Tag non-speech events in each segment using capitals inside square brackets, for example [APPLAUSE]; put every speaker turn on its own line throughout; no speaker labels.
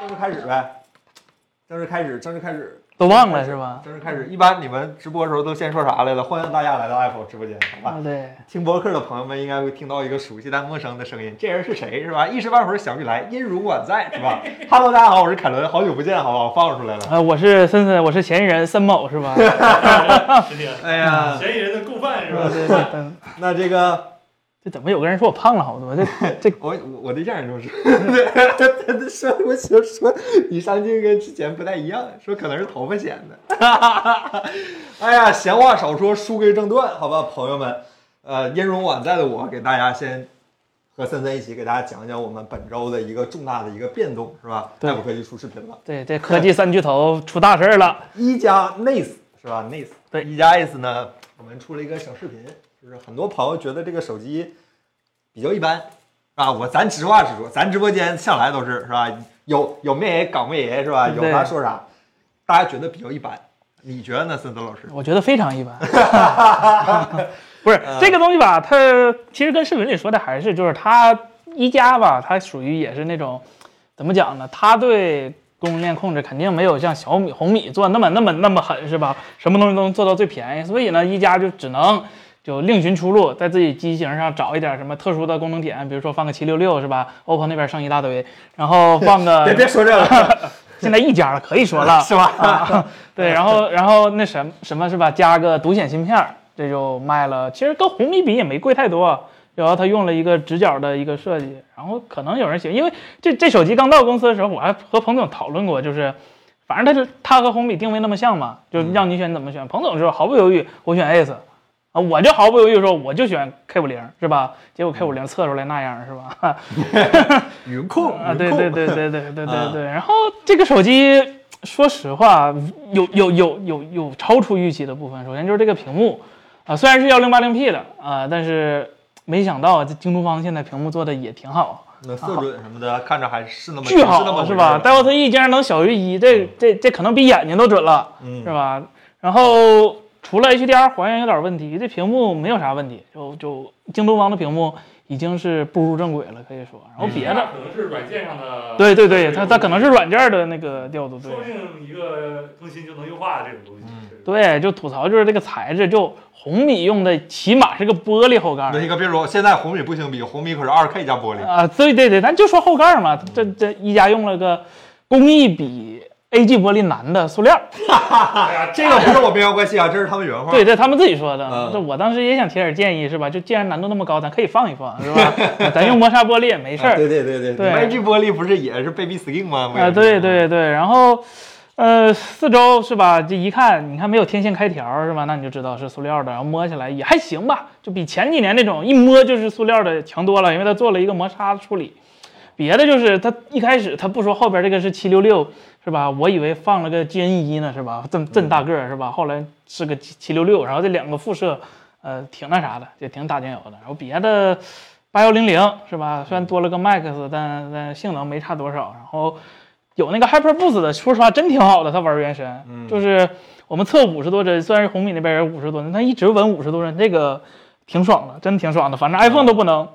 正式开始呗，正式开始，正式开始，
都忘了是吧？
正式开始。嗯一般你们直播的时候都先说啥来了？欢迎大家来到 Apple 直播间，好吧？
啊，对，
听博客的朋友们应该会听到一个熟悉但陌生的声音，这人是谁是吧？一时半会儿想不起来，音如宛在是 [LAUGHS] 吧？Hello，大家好，我是凯伦，好久不见，好吧，我放出来了。
啊，我是森森，我是嫌疑人森某是吧？ [LAUGHS] 对
是的，
哎呀，
[LAUGHS] 嫌疑人的共犯是吧？
对对，嗯
那这个
这怎么有个人说我胖了好多？这这 [LAUGHS]
我我我对象也就是，对，说我就说你上镜跟之前不太一样，说可能是头发显的。哎呀，闲话少说，书归正传，好吧，朋友们，呃，音容宛在的我给大家先和森森一起给大家讲讲我们本周的一个重大的一个变动，是吧？
对
爱普科技出视频了。
对这科技三巨头出大事儿了，
一加 NAS 是吧？NAS
对
一加 S 呢，我们出了一个小视频，就是很多朋友觉得这个手机比较一般啊。我咱实话实说，咱直播间向来都是是吧？有有咩爷搞咩爷是吧？有
对
啥说啥，大家觉得比较一般，你觉得呢，森森老师？
我觉得非常一般。 [LAUGHS] 不是这个东西吧，它其实跟视频里说的还是就是它一加吧，它属于也是那种怎么讲呢？它对供应链控制肯定没有像小米、红米做那么那么那么狠是吧？什么东西都能做到最便宜，所以呢，一加就只能就另寻出路，在自己机型上找一点什么特殊的功能点，比如说放个七六六是吧？OPPO 那边剩一大堆，然后放个
[LAUGHS] 别别说这
[LAUGHS]
个，
现在一家了，可以说
[LAUGHS]
呃了， [LAUGHS]
是吧？
啊， [LAUGHS] 对，然后然后那什么什么是吧？加个独显芯片儿，这就卖了，其实跟红米比也没贵太多。然后它用了一个直角的一个设计，然后可能有人喜欢，因为这这手机刚到公司的时候，我还和彭总讨论过，就是反正它是它和红米定位那么像嘛，就让你选怎么选。彭总说毫不犹豫，我选 S。啊，我就毫不犹豫说，我就选 K 5 0是吧？结果 K 5 0测出来那样是吧？
云控
啊，
云
对
控
对对对对对对对。然后这个手机，说实话，有有有有有超出预期的部分。首先就是这个屏幕，啊，虽然是幺零八零 P 的啊，但是没想到这京东方现在屏幕做的也挺好，
那色准什么的，看着还是那么
巨
是那么
好
回事
是吧？戴奥特 E 竟然能小于一，这这这可能比眼睛都准了。
嗯
是，吧？然后除了 HDR 还原有点问题，这屏幕没有啥问题，就就京东方的屏幕已经是步入正轨了，可以说。然后别的，
可能是软件上的，
对对对，它它可能是软件的那个调度，对
说不定一个更新就能优化这种东西。
嗯
是
对，就吐槽就是这个材质，就红米用的起码是个玻璃后盖
那
儿。
你可别说，现在红米不行比，红米可是二 K 加玻璃，
啊，对对对，咱就说后盖儿嘛，这这一加用了个工艺比 AG 玻璃难的塑料儿，
哎呀，
这个不是我边缘关系啊，这是他们原话。
对，这他们自己说的
嗯。
这我当时也想提点建议，是吧？就既然难度那么高，咱可以放一放，是 [LAUGHS] 吧？咱用磨砂玻璃也没事
啊
儿。
对对对对
对
，Y G 玻璃不是也是 Baby Skin 吗？不也
啊，
是
对，对对，然后，呃，四周是吧？这一看，你看没有天线开条是吧？那你就知道是塑料的，然后摸起来也还行吧，就比前几年那种一摸就是塑料的强多了，因为它做了一个摩擦处理。别的就是它一开始它不说后边这个是七六六是吧？我以为放了个 GN 一呢是吧？这么这么大个儿是吧？后来是个七六六，然后这两个副摄，呃，挺那啥的，也挺打酱油的。然后别的八幺零零是吧？
嗯
虽然多了个 Max，但但性能没差多少。然后有那个 HyperBoost 的，说实话真挺好的，它玩原神，
嗯
就是我们测五十多帧，虽然是红米那边也五十多帧，但一直稳五十多帧，这个挺爽的，真挺爽的。反正 iPhone 都不能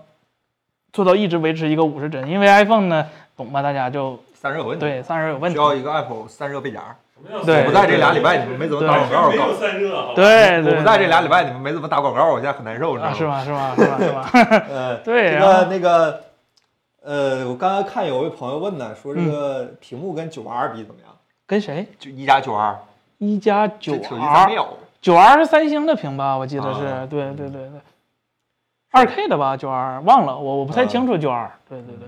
做到一直维持一个五十帧，因为 iPhone 呢，懂吧？大家就
散热有问题，
对散热有问
需
题，
要一个 Apple 散热背夹。
什么叫
对
我不在这俩礼拜，你们没怎么打广告，
没有
我
散热，好吧，
对
我
对，
不在这俩礼拜，你们没怎么打广告，我现在很难受，你知道
啊，
吗？
是吧？是吧？是吧？
[LAUGHS]
是吧？
呃，
对
这
然后
个那个，呃，我刚刚看有位朋友问呢，说这个屏幕跟九 R 比怎么样？
跟谁？
就一加九 R，
一加
这
九
手机咱
R
没。有。
九 R 是三星的屏吧？我记得是，
啊
对对对对，二 K 的吧？九 R 忘了，我我不太
啊
清楚九 R。对对
嗯
对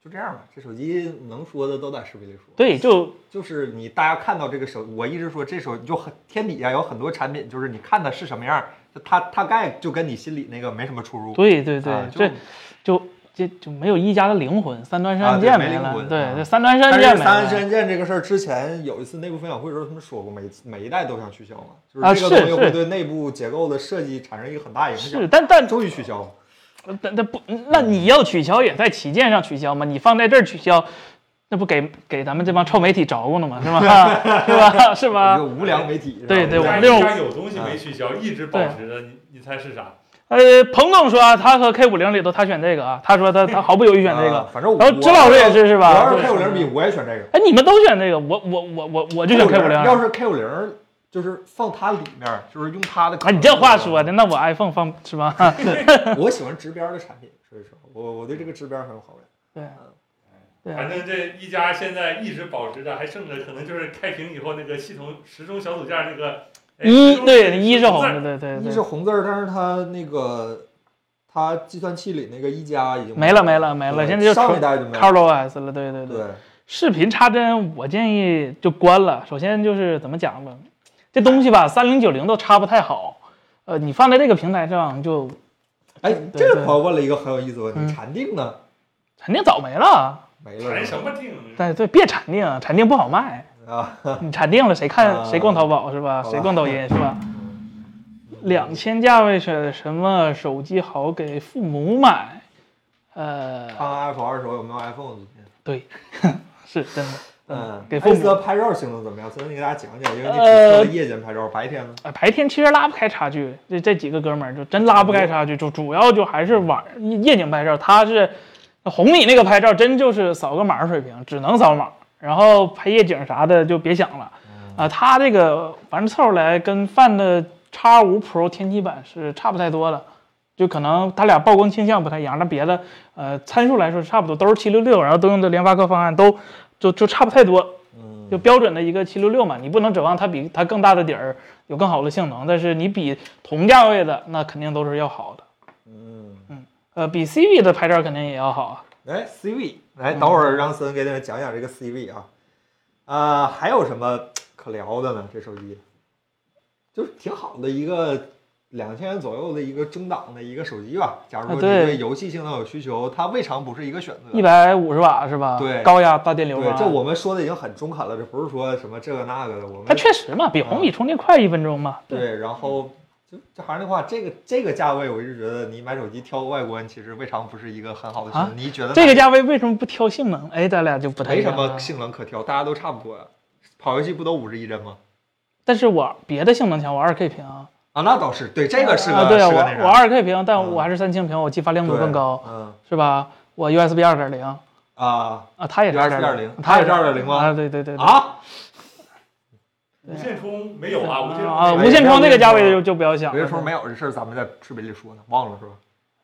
就这样吧，这手机能说的都在视频里说。
对，就
就是你大家看到这个手，我一直说这手就很天底下有很多产品，就是你看它是什么样，就它大概就跟你心里那个没什么出入。
对对对
啊，就
这就这就没有一加的灵魂，三端式按
啊对
键
没
没
灵
了。
魂啊
对，这三端式按
但
键
是
没
三十
了。
按键这个事儿，之前有一次内部分享会的时候，他们说过，每次每一代都想取消嘛，就
啊
是这个东西
是
会
是
对内部结构的设计产生一个很大影响。
是，但但
终于取消了，
但但不，那你要取消也在旗舰上取消吗？你放在这儿取消，那不给给咱们这帮臭媒体着过呢吗？是吧？ [LAUGHS] 是吧？是
[LAUGHS] 一
吧
个？无良媒体。是吧
啊对对
你
我
家
们这种
你家有东西
嗯
没取消，一直保持着，你你猜是啥？
哎
呃，彭总说啊，他和 K 五零里头他选这个啊，他说他他毫不犹豫选这
啊
个。
反正我
然后周老师也是是吧
我要是 K 五零比，我也选这个。
哎，你们都选这个，我我我我我就选 K 五零。啊
要是 K 五零，就是放它里面，就是用它的。
啊，你这话说的，那我 iPhone 放是吧？
哎我喜欢直边的产品，所以说我我对这个直边很有好感。
对，对啊
反，正这一家现在一直保持着，还剩着可能就是开屏以后那个系统时钟小组件那个。哎
[LAUGHS] 一
时钟
对一是红
字
的，
儿
对对
一是
对，
红字儿，但是它那个它计算器里那个一加已经
没了没了没了，
对
现在就
上一
纯
代就没了。
ColorOS 了，对对对。
对，
视频插针，我建议就关了。首先就是怎么讲吧，这东西吧，三零九零都插不太好。呃，你放在这个平台上就
哎
对，对
这个朋友问了一个很有意思的问
嗯
题：禅定呢？
产定早没了。
没了
传
是吧
什么定？
对对，别产定，产定不好卖。
啊？
你产定了，谁看
啊
谁逛淘宝是吧？
好吧
谁逛抖音是吧？两千价位选什么手机好给父母买？呃，
看看 Apple 二手有没有啊 iPhone 的图片。
对，是真的。
嗯，
嗯给父母
艾泽拍照性能怎么样？昨天给大家讲讲，因为你只
呃
做了夜间拍照，白天呢？
啊，白天其实拉不开差距，这这几个哥们儿就真拉不开差距，就主要就还是晚夜景拍照，他是红米那个拍照真就是扫个码水平，只能扫码，然后拍夜景啥的就别想了啊。他这个反正凑合来跟范的 X 五 Pro 天玑版是差不太多的，就可能他俩曝光倾向不太一样，但别的呃参数来说是差不多，都是七六六，然后都用的联发科方案，都就就差不太多。
嗯，
就标准的一个七六六嘛，你不能指望它比它更大的底儿有更好的性能，但是你比同价位的那肯定都是要好的，
嗯，
呃，比 CV 的拍照肯定也要好啊。
哎，CV，来，等
嗯
会儿让森给大家讲讲这个 CV 啊。啊，还有什么可聊的呢？这手机就是挺好的一个两千元左右的一个中档的一个手机吧。假如说
啊
你
对
对游戏性能有需求，它未尝不是一个选择。
一百五十瓦是吧？
对
高压大电流
对
方，
这
案。
我们说的已经很中肯了，这不是说什么这个那个的，我
它
们
确实嘛，比
嗯
红米充电快一分钟嘛。
对，然后就这还是那话，这个这个价位，我一直觉得你买手机挑外观，其实未尝不是一个很好的选择。
啊
你觉得
这
呢
个价位为什么不挑性能？哎，咱俩就不
嗯
太
没
一
什
样啊了
么性能可挑，大家都差不多呀。跑游戏不都五十一帧吗？
但是我别的性能强，我二 K 屏啊，
啊，那倒是，对，这个是个、
啊，对
是
我
个那啥，
我二 K 屏，但
嗯
我还是三清屏，我激发亮度
对
更高，
嗯
是吧？我 USB 二点零啊，
啊
它也是二点
2.0
它
它也是2.0吗
啊，对对对对
啊，
无线充没有啊？无线充
啊，
没
无
有
线充那个价位就就不要想
别
了。
啊说没有这事儿，咱们在视频里说呢，忘了是吧？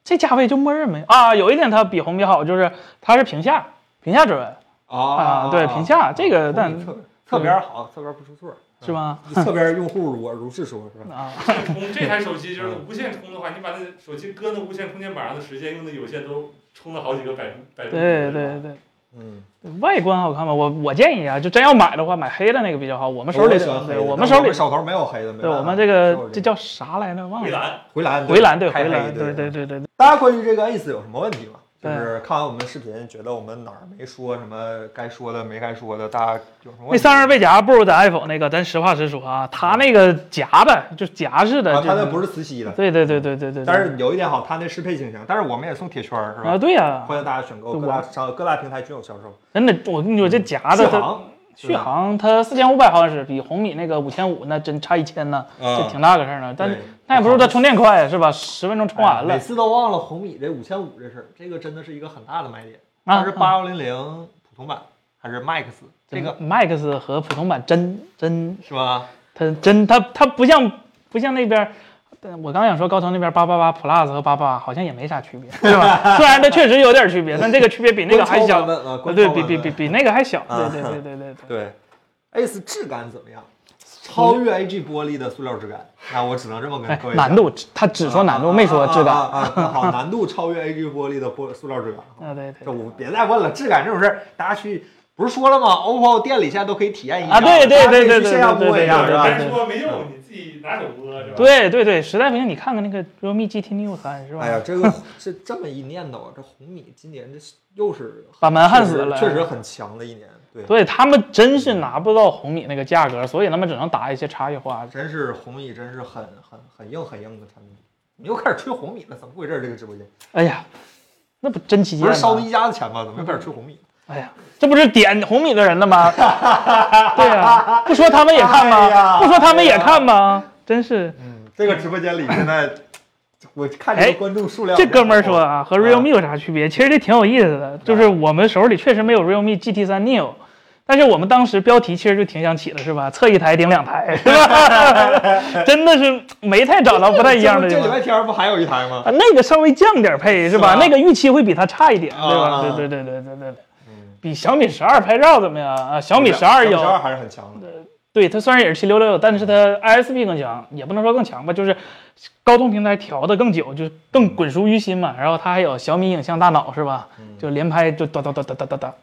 这价位就默认没有啊。有一点它比红米好，就是它是屏下屏下指纹，啊
啊
对屏下这个但
红米侧侧边好，侧边不出错儿，
是吧？ [LAUGHS]
侧边用户我如是说，是吧？
啊，
无线充 [LAUGHS] 这台手机就是
嗯
无线充的话，你把那手机搁那无线充电板上的时间用的有限都充了好几个百分百分
对
之。
对对，
嗯，
外观好看吗？我我建议啊，就真要买的话，买黑的那个比较好。我们手
我
里
也喜欢黑
对，
的
我
但
们手里
手头没有黑的，没
对
办法
我们这个
只
这
有
叫啥来着？忘
蔚
了。
蓝
回蓝，
回蓝对
开
回
黑
蓝，
对
对对对对对，
大家关于这个 Ace 有什么问题吗？就
对
是看完我们的视频，觉得我们哪儿没说什么该说的没该说的，大家有什么问题？
那散热背夹不如咱 iPhone 那个，咱实话实说啊，它那个夹的就夹式的
啊，
就，
它那不是磁吸的，
对对对对对对，
但是有一点好，它那适配性强。但是我们也送铁圈儿，是
啊
吧？
对呀，
欢迎大家选购，
对
各大商各大平台均有销售。
真的我跟你说这夹
续
的它
航，
续航它四千五百毫安时，比红米那个五千五那真差一千呢，
啊
这挺大个事儿呢。但
对
那也不如它充电快是吧？十分钟充完
哎
了
每次都忘了红米这五千五这事儿，这个真的是一个很大的卖点。
啊
它是八幺零零普通版还是 Max？这个
Max 和普通版真真
是吧？
它真它它不像不像那边儿。但我刚想说高通那边八八八 Plus 和八八好像也没啥区别，是吧？虽然它确实有点区别，但这个区别比那个还
官
小
方版，本啊，官
对
方
比
版
比比
本
比那个还小，对
啊
对对对对对。
对，Ace 质感怎么样？超越 AG 玻璃的塑料质感，那我只能这么跟
哎
各，位讲。
难度他只说难度，没说质感。
啊啊啊啊啊好，难度超越 AG 玻璃的玻塑料质感。
啊对对
这我别再问了，质感这种事儿，大家去不是说了吗？OPPO 店里现在都可以体验一下
啊对对
大家可以
对对
去
对
线下
对对
摸一下，
对
是
对
吧？
单说没用，你自己拿手摸是吧？
对对对，实在不行你看看那个 realme GT Neo 三是吧？
哎呀，这个这这么一念叨啊，这红米今年这又是
把门焊死了
确实确实很强的一年，对，
所以他们真是拿不到红米那个价格，所以他们只能打一些差异化。
真是红米真是很很很硬很硬的产品。你又开始吹红米了，怎么回事儿？这个直播间
哎呀，那不真旗舰
不
吗
是烧的一家的钱吗？怎么又开始吹红米了？
哎呀，这不是点红米的人了吗？对呀、不说他们也看
哎呀
吗？不说他们也
哎呀
看吗？真是，
嗯，这个直播间里现在，我看这
哎
个观众数量，
这哥们儿说，啊，和
嗯
realme 有啥区别？其实这挺有意思的，就是我们手里确实没有 realme GT 3 Neo。但是我们当时标题其实就挺想起的，是吧？测一台顶两台，是吧？ [LAUGHS] 真的是没太找到不太一样的
[LAUGHS]
地
这这
方
礼。拜天儿不还有一台吗？
啊，那个稍微降点儿配是吧？
是吧
那个预期会比它差一点，对吧？
啊
对对对对对对对，比小米十二拍照怎么样啊？小米十
嗯
二
小米十二
有，
还是很强的，
对它虽然也是七六六，但是它 ISP 更强，也不能说更强吧，就是高通平台调的更久，就是更滚熟于心嘛。然后它还有小米影像大脑是吧？
嗯
就连拍就哒哒哒哒哒哒哒。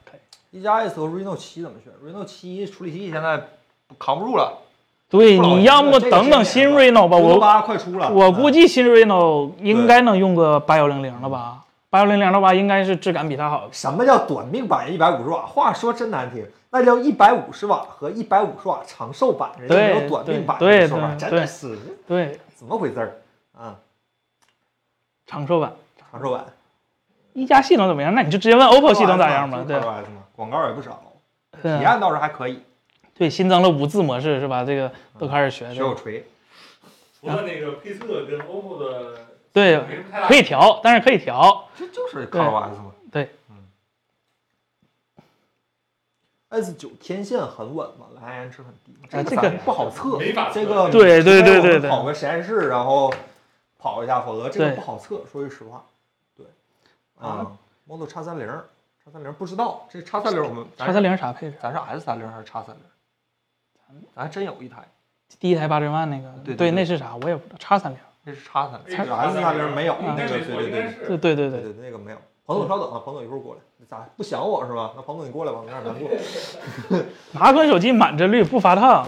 一加 S 和 Reno 七怎么选？Reno 七处理器现在扛不住了，
对，
不老
你
实
要么
这个
等等新
经
Reno 吧，我
八快出了，嗯
我估
计
计新 Reno 应该能用个八幺零零了吧？八幺零零的话，应该是质感比它好。
什么叫短命版一百五十瓦？话说真难听，那叫一百五十瓦和一百五十瓦长寿版，人家没有
对
短命版
对
这个说法，
对
真
对
的是
对，
怎么回事儿啊？
长寿版。
长寿版，
一加系统怎么样？那你就直接问 OPPO 系统咋样吧。
对
对
，iOS 嘛，广告也不少，体
对啊
验倒是还可以，
嗯对，新增了无字模式是吧？这个都开始学
小手。
了
锤。
除了那个配色跟 OPPO 的
对，
没太大
可以调，但是可以调。
这就是 ColorOS 嘛。嗯
对，
S 九天线很稳嘛，蓝延迟很低，
啊
这
这
个
个
咱不好测，
没法测
这个
对对
除非
对
我们
对对
跑个实验室然后跑一下，否则这个
对
不好测。说句实话，对，啊，Model X 三零，X 三零不知道，这 X 三零我们
叉三零啥配置？
咱是 S 三零还是 X 三零？咱还真有一台，
第一台八千万那个，
对对对
那是啥？我也不知道。叉三零。
那是 X 三零
那是
，S 三零没有
应
那
该
个，
没
对
错，
对
哎应
对
该。
对
是
对对
对
对，
对，那个没有。彭总稍等啊，彭总一会儿过来。咋不想我是吧？那彭总你过来吧，我有点
[LAUGHS]
难过。
拿款手机满帧率不发烫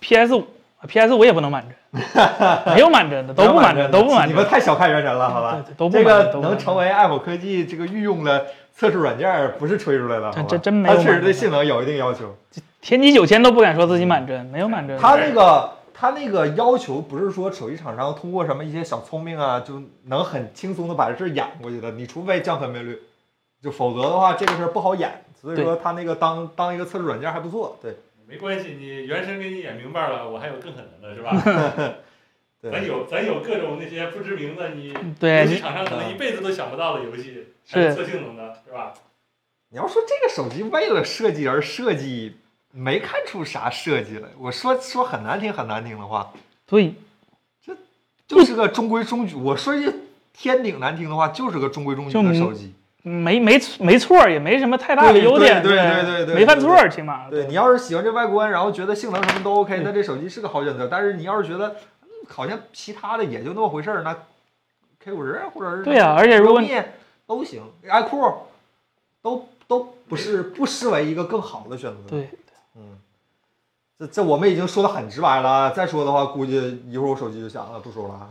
，PS 五，PS 五也不
[LAUGHS]
能满帧，没有满帧的，都不满帧，都不满
你们
帧。
太小看原神了，好吧？
对对都不
这
满
个
都不满
能成为爱普科技这个御用的测试软件儿，不是吹出来的，好吧
这真没有
它确实
满足
对性能有一定要求。
天玑九千都不敢说自己满帧，没有满帧。
它那个它那个要求不是说手机厂商通过什么一些小聪明啊，就能很轻松的把这事儿掩过去的。你除非降分辨率，就否则的话这个事儿不好演。所以说它那个当当一个测试软件还不错，对
没关系，你原神给你演明白了，我还有更狠的呢，是吧？咱
哎
对。
有咱有各种那些不知名的，你
对
游戏厂商可能一辈子都想不到的游戏，还
是
有测性能的，是吧？
你要说这个手机为了设计而设计，没看出啥设计来。我说说很难听很难听的话，
对，
就是个中规中矩。我说句天顶难听的话，就是个中规中矩的手机。
没没没错，也没什么太大的
对
优点，
对对对对对
没犯错
对，
起码
对你要是喜欢这外观，然后觉得性能什么都 OK，那这手机是个好选择。但是你要是觉得嗯好像其他的也就那么回事儿，那 K 五十啊或者是
对呀、啊而且如果你
realme 都行，iQOO 都都不是不失为一个更好的选择。
对
嗯，这这我们已经说的很直白了啊，再说的话，估计一会儿我手机就响了，不说了，啊，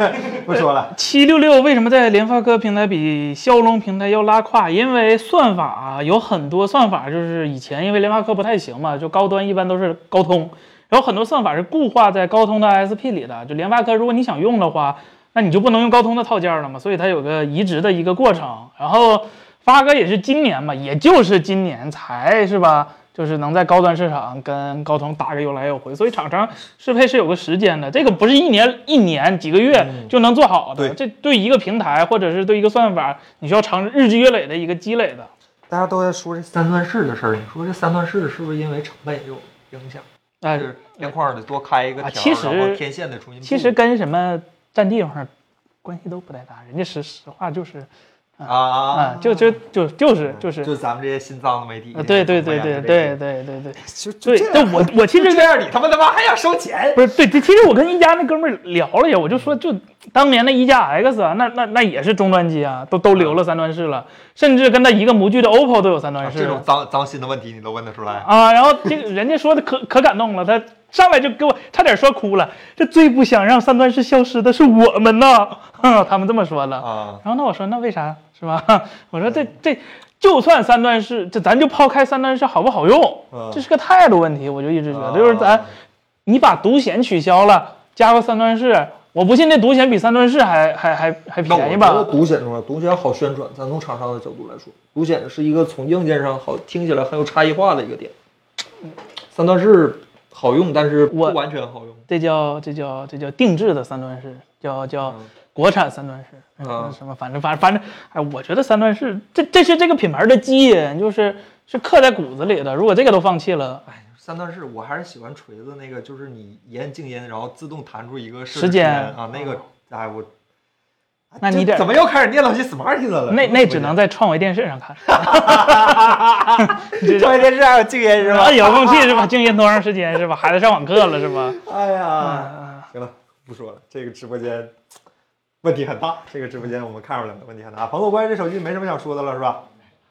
[LAUGHS] 不说了。
七六六为什么在联发科平台比骁龙平台要拉胯？因为算法啊，有很多算法就是以前因为联发科不太行嘛，就高端一般都是高通，然后很多算法是固化在高通的 ISP 里的。就联发科，如果你想用的话，那你就不能用高通的套件了嘛，所以它有个移植的一个过程。然后发哥也是今年嘛，也就是今年才是吧，就是能在高端市场跟高通打个有来有回，所以厂商适配是有个时间的，这个不是一年一年几个月就能做好
嗯
的。
对
这对一个平台或者是对一个算法，你需要长日积月累的一个积累的。
大家都在说这三段式的事儿，你说这三段式是不是因为成本也有影响？
但呃
就是是边框得多开一个
啊
条，
其实
然后天线得重新布。
哎其实跟什么占地方关系都不太大，人家实实话就是
啊啊嗯
啊，就就就就是就是。
就咱们这些心脏的媒体
啊，，对对对对对，对对对，
就就
对，
这
但
样
我我其
就
实
这样，你他妈他妈还想收钱？
不是对，其实我跟一加那哥们儿聊了呀，我就说就当年的一加 X 啊，那那那也是终端机啊，都都留了三段式了，甚至跟它一个模具的 OPPO 都有三段
啊
式
这
了
种脏脏心的问题你都问得出来？
啊。然后这个人家说的可可感动了，他上来就给我差点说哭了，这最不想让三段式消失的是我们呐， [LAUGHS] 哼他们这么说了。
啊，
然后那我说那为啥是吧？ [LAUGHS] 我说这这就算三段式，这咱就抛开三段式好不好用，
嗯
这是个态度问题。我就一直觉得，
啊
就是咱你把独显取消了，加个三段式，我不信这独显比三段式还还还还
那我
便宜
觉得
吧？
独显重要，独显好宣传。咱从厂商的角度来说，独显是一个从硬件上好听起来很有差异化的一个点。三段式好用，但是不
我
完全好用。
这叫这叫这叫定制的三段式，叫叫
嗯
国产三段式，
嗯
什么反正反正反正，哎，我觉得三段式这这是这个品牌的基因，就是是刻在骨子里的。如果这个都放弃了，
哎，三段式我还是喜欢锤子那个，就是你一按静音，然后自动弹出一个设置
时间嗯
啊，那个哎我。
那你
这
得
怎么又开始念叨起 smart 了？
那那只
怎么 [LAUGHS]
能在创维电视上看，
这创业电视还有静音是
然
吧？
[LAUGHS] 后遥控器是吧？静音多长时间是吧？孩子上网课了是
[LAUGHS]
吧？
哎呀，
嗯
行了，不说了，这个直播间问题很大，这个直播间我们看出来了问题很大。彭总，关于这手机没什么想说的了是吧？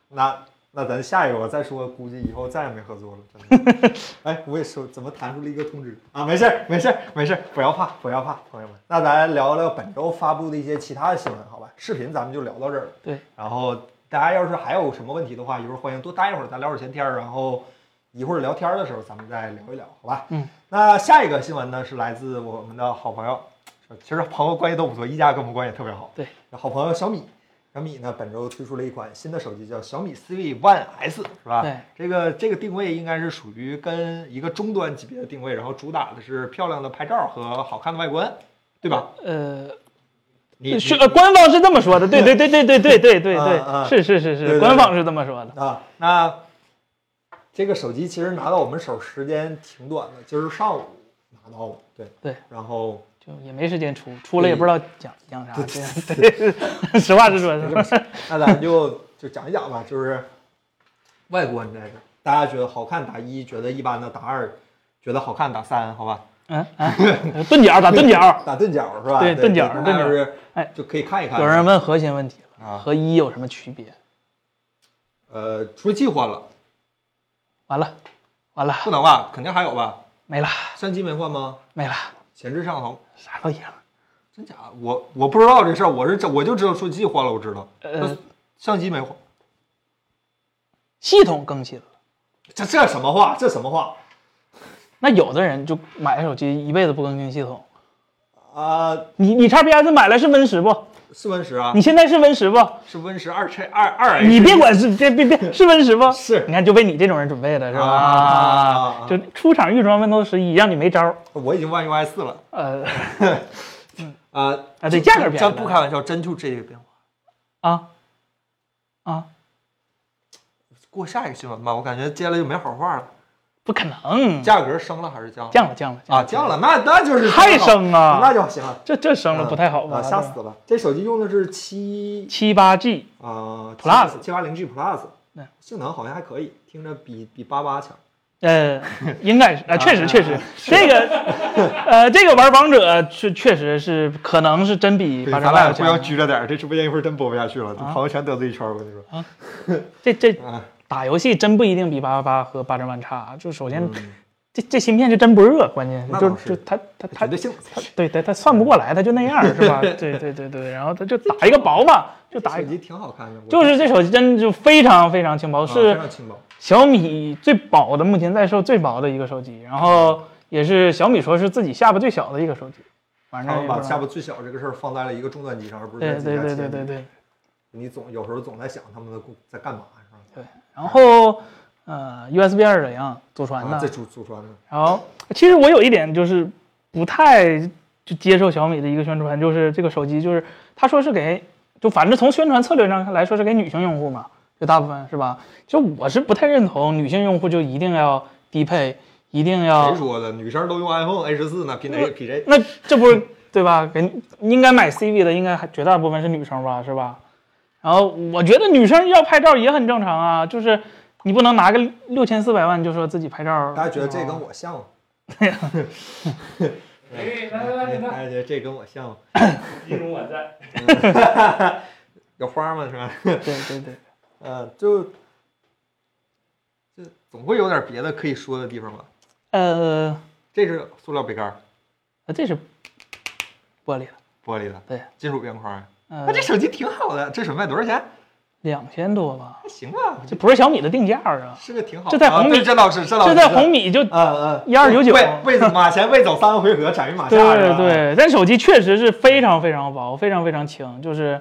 那那咱下一个我再说，估计以后再也没合作了，真的。哎，我也说怎么弹出了一个通知啊？没事儿，没事儿，没事儿，不要怕，不要怕，朋友们。那咱聊聊本周发布的一些其他的新闻，好吧？视频咱们就聊到这儿了。
对，
然后大家要是还有什么问题的话，一会儿欢迎多待一会儿，咱聊会儿闲天儿，然后一会儿聊天儿的时候咱们再聊一聊，好吧？
嗯。
那下一个新闻呢，是来自我们的好朋友，其实朋友关系都不错，一加跟我们关系特别好。
对，
好朋友小米，小米呢本周推出了一款新的手机，叫小米 CV One S，是吧？
嗯对，
这个这个定位应该是属于跟一个中端级别的定位，然后主打的是漂亮的拍照和好看的外观，对吧？
呃，
你你
是呃，官方是这么说的，对对对对对对对对
啊啊
对，是是是
对对
是，官方是这么说的。
啊，那这个手机其实拿到我们手时间挺短的，今儿上午拿到了，对
对，
然后
就也没时间出，出了也不知道讲讲啥，这样对， [LAUGHS] 实话实说，是吧
那咱就就讲一讲吧，就是外观在这儿，大家觉得好看打一，觉得一般的打二，觉得好看打三，好吧？
嗯啊，
哎 [LAUGHS]
嗯钝角打钝角，
打钝角是吧？
对钝角
大家
钝角
就是
哎
就可以看一看。
[LAUGHS] 有人问核心问题了，
啊
和一有什么区别？
呃，处理器换了，
完了，完了，
不能吧？肯定还有吧？
没了，
相机没换吗？
没了，
前置摄像头。
啥都一样。
真假？我我不知道这事儿，我是这我就知道处理器换了，我知道。
呃
那相机没换，
系统更新了，
这这什么话？这什么话？
那有的人就买手机一辈子不更新系统。
啊、
你你 x PS 买了是 Win 十不？
是 Win 十啊哎
你，现在是 Win 十不？
是 Win 十二 X 二二 H，
你别管是别别
[LAUGHS]
别是 Win 十不？
是
你看就为你这种人准备的是
啊
[LAUGHS] 吧？就出厂预装 Windows 十一，让你没招儿。
我已经 One UI 四了
呃
啊
啊，对，价格便宜了。
咱不开玩笑，真就这个变化。
啊啊，
过下一个新闻吧，我感觉接下来就没好话了。
不可能，
价格升了还是降了？
降了降了
啊，降了，那那就是
太升啊
那就行了。
这这升了不太好吧？
啊，吓死了！这手机用的是七
七八 G
啊
Plus
七八零 G Plus，
嗯
性能好像还可以，听着比比八八强。
呃，应该是，呃，确
啊
实确实，这个，呃，这个玩王者确确实是，可能是真比八
咱
叉
俩
八
也
要
不要
强。
拘着点儿，这直播间一会儿真播不下去了，这
啊
朋友全得罪一圈儿。我跟你说，
这这
啊，
打游戏真不一定比八八八和八叉八差，啊就首先这这芯片是真不热，关键
嗯那
就
倒是
就它它它
绝对性能。
它对它它算不过来，它就那样是
[LAUGHS]
吧？对对对对，然后它就打一个薄吧，就打
手
一个，
机挺好看的，我
就是这手机真就非常非常轻薄，
啊
是
非常轻薄。
小米最薄的，目前在售最薄的一个手机，然后也是小米说是自己下巴最小的一个手机，反
他
正也
们把
不知
下
道
巴最小这个事儿放在了一个终端机上，而不是
对
在
对对对对
对，
对。
你总有时候总在想他们的故在干嘛是吧？
然后呃，USB 二点零祖传
啊，
的
在，祖祖传的，
然后呃其实我有一点就是不太就接受小米的一个宣传，就是这个手机就是他说是给就反正从宣传策略上来说是给女性用户嘛，就大部分是吧？就我是不太认同女性用户就一定要低配，一定要
谁说的？女生都用 iPhone A 十四呢，比哪比谁？
啊 [LAUGHS] 那这不是对吧？给应该买 CV 的，应该还绝大部分是女生吧，是吧？然后我觉得女生要拍照也很正常啊，就是你不能拿个六千四百万就说自己拍照。啊
大家觉得这跟我像吗？
哎，来来来，
大
来，
家觉得这跟我像吗？
一容我在。
有花吗？是吧？
对对对，
嗯，就就总会有点别的可以说的地方吧。
呃，
这是塑料杯盖儿，
这是玻璃的，
玻璃的，
对，
金属边框儿。
呃
那这，手机挺好的，这手机卖多少钱？
两千多吧，
还行吧，
这不是小米的定价啊，
是个挺好。
这在红
啊对
米
这老师，这老师
这在红米就
嗯嗯
1299 [LAUGHS]
为为马前未走三个回合，斩于马下。是
对
吧，
对，但手机确实是非常非常薄，非常非常轻，就是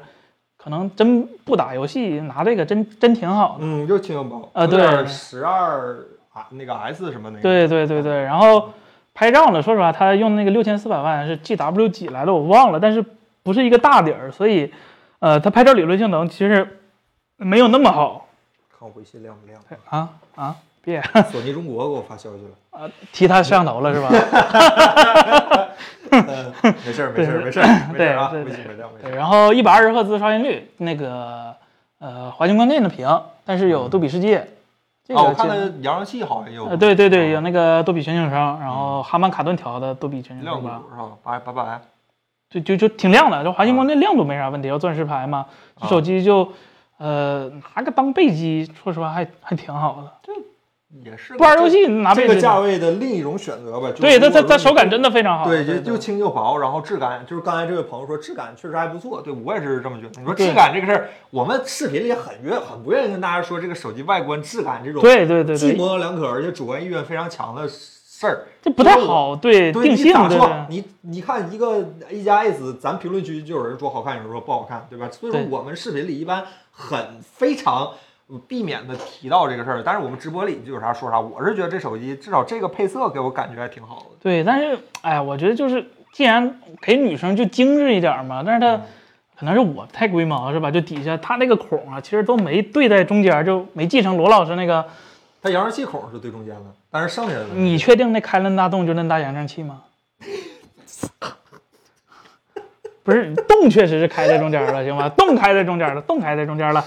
可能真不打游戏拿这个真真挺好的。
嗯，又轻又薄
啊对
十二啊那个 S 什么那个，
对对对对，然后拍照呢，说实话，他用那个六千四百万是 GW 几来的，我忘了，但是不是一个大底儿，所以呃，它拍照理论性能其实没有那么好
看我微信亮
[LAUGHS]
不亮？
啊啊，别
索尼中国给我发消息了。
[LAUGHS] 提他摄像头了是吧？
嗯，没事儿，没事儿，没事儿，没事儿啊，
对
微
对
信没亮，没事
对，
儿。
然后一百二十赫兹刷新率，那个呃华星光电的屏，但是有杜比世界，这个
哦，我看
就
了扬声器好像有，
呃，对对对，
嗯
有那个多比全景声，然后哈曼卡顿调的多比全景
亮
声
度
吧，
是吧？八八百，
就就就挺亮的。这华星光电亮度没啥问题，要钻石牌嘛，这
啊
手机就呃拿个当备机，说实话还还挺好的。
也是
不玩游戏拿
这
备
个
机
价
拿，
位的另一种选择吧。就是
对它
如
它
果说
它
你
手感真的非常好。
对，
啊对
就又轻又薄，然后质感就是刚才这位朋友说质感确实还不错，对我也是这么觉得。你说
对
质感这个事儿，我们视频里也很愿很不愿意跟大家说这个手机外观质感这种
对对对
既
对，
模棱两可而且主观意愿非常强的事儿。
这不太好，对
对
定
你
性
咋
对
说？你你看一个 A 加 S，咱评论区就有人说好看，有人说不好看，对吧？所以说
对
我们视频里一般很非常避免的提到这个事儿，但是我们直播里就有啥说啥。我是觉得这手机至少这个配色给我感觉还挺好的。
对，但是哎，我觉得就是既然给女生就精致一点嘛，但是
嗯
它。可能是我太龟毛是吧？就底下它那个孔啊，其实都没对在中间，就没继承罗老师那个
它扬声器孔是最中间的，但是剩下的
你确定那开了那大洞就那大扬声器吗？ [LAUGHS] 不是，洞确实是开在中间了，行吧？洞开在中间了，洞开在中间了。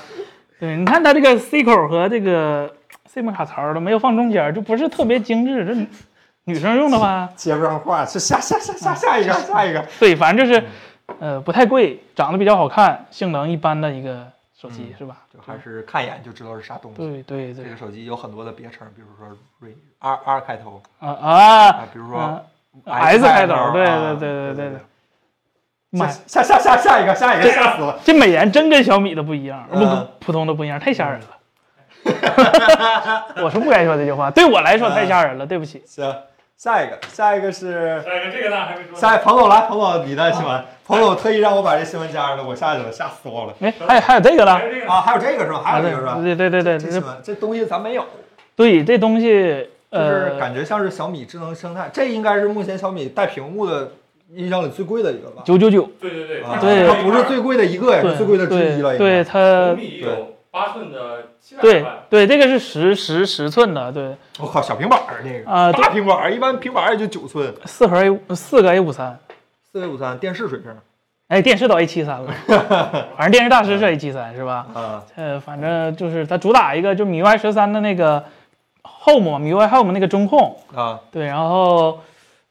对，你看它这个 C 口和这个 C 门卡槽都没有放中间，就不是特别精致。这女女生用的吧？
接不上话，是下下下下下一个下一个。
对，反正就是，呃，不太贵，长得比较好看，性能一般的一个手机、是吧？
嗯就还是看一眼就知道是啥东西。
对对
这
对
个，手机有很多的别称，比如说 r 二二开头
啊啊
啊，比如
啊
说
，S 开头，对
啊
对对对对对，妈呀
下下下下下一个下一个吓死了。
这美颜真跟小米的不一样，不、
嗯
普通的不一样，太吓
[LAUGHS]
人了。我是不该说这句话，对我来说
嗯
太吓人了，对不起。
行，下一个，下一个是
下一哎个这个呢还没说呢。
下一彭总来，彭总你的新闻，彭总特意让我把这新闻加上了，我下去了，吓死我了
哎，还有还有这个呢
还？是这个呢
啊！还有这个是吧？还有这个是吧？
对啊对对对
这
对
新
对
闻这东西咱没有，
对，这东西
就
呃
是，感觉像是小米智能生态，这应该是目前小米带屏幕的印象里最贵的一个吧？
九九九，
对对对，
啊，
对
它不是最贵的一个，也是最贵的之一了，
对，
应该
呃对。它
红，米有八寸的七百
对
万，
对，这个是十十十寸的，对
我靠，小平板儿那个
啊，对
大平板儿，一般平板儿也就九寸，
四核 A 四个 A 五三，
四点五三电视水平
哎，电视都 A 七三
[LAUGHS]
了，反正电视大师是 A 七三是吧？
啊。
呃，反正就是它主打一个就 MIUI 十三的那个 Home，MIUI Home 那个中控，
啊，
对，然后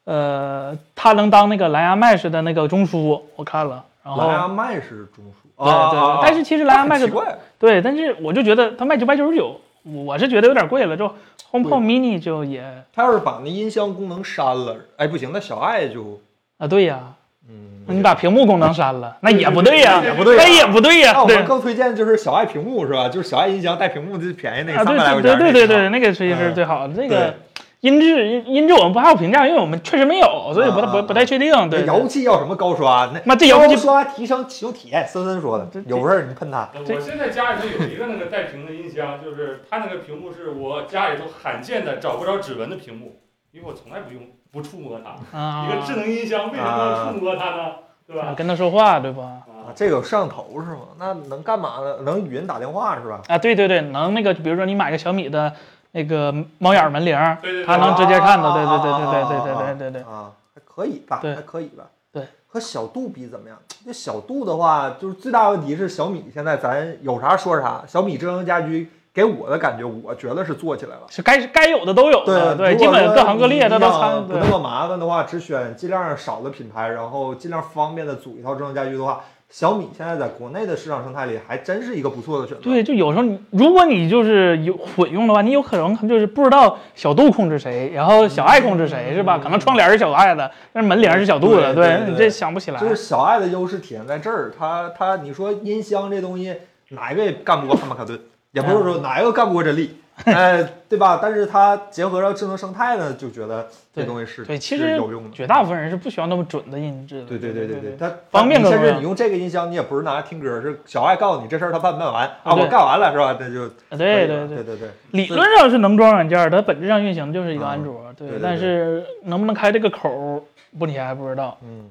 呃，它能当那个蓝牙 Mesh 的那个中枢，我看了，然后
蓝牙麦是中啊
对对
枢，
对，但是其实蓝牙 Mesh
奇怪，
对，但是我就觉得它卖九百九十九，我我是觉得有点贵了，就 HomePod
对
Mini 就也
他要是把那音箱功能删了，哎，不行，那小爱就
啊，对呀，
嗯，
你把屏幕功能删了，那也不对呀，
也
不对呀
那也不对
那
呀，
我
对
们。更推荐就是小爱屏幕是吧？就是小爱音箱带屏幕最便宜那
啊，
个三百来
对
块
对
钱。
对对对，，那个实际是
嗯
最好的。这
对
个音质音音质我们不好评价，因为我们确实没有，所以不太
啊
不
啊
不太确定。对，对
遥控器要什么高刷？那
妈 [LAUGHS] 这遥控
高
器
刷提升使用体验，森森说的
这，这
有事儿你喷他。
这
我现在家里头有一个那个带屏的音箱，就是它那个屏幕是我家里头罕见的找不着指纹的屏幕，因为我从来不用不触摸它。
啊
一个智能音箱为什么要触摸它呢？对
啊
吧？
跟他说话对吧？
啊
啊，
这个有摄像头是吗？那能干嘛呢？能语音打电话是吧？
啊，对对对，能那个，比如说你买个小米的那个猫眼门铃儿，
对对对
它能直接看到。对对对
啊
对对对对对对对
啊，还可以吧，
对
还可以吧。
对，
和小度比怎么样？这小度的话，就是最大问题是小米现在咱有啥说啥。小米智能家居给我的感觉，我觉得是做起来了。呃
是该该有的都有的，对，
对，
基本各行各业
它
它都参
不那
对。
么麻烦的话，只选尽量少的品牌，然后尽量方便的组一套智能家居的话，小米现在在国内的市场生态里还真是一个不错的选择。
对，就有时候你，如果你就是有混用的话，你有可能就是不知道小度控制谁，然后小爱控制谁，是吧？可能窗帘是小爱的，但是门铃是小度的，
对对
你
对
这想不起来
就。是小爱的优势体现在这儿，它它你说音箱这东西，哪一个也干不过汉密卡顿，也不是
嗯
说哪一个干不过
[LAUGHS]
真力，呃，对吧？但是它结合到智能生态呢，就觉得这
对
东西是
对其
是
实
有用的。
绝大部分人是不需要那么准的音质的。
对对
对
对对
对
对，，它
方便更
甚
重
至
要
你用这个音箱，你也不是拿来听歌，是小爱告诉你这事儿他办不办完啊？我
对
干完了是吧？那就
啊
可以
对
了
对
对对对，
理论上是能装软件儿，它本质上运行就是一个
嗯
安卓，
对对
但是能不能开这个口儿，不你还不知道。
嗯，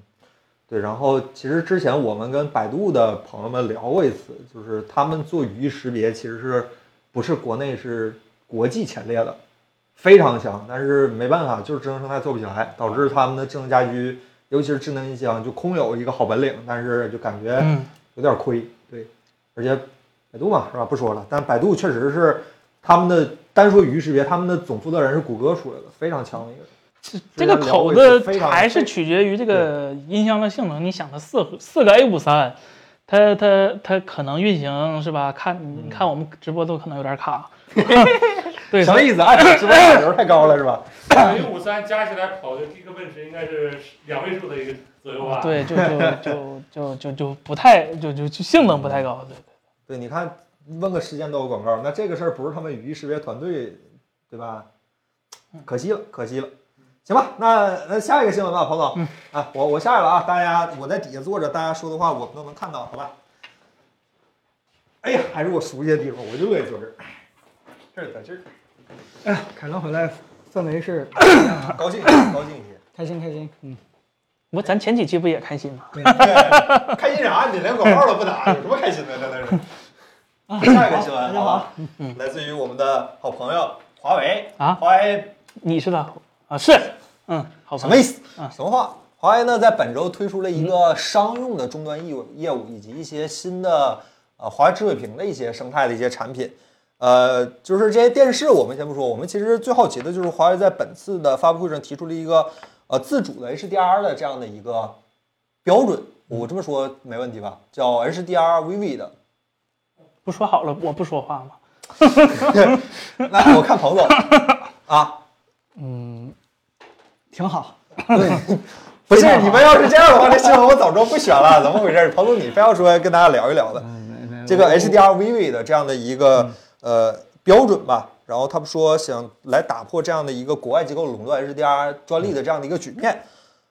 对。然后其实之前我们跟百度的朋友们聊过一次，就是他们做语义识别其实是不是国内是国际前列的，非常强，但是没办法，就是智能生态做不起来，导致他们的智能家居，尤其是智能音箱，就空有一个好本领，但是就感觉
嗯，
有点亏，对，而且百度嘛，是吧？不说了，但百度确实是他们的单说语义识别，他们的总负责人是谷歌出来的，非常强的一个人。
这这个口子
聊过一次非常
还是取决于这个音箱的性能。你想，它四核四个 A 五三，它它它可能运行是吧？看
嗯
你看我们直播都可能有点
[LAUGHS]
卡。对，
什么意思？哎 [LAUGHS] 按直播水流太高了是吧？
一五三加起来跑的 Geekbench 应该是两位数的一个左右吧？，
对，就就就就就就不太就就就性能不太高。对
对，你看问个时间都有广告，那这个事儿不是他们语义识别团队，对吧？
嗯
可惜了，可惜了。行吧，那那下一个新闻吧，彭总。
嗯
啊，我我下来了啊，大家我在底下坐着，大家说的话我们都能看到，好吧？哎呀，还是我熟悉的地方，我就乐意坐这儿。这儿在这儿，
哎凯刚回来，氛围是
[COUGHS] 高兴一些，高兴一些。
开心开心，嗯，
我咱前几期不也开心吗？
对 [LAUGHS] 开心啥？你连广告都不打， [LAUGHS] 有什么开心的？那那是。下一个新闻，
大家
啊好吧，嗯来自于我们的好朋友华为
啊
华为
你是吧？啊，是，嗯，好吧
什么意思？嗯
嗯
啊什么话？华为呢，在本周推出了一个商用的终端业务业务，以及一些新的呃华为智慧屏的一些生态的一些产品。呃，就是这些电视，我们先不说，我们其实最好奇的就是华为在本次的发布会上提出了一个呃自主的 HDR 的这样的一个标准。我这么说没问题吧？叫 HDR VV 的，
不说好了，我不说话吗？
[LAUGHS] 那我看彭总啊，
挺好。
不是你们要是这样的话，这新闻我早知道不选了，怎么回事？彭总，你非要说跟大家聊一聊的，这个 HDR VV 的这样的一个呃标准吧。然后他们说想来打破这样的一个国外机构垄断 HDR 专利的这样的一个局面。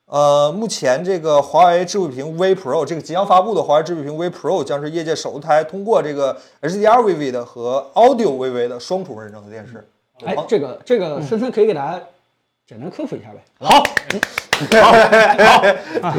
呃，目前这个华为智慧屏 V Pro 这个即将发布的华为智慧屏 V Pro 将是业界首台通过这个 HDR VV 的和 Audio VV 的双重认证的电视。
哎，这个这
嗯
个森森可以给大家简单科普一下呗。
好，
好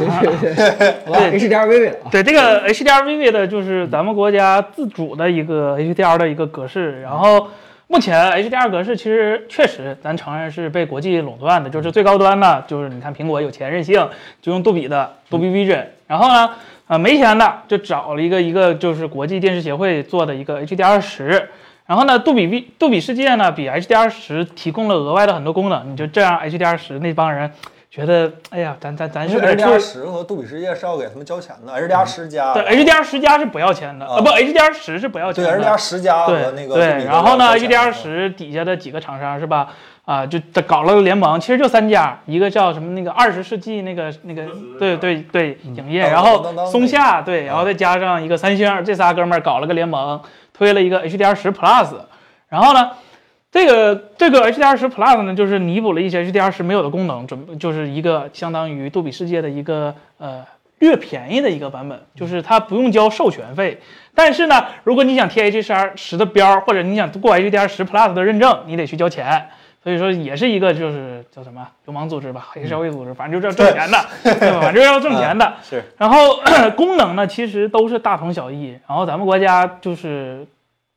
吧，HDR VV 了啊，
对这个 HDRVV 的，就是咱们国家自主的一个 HDR 的一个格式。然后目前 HDR 格式其实确实，咱承认是被国际垄断的，就是最高端的，就是你看苹果有钱任性，就用杜比的杜比 Vision。然
嗯
后呢，呃，没钱的就找了一个一个就是国际电视协会做的一个 HDR 十。然后呢，杜比 V 杜比世界呢，比 HDR 十提供了额外的很多功能。你就这样 HDR 十那帮人觉得，哎呀，咱咱咱是不是嗯
HDR 十和杜比世界是要给他们交钱的，HDR 十加
对，HDR 十加是不要钱的，
啊
啊，不，HDR 十是不要钱
对
的。
，HDR 十加和那
对
个
对
杜比都
然后呢
要交钱
，HDR 十底下的几个厂商是吧？啊、就搞了个联盟，其实就三家，一个叫什么那个二十世纪那个那个
公司，
对对对，影业，
当
然
当当
后
当
松下对，
啊
然后再加上一个三星，这仨哥们儿搞了个联盟，推了一个 HDR 十 Plus，然后呢，这个这个 HDR 十 Plus 呢，就是弥补了一些 HDR 十没有的功能，准就是一个相当于杜比世界的一个呃略便宜的一个版本，就是它不用交授权费。但是呢，如果你想贴 HDR 十的标儿，或者你想过 HDR 十 Plus 的认证，你得去交钱。所以说也是一个就是叫什么流氓组织吧，黑社会组织，反正就是要挣钱的，对吧？反正要挣钱的。
是。
然后 [COUGHS] 功能呢，其实都是大同小异。然后咱们国家就是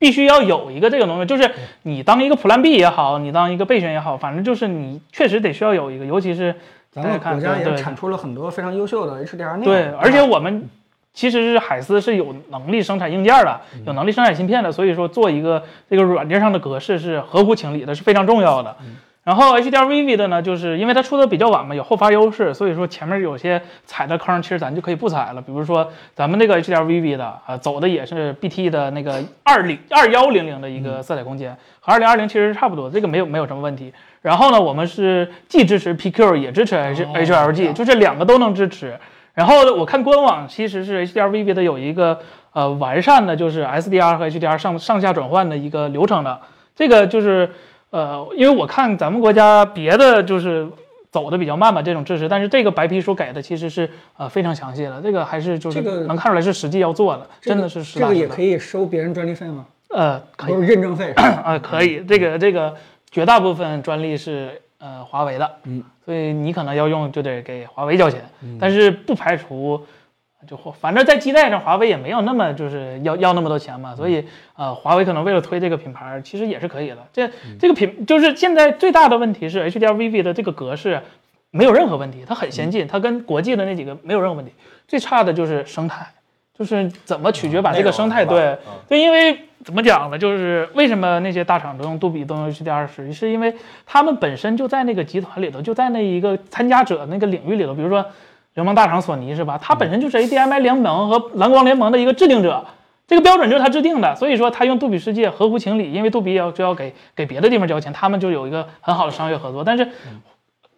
必须要有一个这个东西，就是你当一个 Plan B 也好，你当一个备选也好，反正就是你确实得需要有一个，尤其是
咱们国家
对
也
对对
产出了很多非常优秀的 HDR 内容。
对，而且我们其实是海思是有能力生产硬件的，有能力生产芯片的，所以说做一个这个软件上的格式是合乎情理的，是非常重要的。然后 HDRVV 的呢，就是因为它出的比较晚嘛，有后发优势，所以说前面有些踩的坑，其实咱就可以不踩了。比如说咱们这个 HDRVV 的啊、走的也是 BT 的那个二零二幺零零的一个色彩空间，和二零二零其实是差不多，这个没有没有什么问题。然后呢，我们是既支持 PQ 也支持 H
哦
HLG，、就这两个都能支持。然后呢我看官网其实是 HDRVB 的有一个呃完善的就是 SDR 和 HDR 上上下转换的一个流程的。这个就是呃，因为我看咱们国家别的就是走的比较慢吧，这种知识，但是这个白皮书给的其实是呃非常详细了，这个还是就是
这个
能看出来是实际要做的，
这个
真的是实
这
打
个
实
也
的。
可以收别人专利费吗？
呃，可以
不是认证费，
嗯
是吧
啊，可以，这个这个绝大部分专利是呃华为的，
嗯，
所以你可能要用就得给华为交钱，
嗯
但是不排除就或反正在基带上华为也没有那么就是要要那么多钱嘛，所以呃华为可能为了推这个品牌其实也是可以的。这
嗯
这个品就是现在最大的问题是 HDRVV 的这个格式没有任何问题，它很先
嗯
进，它跟国际的那几个没有任何问题，最差的就是生态。就是怎么取决把这个生
内
态
容
对
哦
嗯
是吧
啊
对，因为怎么讲呢？就是为什么那些大厂都用杜比、都用 HDR 十，是因为他们本身就在那个集团里头，就在那一个参加者那个领域里头。比如说联盟大厂索尼是吧？它本身就是 ADMI 联盟和蓝光联盟的一个制定者，这个标准就是它制定的。所以说它用杜比世界合乎情理，因为杜比也要就要给给别的地方交钱，他们就有一个很好的商业合作。但是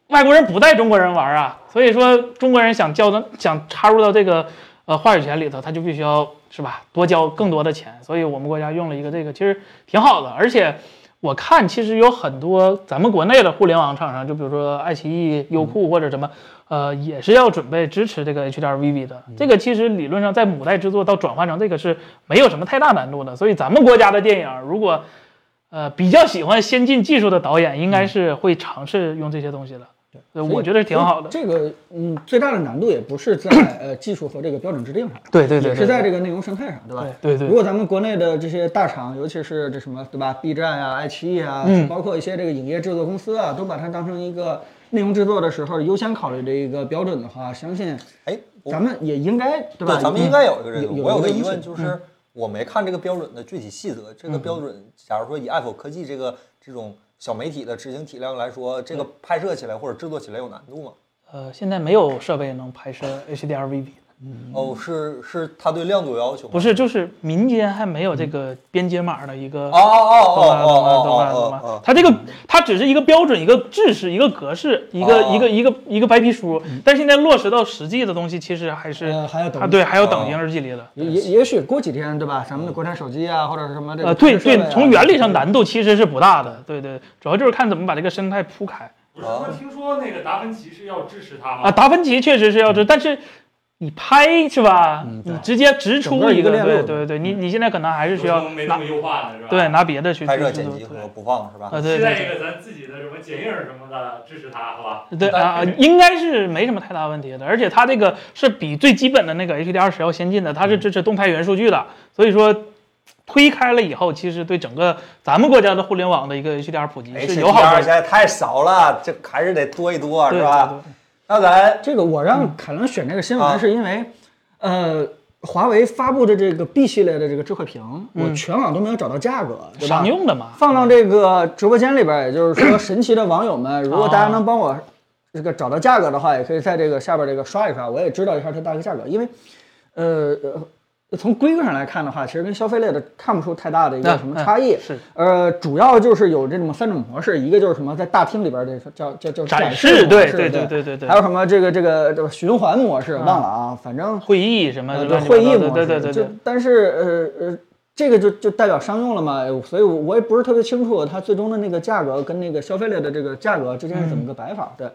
外国人不带中国人玩啊，所以说中国人想叫的想插入到这个呃话语权里头，他就必须要是吧多交更多的钱，所以我们国家用了一个这个，其实挺好的，而且我看其实有很多咱们国内的互联网厂商，就比如说爱奇艺、优酷或者什么，呃，也是要准备支持这个 HDRVV 的。这个其实理论上在母带制作到转换成这个是没有什么太大难度的，所以咱们国家的电影如果呃，比较喜欢先进技术的导演，应该是会尝试用这些东西的。嗯对，
所以
我觉得挺好的。
这个嗯，最大的难度也不是在呃技术和这个标准制定上，
对对
也是在这个内容生态上，对吧？
对对
如果咱们国内的这些大厂，尤其是这什么对吧，B 站啊、爱奇艺啊，
嗯
包括一些这个影业制作公司啊，都把它当成一个内容制作的时候优先考虑的一个标准的话，相信
哎，我
咱们也应该对
对
吧？
咱们应该有一个认
有
同。
有
我有个
一个
疑
认
问
识
嗯
就是，我没看这个标准的具体细则。这个标准，假如说以爱否科技这个这种小媒体的执行体量来说，这个拍摄起来或者制作起来有难度吗？
呃，现在没有设备能拍摄 HDRVB，
哦，是是，它对亮度有要求吗？
嗯不是，就是民间还没有这个编接码的一个。
嗯哦哦哦
懂吧
哦
懂吧懂吧懂
哦哦
吧
哦！
它这个它只是一个标准、一个制式、一个格式、一个
哦嗯
一个一个一个白皮书，但是现在落实到实际的东西，其实还是
呃还要等
啊，对，还要等
哎哦
一日距离的。
也也也许过几天对吧？咱们的国产手机啊，或者是什么这个
呃，对
拍摄设备啊
对，从原理上难度其实是不大的，对对，主要就是看怎么把这个生态铺开
不是说听说那个达芬奇是要支持他
啊。
吗？
达芬奇确实是要
嗯
这，但是你拍是吧？你直接直
整
出
个一
一
个
个，
链路
对对对，你你现在可能还是需要
流程没那
拿
么优化呢，是吧？
对拿别的去
嗯拍摄、
去
剪
做
辑
对
和播放是吧？
啊对
期待一
对
个咱自己的什么剪映儿什么的支持他，好吧？
对对啊，啊应该是没什么太大问题的，而且它这个是比最基本的那个 HDR 十要先进的，它
嗯
是支持动态元数据的，所以说。推开了以后，其实对整个咱们国家的互联网的一个 HDR 普及
哎
哎
是有好
处，
处
现
的，
在太少了，这还是得多一多，
对
是
对
吧
对？
那咱
这个我
嗯
让凯伦选这个新
啊
闻是因为，呃，华为发布的这个 B 系列的这个智慧屏，
嗯
我全网都没有找到价格，对吧
商？用的嘛。
放到这个直播间里边，也就是说，神奇的网友
啊
们，如果大家能帮我这个找到价格的话，也可以在这个下边这个刷一刷，我也知道一下它大概价格，因为，呃。呃从规格上来看的话，其实跟消费类的看不出太大的一个
那
什么
嗯
差异。
是，
呃，主要就是有这种三种模式，一个就是什么在大厅里边的叫叫叫
展
示
示
模
对
式
对
对
对对对对
还有什么这个这个这个循环模式忘了啊，反正
会议什么
呃
的
对
乱七八
会
糟
议
的
模式，
嗯对对对
就
对，
但是呃呃，这个就就代表商用了嘛，所以我我也不是特别清楚它最终的那个价格跟那个消费类的这个价格之间是怎么
嗯
个摆法，对。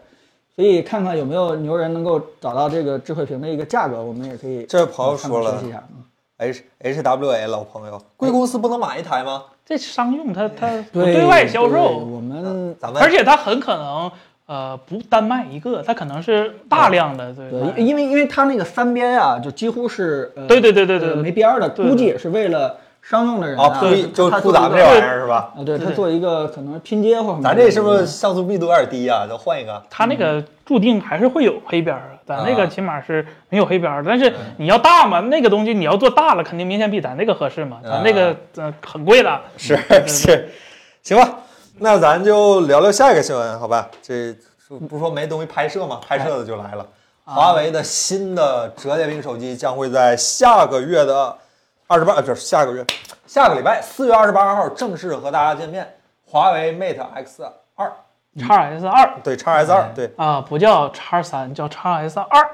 所以看看有没有牛人能够找到这个智慧屏的一个价格，我们也可以
这位朋友
看看
说了
分析一下。啊
H H W A 老朋友，贵公司不能买一台吗？
这商用它它不
对
外销售，嗯
我们
咱们
而且它很可能呃不单卖一个，它可能是大量的对吧
对，因为因为它那个三边啊，就几乎是呃，
对对对对对
呃
对
没边儿的，
对对
估计也是为了商用的人
啊，
啊，
铺一就
他
铺
做
咱们这
一个
玩意儿是吧？
啊，
对
对
嗯
他
对
做一个可能拼接或者什么
咱
之类
这
的
是不是像素密度有点低啊？咱换一个。
它那
嗯
个注定还是会有黑边儿的，咱那
啊
个起码是没有黑边儿的。但是你要大嘛，那个东西你要做大了，肯定明显比咱那个合适
啊
嘛。咱那个呃很贵的，
[LAUGHS] 是是，行吧，那咱就聊聊下一个新闻，好吧？这不是说没东西拍摄吗？拍摄的就来了，
哎
华为的新的折叠屏手机将会在下个月的二十八，呃不是下个月，下个礼拜四月二十八号正式和大家见面。华为 Mate X 二，
嗯
x S 二
对，x S 二，对，
啊不叫 x 三，叫 x S 二。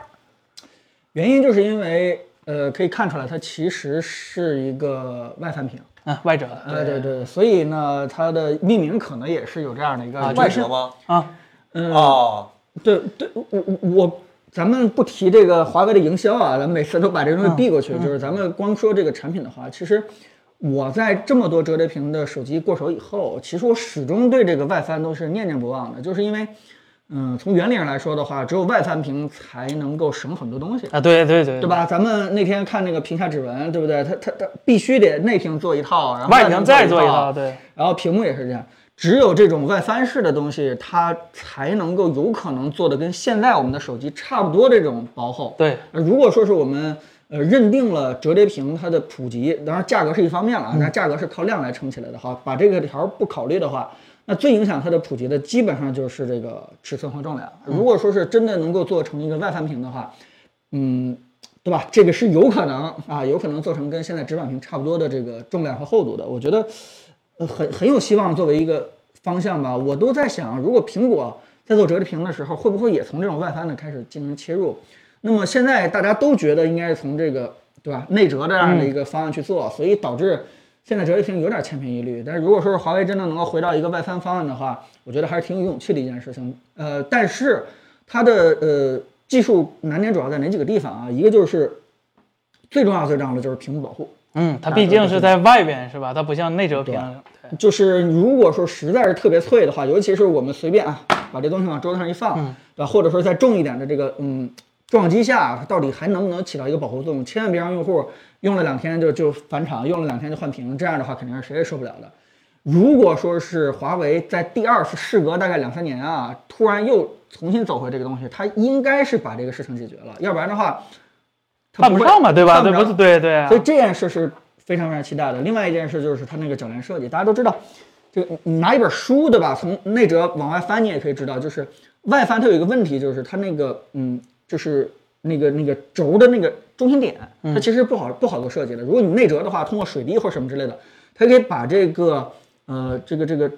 原因就是因为呃，可以看出来它其实是一个外翻屏。
嗯，外折的，
呃，对对，所以呢，它的命名可能也是嗯有这样的一个
啊
外
外
折吗？
啊，
哦，
对对，我我我，咱们不提这个华为的营销啊，咱们每次都把这
嗯
东西避过去。就是咱们光说这个产品的话，其实我在这么多折叠屏的手机过手以后，其实我始终对这个外翻都是念念不忘的，就是因为，嗯，从原理上来说的话，只有外翻屏才能够省很多东西。
啊，对对对，
对？吧？咱们那天看那个屏下指纹，对不对？它它它必须得内屏做一套，然后
外屏再做一
套
套，，对，
然后屏幕也是这样，只有这种外翻式的东西，它才能够有可能做的跟现在我们的手机差不多这种薄厚。
对，
呃，如果说是我们呃认定了折叠屏它的普及，当然价格是一方面了啊，那价格是靠量来撑起来的哈。把这个条儿不考虑的话，那最影响它的普及的基本上就是这个尺寸和重量。如果说是真的能够做成一个外翻屏的话，嗯，对吧？这个是有可能啊，有可能做成跟现在直板屏差不多的这个重量和厚度的。我觉得，呃，很很有希望作为一个方向吧。我都在想，如果苹果在做折叠屏的时候，会不会也从这种外翻的开始进行切入？那么现在大家都觉得应该从这个对吧内折这样的一个方案去做，所以导致现在折叠屏有点千篇一律。但是如果说是华为真的能够回到一个外翻方案的话，我觉得还是挺有勇气的一件事情。呃，但是它的呃技术难点主要在哪几个地方啊？一个就是最重要最重要的就是屏幕保护，
嗯，它毕竟是在外边是吧？它不像内折屏，对
就是如果说实在是特别脆的话，尤其是我们随便啊把这东西往桌子上一放，
嗯
对吧？或者说在重一点的这个嗯撞击下，它到底还能不能起到一个保护作用？千万别让用户用了两天就就返厂，用了两天就换屏，这样的话肯定是谁也受不了的。如果说是华为在第二次事隔大概两三年啊，突然又重新走回这个东西，它应该是把这个事情解决了，要不然的话，它
看不
会
上嘛，对吧？
看
对
不
不
上
是？对对啊
所以这件事是非常非常期待的。另外一件事就是它那个铰链设计，大家都知道，这个你拿一本书对吧，从内折往外翻，你也可以知道，就是外翻它有一个问题，就是它那个嗯，就是那个那个轴的那个中心点，
嗯
它其实不好不好做设计的。如果你内折的话，通过水滴或什么之类的，它可以把这个呃这个这个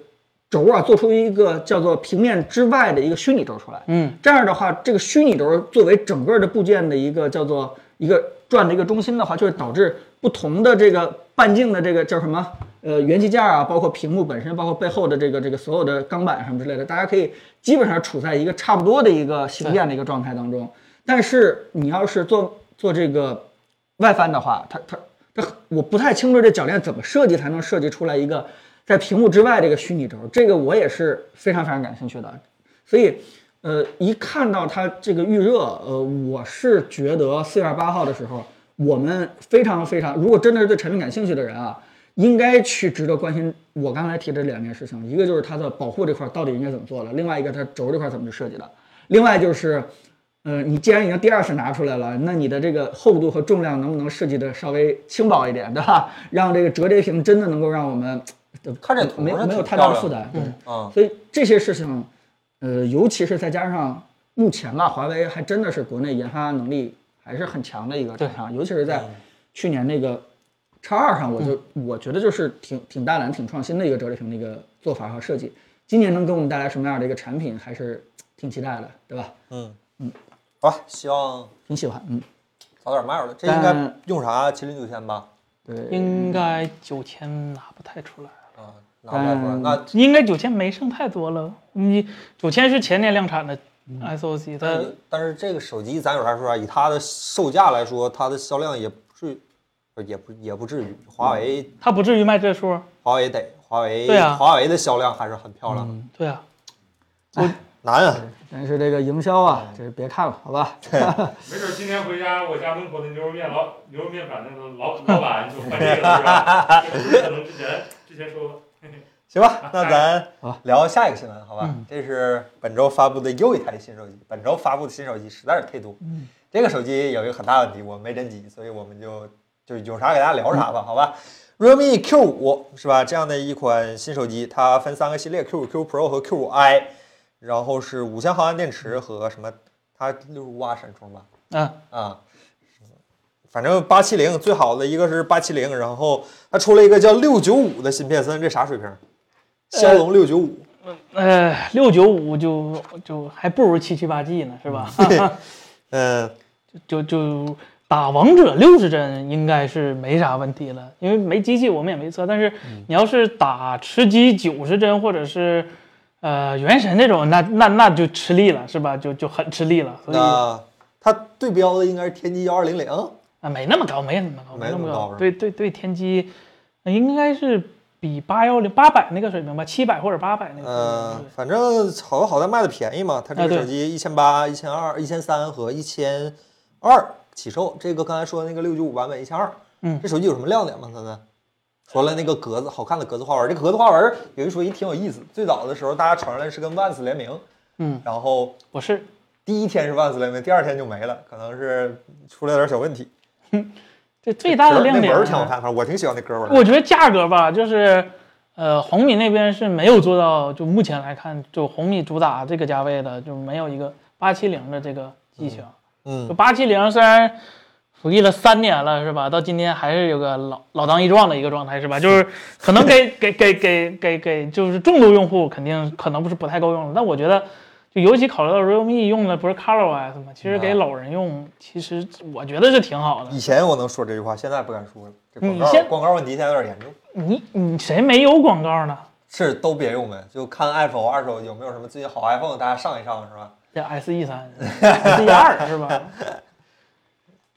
轴啊做出一个叫做平面之外的一个虚拟轴出来。
嗯，
这样的话，这个虚拟轴作为整个的部件的一个叫做一个转的一个中心的话，就会导致不同的这个半径的这个叫什么呃元器件啊，包括屏幕本身，包括背后的这个这个所有的钢板什么之类的，大家可以基本上处在一个差不多的一个形变的一个状态当中。但是你要是做做这个外翻的话，它它它，我不太清楚这铰链怎么设计才能设计出来一个在屏幕之外这个虚拟轴，这个我也是非常非常感兴趣的。所以，呃，一看到它这个预热，呃，我是觉得四月二十八号的时候，我们非常非常，如果真的是对产品感兴趣的人啊，应该去值得关心我刚才提的两件事情，一个就是它的保护这块到底应该怎么做了，另外一个它轴这块怎么去设计的，另外就是。呃，你既然已经第二次拿出来了，那你的这个厚度和重量能不能设计的稍微轻薄一点，对吧？让这个折叠屏真的能够让我们呃
看这图
没
上
没有
挺
太大
漂亮
的负担，对。
嗯，
所以这些事情，呃，尤其是再加上目前吧，华为还真的是国内研发能力还是很强的一个厂商，尤其
嗯
是在去年那个叉二上，我就、我觉得就是挺挺大胆、挺创新的一个折叠屏的一个做法和设计。今年能给我们带来什么样的一个产品，还是挺期待的，对吧？
好吧，希望
挺喜欢，嗯，
早点卖出来。这应该
但
用啥？麒麟九千吧？
对，
应该九千拿不太出来，
啊，拿不来出来。
嗯
那
应该九千没剩太多了。你九千是前年量产的 SOC，它
但是这个手机咱有啥说啥，以它的售价来说，它的销量也不是，不是也不也不至于。华为
它不至于卖这数儿。
华为得华为
嗯对啊
华为的销量还是很漂亮的，
对啊，
难啊。
但是这个营销啊，这别看了，好吧？
没准今天回家，我家门口的牛肉面老牛肉面馆那个老老板就换这个是吧？有可能之前之前说过。
行吧，那咱
好
聊下一个新闻，好吧？这是本周发布的又一台新手机。本周发布的新手机实在是太多。这个手机有一个很大的问题，我们没真机，所以我们就就有啥给大家聊啥吧，好吧？realme Q 五是吧？这样的一款新手机，它分三个系列：Q 五、Q Pro 和 Q 五 i，然后是五千毫安电池和什么？它六十五瓦闪充吧？
嗯，
啊，反正八七零最好的一个是八七零，然后它出了一个叫六九五的芯片，森这啥水平？骁龙六九五，
呃，六九五嗯啊就就还不如七七八 G 呢，是吧？
嗯，
就就打王者六十帧应该是没啥问题了，因为没机器我们也没测。但是你要是打吃鸡九十帧或者是呃原神这种，那那那就吃力了，是吧？就就很吃力了。所以啊、
那它对标的应该是天玑幺二零零，
啊没那么高，没那么高，
没
那
那么
么
高是吧
对对对，天玑呃应该是比八幺零八百那个水平吧，七百或者八百那个水平。
嗯
对，
反正好好在卖的便宜嘛，它这
啊
个
对
手机一千八、一千二、一千三和一千二起售。这个刚才说的那个六九五版本一千二，
嗯
这手机有什么亮点吗？咱们除了那个格子好看的格子花纹，这格子花纹有一说一挺有意思。最早的时候大家传出来是跟 Vans 联名，
嗯，
然后
不是，
第一天是 Vans 联名，第二天就没了，可能是出了点小问题。
这最大的
格儿
亮
那
点
纹儿挺好看，反正我挺喜欢那格纹儿。
我觉得价格吧，就是，呃，红米那边是没有做到，就目前来看，就红米主打这个价位的，就没有一个八七零的这个机型。就
嗯，
八七零虽然服役了三年了，是吧？到今天还是有个老老当益壮的一个状态，是吧？就是可能给给给给给给，就是重度用户肯定可能不是不太够用了，但我觉得。就尤其考虑到 realme 用的不是 ColorOS 嘛，其实
嗯
给老人用，其实我觉得是挺好的。
以前我能说这句话，现在不敢说了。这广
嗯你
告
先
广告问题现在有点严重。
你你谁没有广告呢？
是都别用呗，就看 iPhone 二手有没有什么最近好 iPhone，大家上一上是吧？
这 S E 三、S E
[LAUGHS]
二是吧？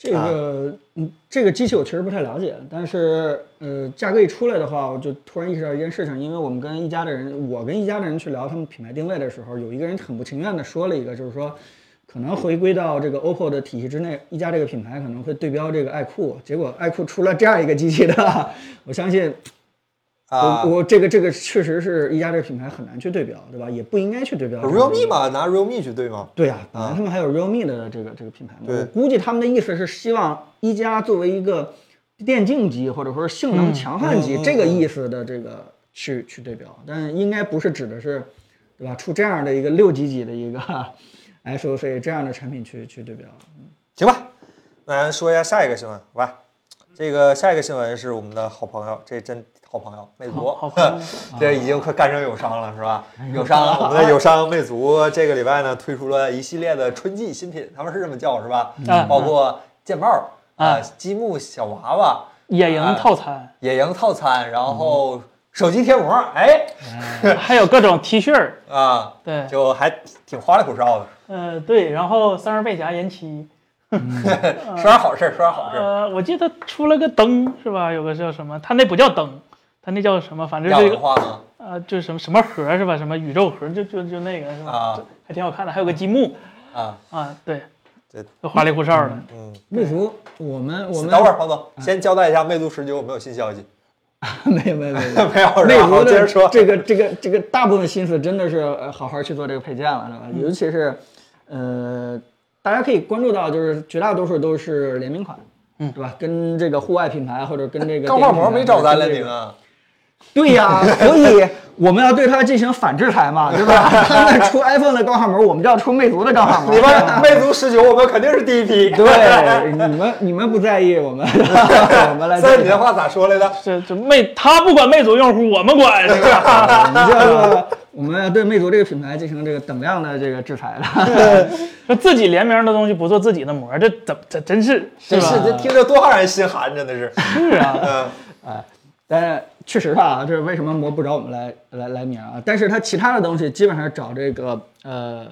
这个，嗯，这个机器我确实不太了解，但是，呃，价格一出来的话，我就突然意识到一件事情，因为我们跟一加的人，我跟一加的人去聊他们品牌定位的时候，有一个人很不情愿的说了一个，就是说，可能回归到这个 OPPO 的体系之内，一加这个品牌可能会对标这个爱酷，结果爱酷出了这样一个机器的， [LAUGHS] 我相信
啊
嗯
我我这个这个确实是一加这个品牌很难去对标，对吧？也不应该去对标
嗯
这样的
，realme 嘛，拿 realme 去对吗？
对呀、本来
啊
他们还有 realme 的这个这个品牌嘛，
对
我估计他们的意思是希望一加作为一个电竞机或者说是性能强悍机、
嗯嗯
这个意思的这个去去对标，但应该不是指的是，对吧？出这样的一个六几几的一个 [LAUGHS] SOC 这样的产品去去对标，
行吧，那咱说一下下一个新闻，好吧？这个下一个新闻是我们的好朋友，这真好朋友，魅族，
好朋友
[LAUGHS]
哎
这已经快干成友商了，是吧？友商
[LAUGHS]
了，我们的友商魅族这个礼拜呢推出了一系列的春季新品，他们是这么叫是吧？
嗯
包括键帽儿
啊
啊、积木小娃娃、
野营套餐，
野营套餐，然后
嗯
手机贴膜，哎
还有各种 T 恤儿，
啊，
对，
就还挺花里胡哨的。
呃对，然后三十贝侠延期，
说点好事儿，说点好事儿。
呃，我记得出了个灯是吧？有个叫什么，它那不叫灯，它那叫什么？反正嗯
亚
这
文
个
化啊吗？
呃，就是什么什么盒是吧？什么宇宙盒，就就就那个是吧？
啊
这还挺好看的，还有个积木
啊，
啊，对，
对，
都花里胡哨的。
嗯，
魅族，我们我们
等会儿，黄总先交代一下魅族十九有没有新消息？
[LAUGHS]
[LAUGHS]
没有没有没有。
没 [LAUGHS] 有，
魅 [LAUGHS]
然
族
后
的
接着说。
这个这个这个大部分心思真的是呃好好去做这个配件了，是吧？
嗯
尤其是，呃，大家可以关注到，就是绝大多数都是联名款，嗯，对吧？跟这个户外品牌或者跟这个
钢化膜
电啊
没
竞品
找
牌
咱联
跟这
名
个
啊？
对呀、
[LAUGHS]
所以我们要对它进行反制裁嘛，对吧？ [LAUGHS] 他们出 iPhone 的钢化膜，我们就要出魅族的钢化膜。
你们魅族十九，我们肯定是第一批。
啊对，你们你们不在意
[LAUGHS]
我们，我们来
在
对
你的话咋说来着？
这这魅，他不管魅族用户，我们管是吧？ [LAUGHS]
我们就
[LAUGHS]
要我们要对魅族这个品牌进行这个等量的这个制裁了。
说自己联名的东西不做自己的膜，这怎么这真是是
真
吧？
是，这听着多让人心寒，真的是。
是啊，
嗯，
但是确实啊，这是为什么魔不找我们来来来名啊？但是它其他的东西基本上找这个呃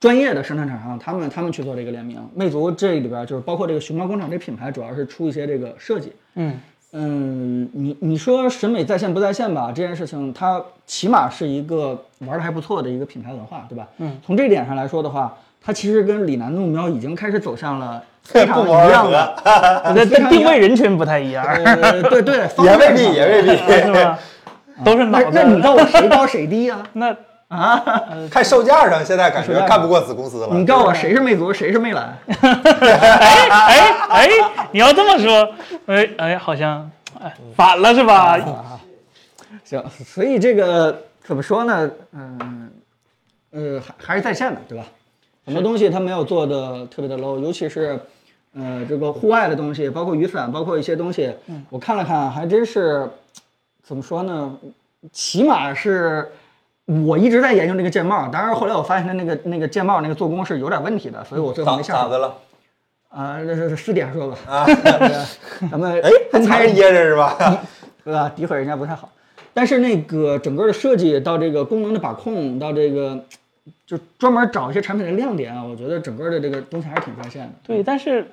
专业的生产厂商，他们他们去做这个联名。魅族这里边就是包括这个熊猫工厂这品牌，主要是出一些这个设计。
嗯
嗯，你你说审美在线不在线吧？这件事情它起码是一个玩的还不错的一个品牌文化，对吧？嗯，从这一点上来说的话，它其实跟李楠的目标已经开始走
[LAUGHS]
向了非常
不谋而
一样
合
的，
[LAUGHS] 这这定位人群不太一样，
呃，对对，
[LAUGHS]
方
也
向
未必，
上
也未
是
必。
吧？都是
那
脑
那
袋。
你告我谁高谁低啊？
那
看售价上，现在感
售价
觉
上嗯
干不过子公司了。
你告我谁是魅族，谁是魅蓝？
哎哎哎，你要这么说，哎哎，好像哎反了是吧？
[LAUGHS] 行，所以这个怎么说呢？嗯，呃，还还是在线的，对吧？很多东西它没有做的特别的 low，尤其是，呃，这个户外的东西，包括雨伞，包括一些东西，我看了看，还真是，怎么说呢？起码是我一直在研究那个键帽，当然后来我发现它那个那个键帽那个做工是有点问题的，所以我最后
咋
没下
咋
手。
的了？
啊，这是四点说吧，
啊，
[LAUGHS] 咱们
哎，还才是掖着是吧？
对吧？诋毁人家不太好。但是那个整个的设计到这个功能的把控，到这个就专门找一些产品的亮点啊，我觉得整个的这个东西还是挺在线的。
对，但是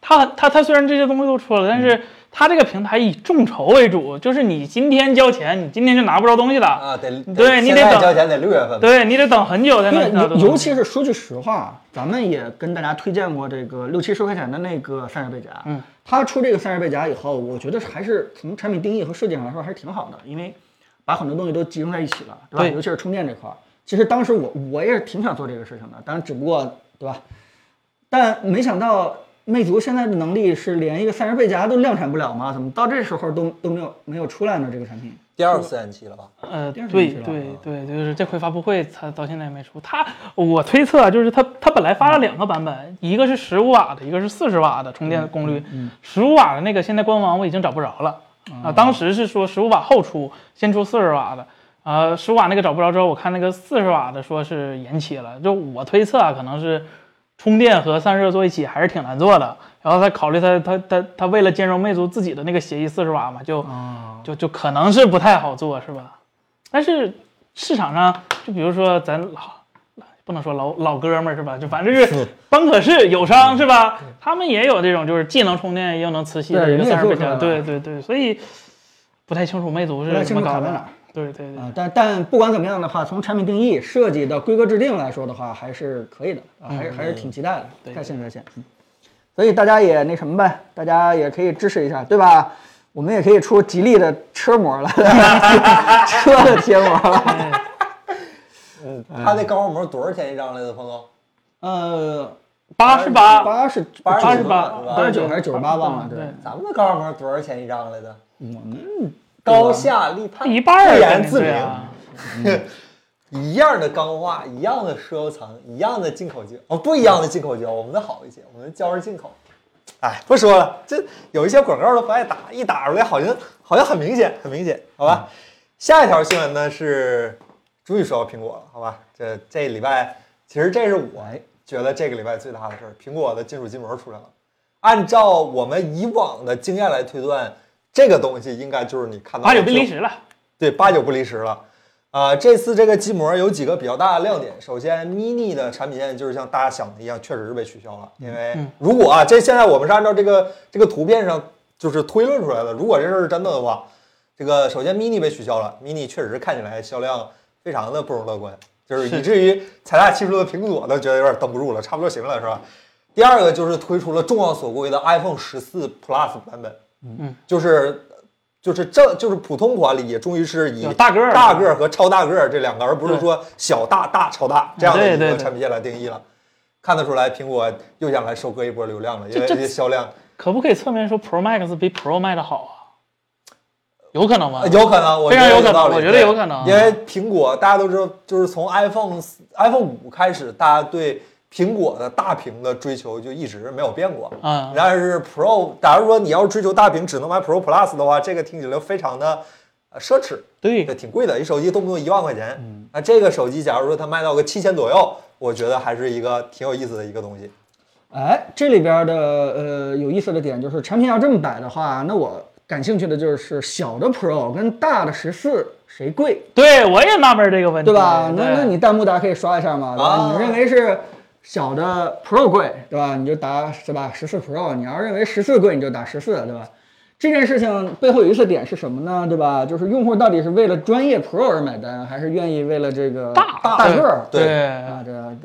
它它它虽然这些东西都出了，但是它这个平台以众筹为主，就是你今天交钱，你今天就拿不着东西的，
啊，得
对你得
[LAUGHS] 现在
等
交钱得六月份吧。
对你得等很久才能
对
拿到东西。
尤尤其是说句实话，咱们也跟大家推荐过这个六七十块钱的那个散热背夹。
嗯，
它出这个散热背夹以后，我觉得还是从产品定义和设计上来说还是挺好的，因为把很多东西都集中在一起了，对吧？
对
尤其是充电这块儿，其实当时我我也是挺想做这个事情的，但是只不过对吧？但没想到魅族现在的能力是连一个散热背夹都量产不了吗？怎么到这时候都都没有没有出来呢？这个产品？
第二个四眼七了吧？
呃，
第
对
二
对
年是吧
对，就是这回发布会，它到现在也没出。它我推测啊就是它它本来发了
嗯
两个版本，一个是十五瓦的，一个是四十瓦的充
嗯
电功率。十五瓦的那个现在官网我已经找不着了啊，当时是说十五瓦后出，先出四十瓦的。啊，十五瓦那个找不着之后，我看那个四十瓦的说是延期了。就我推测啊，可能是充电和散热做一起还是挺难做的。然后他考虑他他他他为了兼容魅族自己的那个协议四十瓦嘛，就
哦
就就可能是不太好做，是吧？但是市场上，就比如说咱老不能说老老哥们儿是吧？就反正是班可士、友
嗯
商是吧？他们也有这种就是既能充电又能磁吸的
对
一个散热背
人家也做出来
夹，
了
对对对，所以不太清楚魅族
不太
是怎
清
么
楚卡
搞
在哪儿
的。。对对对
啊、，但但不管怎么样的话，从产品定义、设计到规格制定来说的话，还是可以的，啊、还是还是挺期待的，
对
在线在线。嗯所以大家也那什么呗，大家也可以支持一下，对吧？我们也可以出吉利的车模了， [LAUGHS] 车的贴膜了。
嗯，它那高仿膜多少钱一张来着，彭总？
呃，
八十八，
八十
八
十八
是，吧
八十九还是九十八忘了，
对
对。
咱们的高仿膜多少钱一张来着？
我们
高下立判，
一半儿
自
肯
言
定
自
对
明。
啊
[LAUGHS] 一样的钢化，一样的石油层，一样的进口胶，哦，不一样的进口胶，我们的好一些，我们的胶是进口。哎，不说了，这有一些广告都不爱打，一打出来好像好像很明显，很明显，好吧。下一条新闻呢是，终于说到苹果了，好吧？这这礼拜其实这是我
哎
觉得这个礼拜最大的事儿，苹果的金属金膜出来了。按照我们以往的经验来推断，这个东西应该就是你看到
八
的
九不
最
离十了。
对，八九不离十了。啊、这次这个机模有几个比较大的亮点。首先，mini 的产品线就是像大家想的一样，确实是被取消了。因为
嗯
如果啊，这现在我们是按照这个这个图片上就是推论出来的，如果这事儿是真的的话，这个首先 mini 被取消了，mini 确实看起来销量非常的不容乐观，就是以至于财大气粗的苹果都觉得有点蹬不住了，差不多行了，是吧？第二个就是推出了众望所归的 iPhone 十四 Plus 版本，嗯，就是就是正就是普通款里也终于是以
有大个儿的
大个儿和超大个儿这两个，而不是说小大大超大这样的
对
一个
对对
产品线来定义了。看得出来，苹果又想来收割一波流量了，因为
这
这销量
可不可以侧面说 Pro Max 比 Pro 卖的好啊？有可能吗
呃？有可能，我
非常
觉得
有可能
道理
我觉得
对
有可能
因为苹果大家都知道，就是从 iPhone 四 iPhone 五开始，大家对苹果的大屏的追求就一直没有变过。
嗯
然而是 Pro，假如说你要追求大屏，只能买 Pro Plus 的话，这个听起来非常的呃奢侈，
对
对，，挺贵的，一手机动不动一万块钱。那这个手机，假如说它卖到个七千左右，我觉得还是一个挺有意思的一个东西。
哎，这里边的呃有意思的点就是，产品要这么摆的话，那我感兴趣的就是小的 Pro 跟大的十四谁贵，
对我也纳闷儿这个问题，
对吧？那
对哦
那你弹幕大家可以刷一下嘛，对吧？
啊
你认为是小的 Pro 贵，对吧？你就打是吧？十四 Pro，你要认为十四贵，你就打十四，对吧？这件事情背后有意思的点是什么呢？对吧？就是用户到底是为了专业 Pro 而买单，还是愿意为了这个
大
大个儿
对
对
啊，这这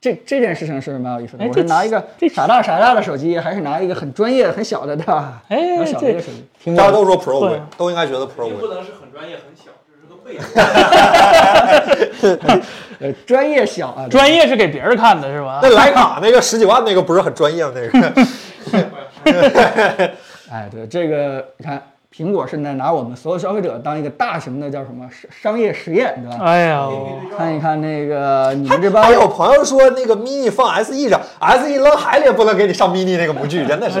这这件事情是蛮有意思的。
哎
我
这
是拿一个
这
傻大傻大的手机，还是拿一个很专业很小的，对吧？
哎
很小的一个手机。
大家都说 Pro
对
贵，都应该觉得 Pro
并不
贵。
能是很专业很小，这是个背景。
呃，专业小啊，
专业是给别人看的是吧
那？徕卡那个十几万那个不是很专业吗？那个。
哎，对这个，你看苹果是在拿我们所有消费者当一个大型的叫什么商商业实验，对吧？
哎呀，我
看一看那个你们这帮
还有朋友说那个 mini 放 SE 上，SE 扔海里也不能给你上 mini 那个模具，真的是。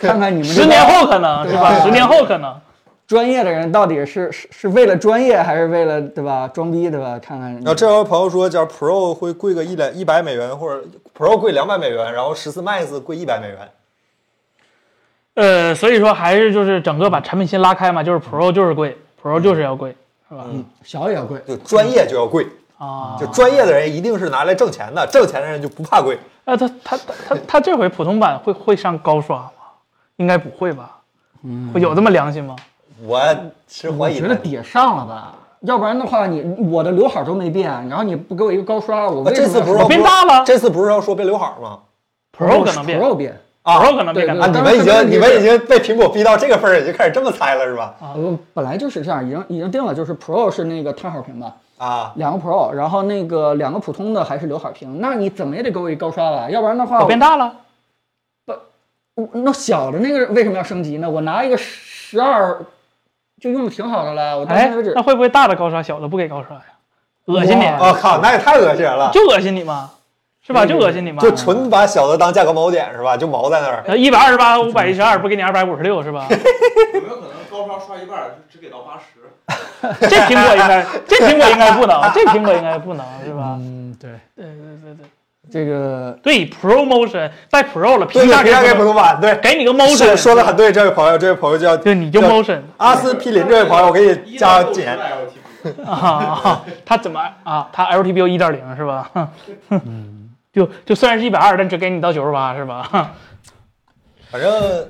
看看你们这
十
帮
年后可能是
对
吧？
吧
十年后可能，
专业的人到底是是是为了专业还是为了对吧装逼对吧？看看
然后这位朋友说，叫 Pro 会贵个一两一百美元，或者 Pro 贵两百美元，然后十四 Max 贵一百美元。
呃，所以说还是就是整个把产品线拉开嘛，就是 Pro 就是贵，Pro 就是要贵，是吧？
小也要贵，
就专业就要贵，
啊，
就专业的人一定是拿来挣钱的，挣钱的人就不怕贵。
呃，他他他他他这回普通版会会上高刷吗？应该不会吧？嗯，有这么良心吗？
我持怀
我
疑
觉得
的。
得上了吧，要不然的话你我的刘海都没变，然后你不给我一个高刷，我
啊
为什
这次
么要
不是
说
要
我变大了
这次不是要说变刘海儿吗？
Pro 可能变
Pro 变
啊
Pro 可能变
对
感
对
啊！
大
你
当
们
然
已
这个
经你们
是
已经被苹果逼到这个份儿，已经开始这么猜了是吧？
啊，我本来就是这样，已经已经定了，就是 Pro 是那个碳好屏吧，
啊，
两个 Pro，然后那个两个普通的还是刘海屏，那你怎么也得给我一高刷吧，要不然的话
我变大了，
我那小的那个为什么要升级呢？我拿一个十二就用的挺好的了，我到现
哎
在为止，
那会不会大的高刷，小的不给高刷呀？恶心你，
我靠，那也太恶心人了！
就恶心你嘛，是吧？就恶心你嘛。
就纯把小的当价格锚点是吧？就锚在那儿。
一百二十八，五百一十二，不给你二百五十六是吧？
有没有可能高刷刷一半儿只给到八十？
这苹果应该，这苹果应该不能，这苹果应该不能是吧？
嗯，对，
对对对对
这个
对，ProMotion 带 Pro 了，
对
评
对，
价
评价
给
给普通版，对，
给你个
是
Motion，
说的很对。这位朋友，这位朋友叫
对，你就
叫
Motion
阿司匹林，这位朋友，我给你 [LAUGHS] 加个减。
LTP，
啊啊，他怎么啊？他 LTPO 一点零是吧？ [LAUGHS] 哼就就虽然是一百二，但只给你到九十八是吧？哼
反正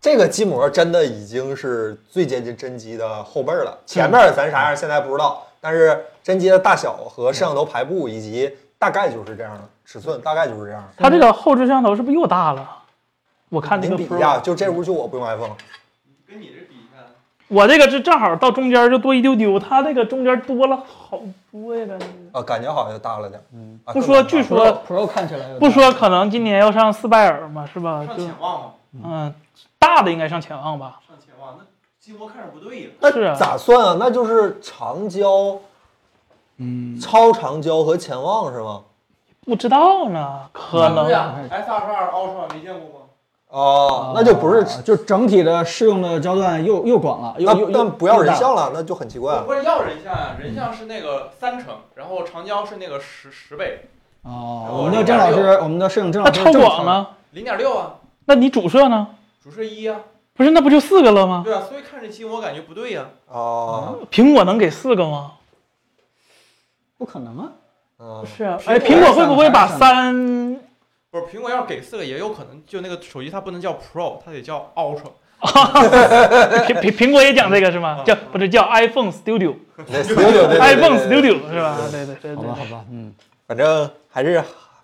这个机模真的已经是最接近真机的后辈儿了。前面儿咱
嗯
啥样，现在不知道，但是真机的大小和摄像头排布以及大概就是这样的尺寸，大概就是这样的。
他这个后置摄像头是不是又大了？我看这
您
个
比
Pro，
一下，就这屋就我不用 iPhone，
跟你这比一下，
我这个是正好到中间就多一丢丢，它那个中间多了好多呀，感觉。
啊，感觉好像大了点儿。嗯，啊
不说，据
Pro
说
Pro 看起来有
不说可能今年要上四拜耳嘛，是吧？
上
就
潜望吗？
嗯，大的应该上潜望吧？
上潜望，那金膜看着不对呀。
那
是啊
咋算啊？那就是长焦、
嗯
超长焦和潜望是吗？
不知道呢，可
嗯
能
对呀，S 二十二 Ultra 没见过吗？
哦，那就不是，
啊
就整体的适用的焦段又又广了，又
那
又又
但不要人
又大了
像了，那就很奇怪了。
不是要人像啊，人像是那个三成，然后长焦是那个十十倍，
哦，我们的郑老师，我们的摄影郑
那
老师
超
正
广
常，
呢？
零点六啊，
那你主摄呢？
主摄一啊，
不是，那不就四个了吗？
对啊，所以看着金膜感觉不对呀。
哦，
苹果能给四个吗？
不可能啊！
嗯
不，是啊，
苹果
哎，苹果会不会把
上
三
不是苹果要是给四个，也有可能就那个手机它不能叫 Pro，它得叫 Ultra。
苹苹苹果也讲这个是吗？
嗯
叫不是叫 iPhone Studio，iPhone
那 Studio 对对对对对
Studio 是吧？对对对对
好吧，
对
好。吧，嗯，
反正还是，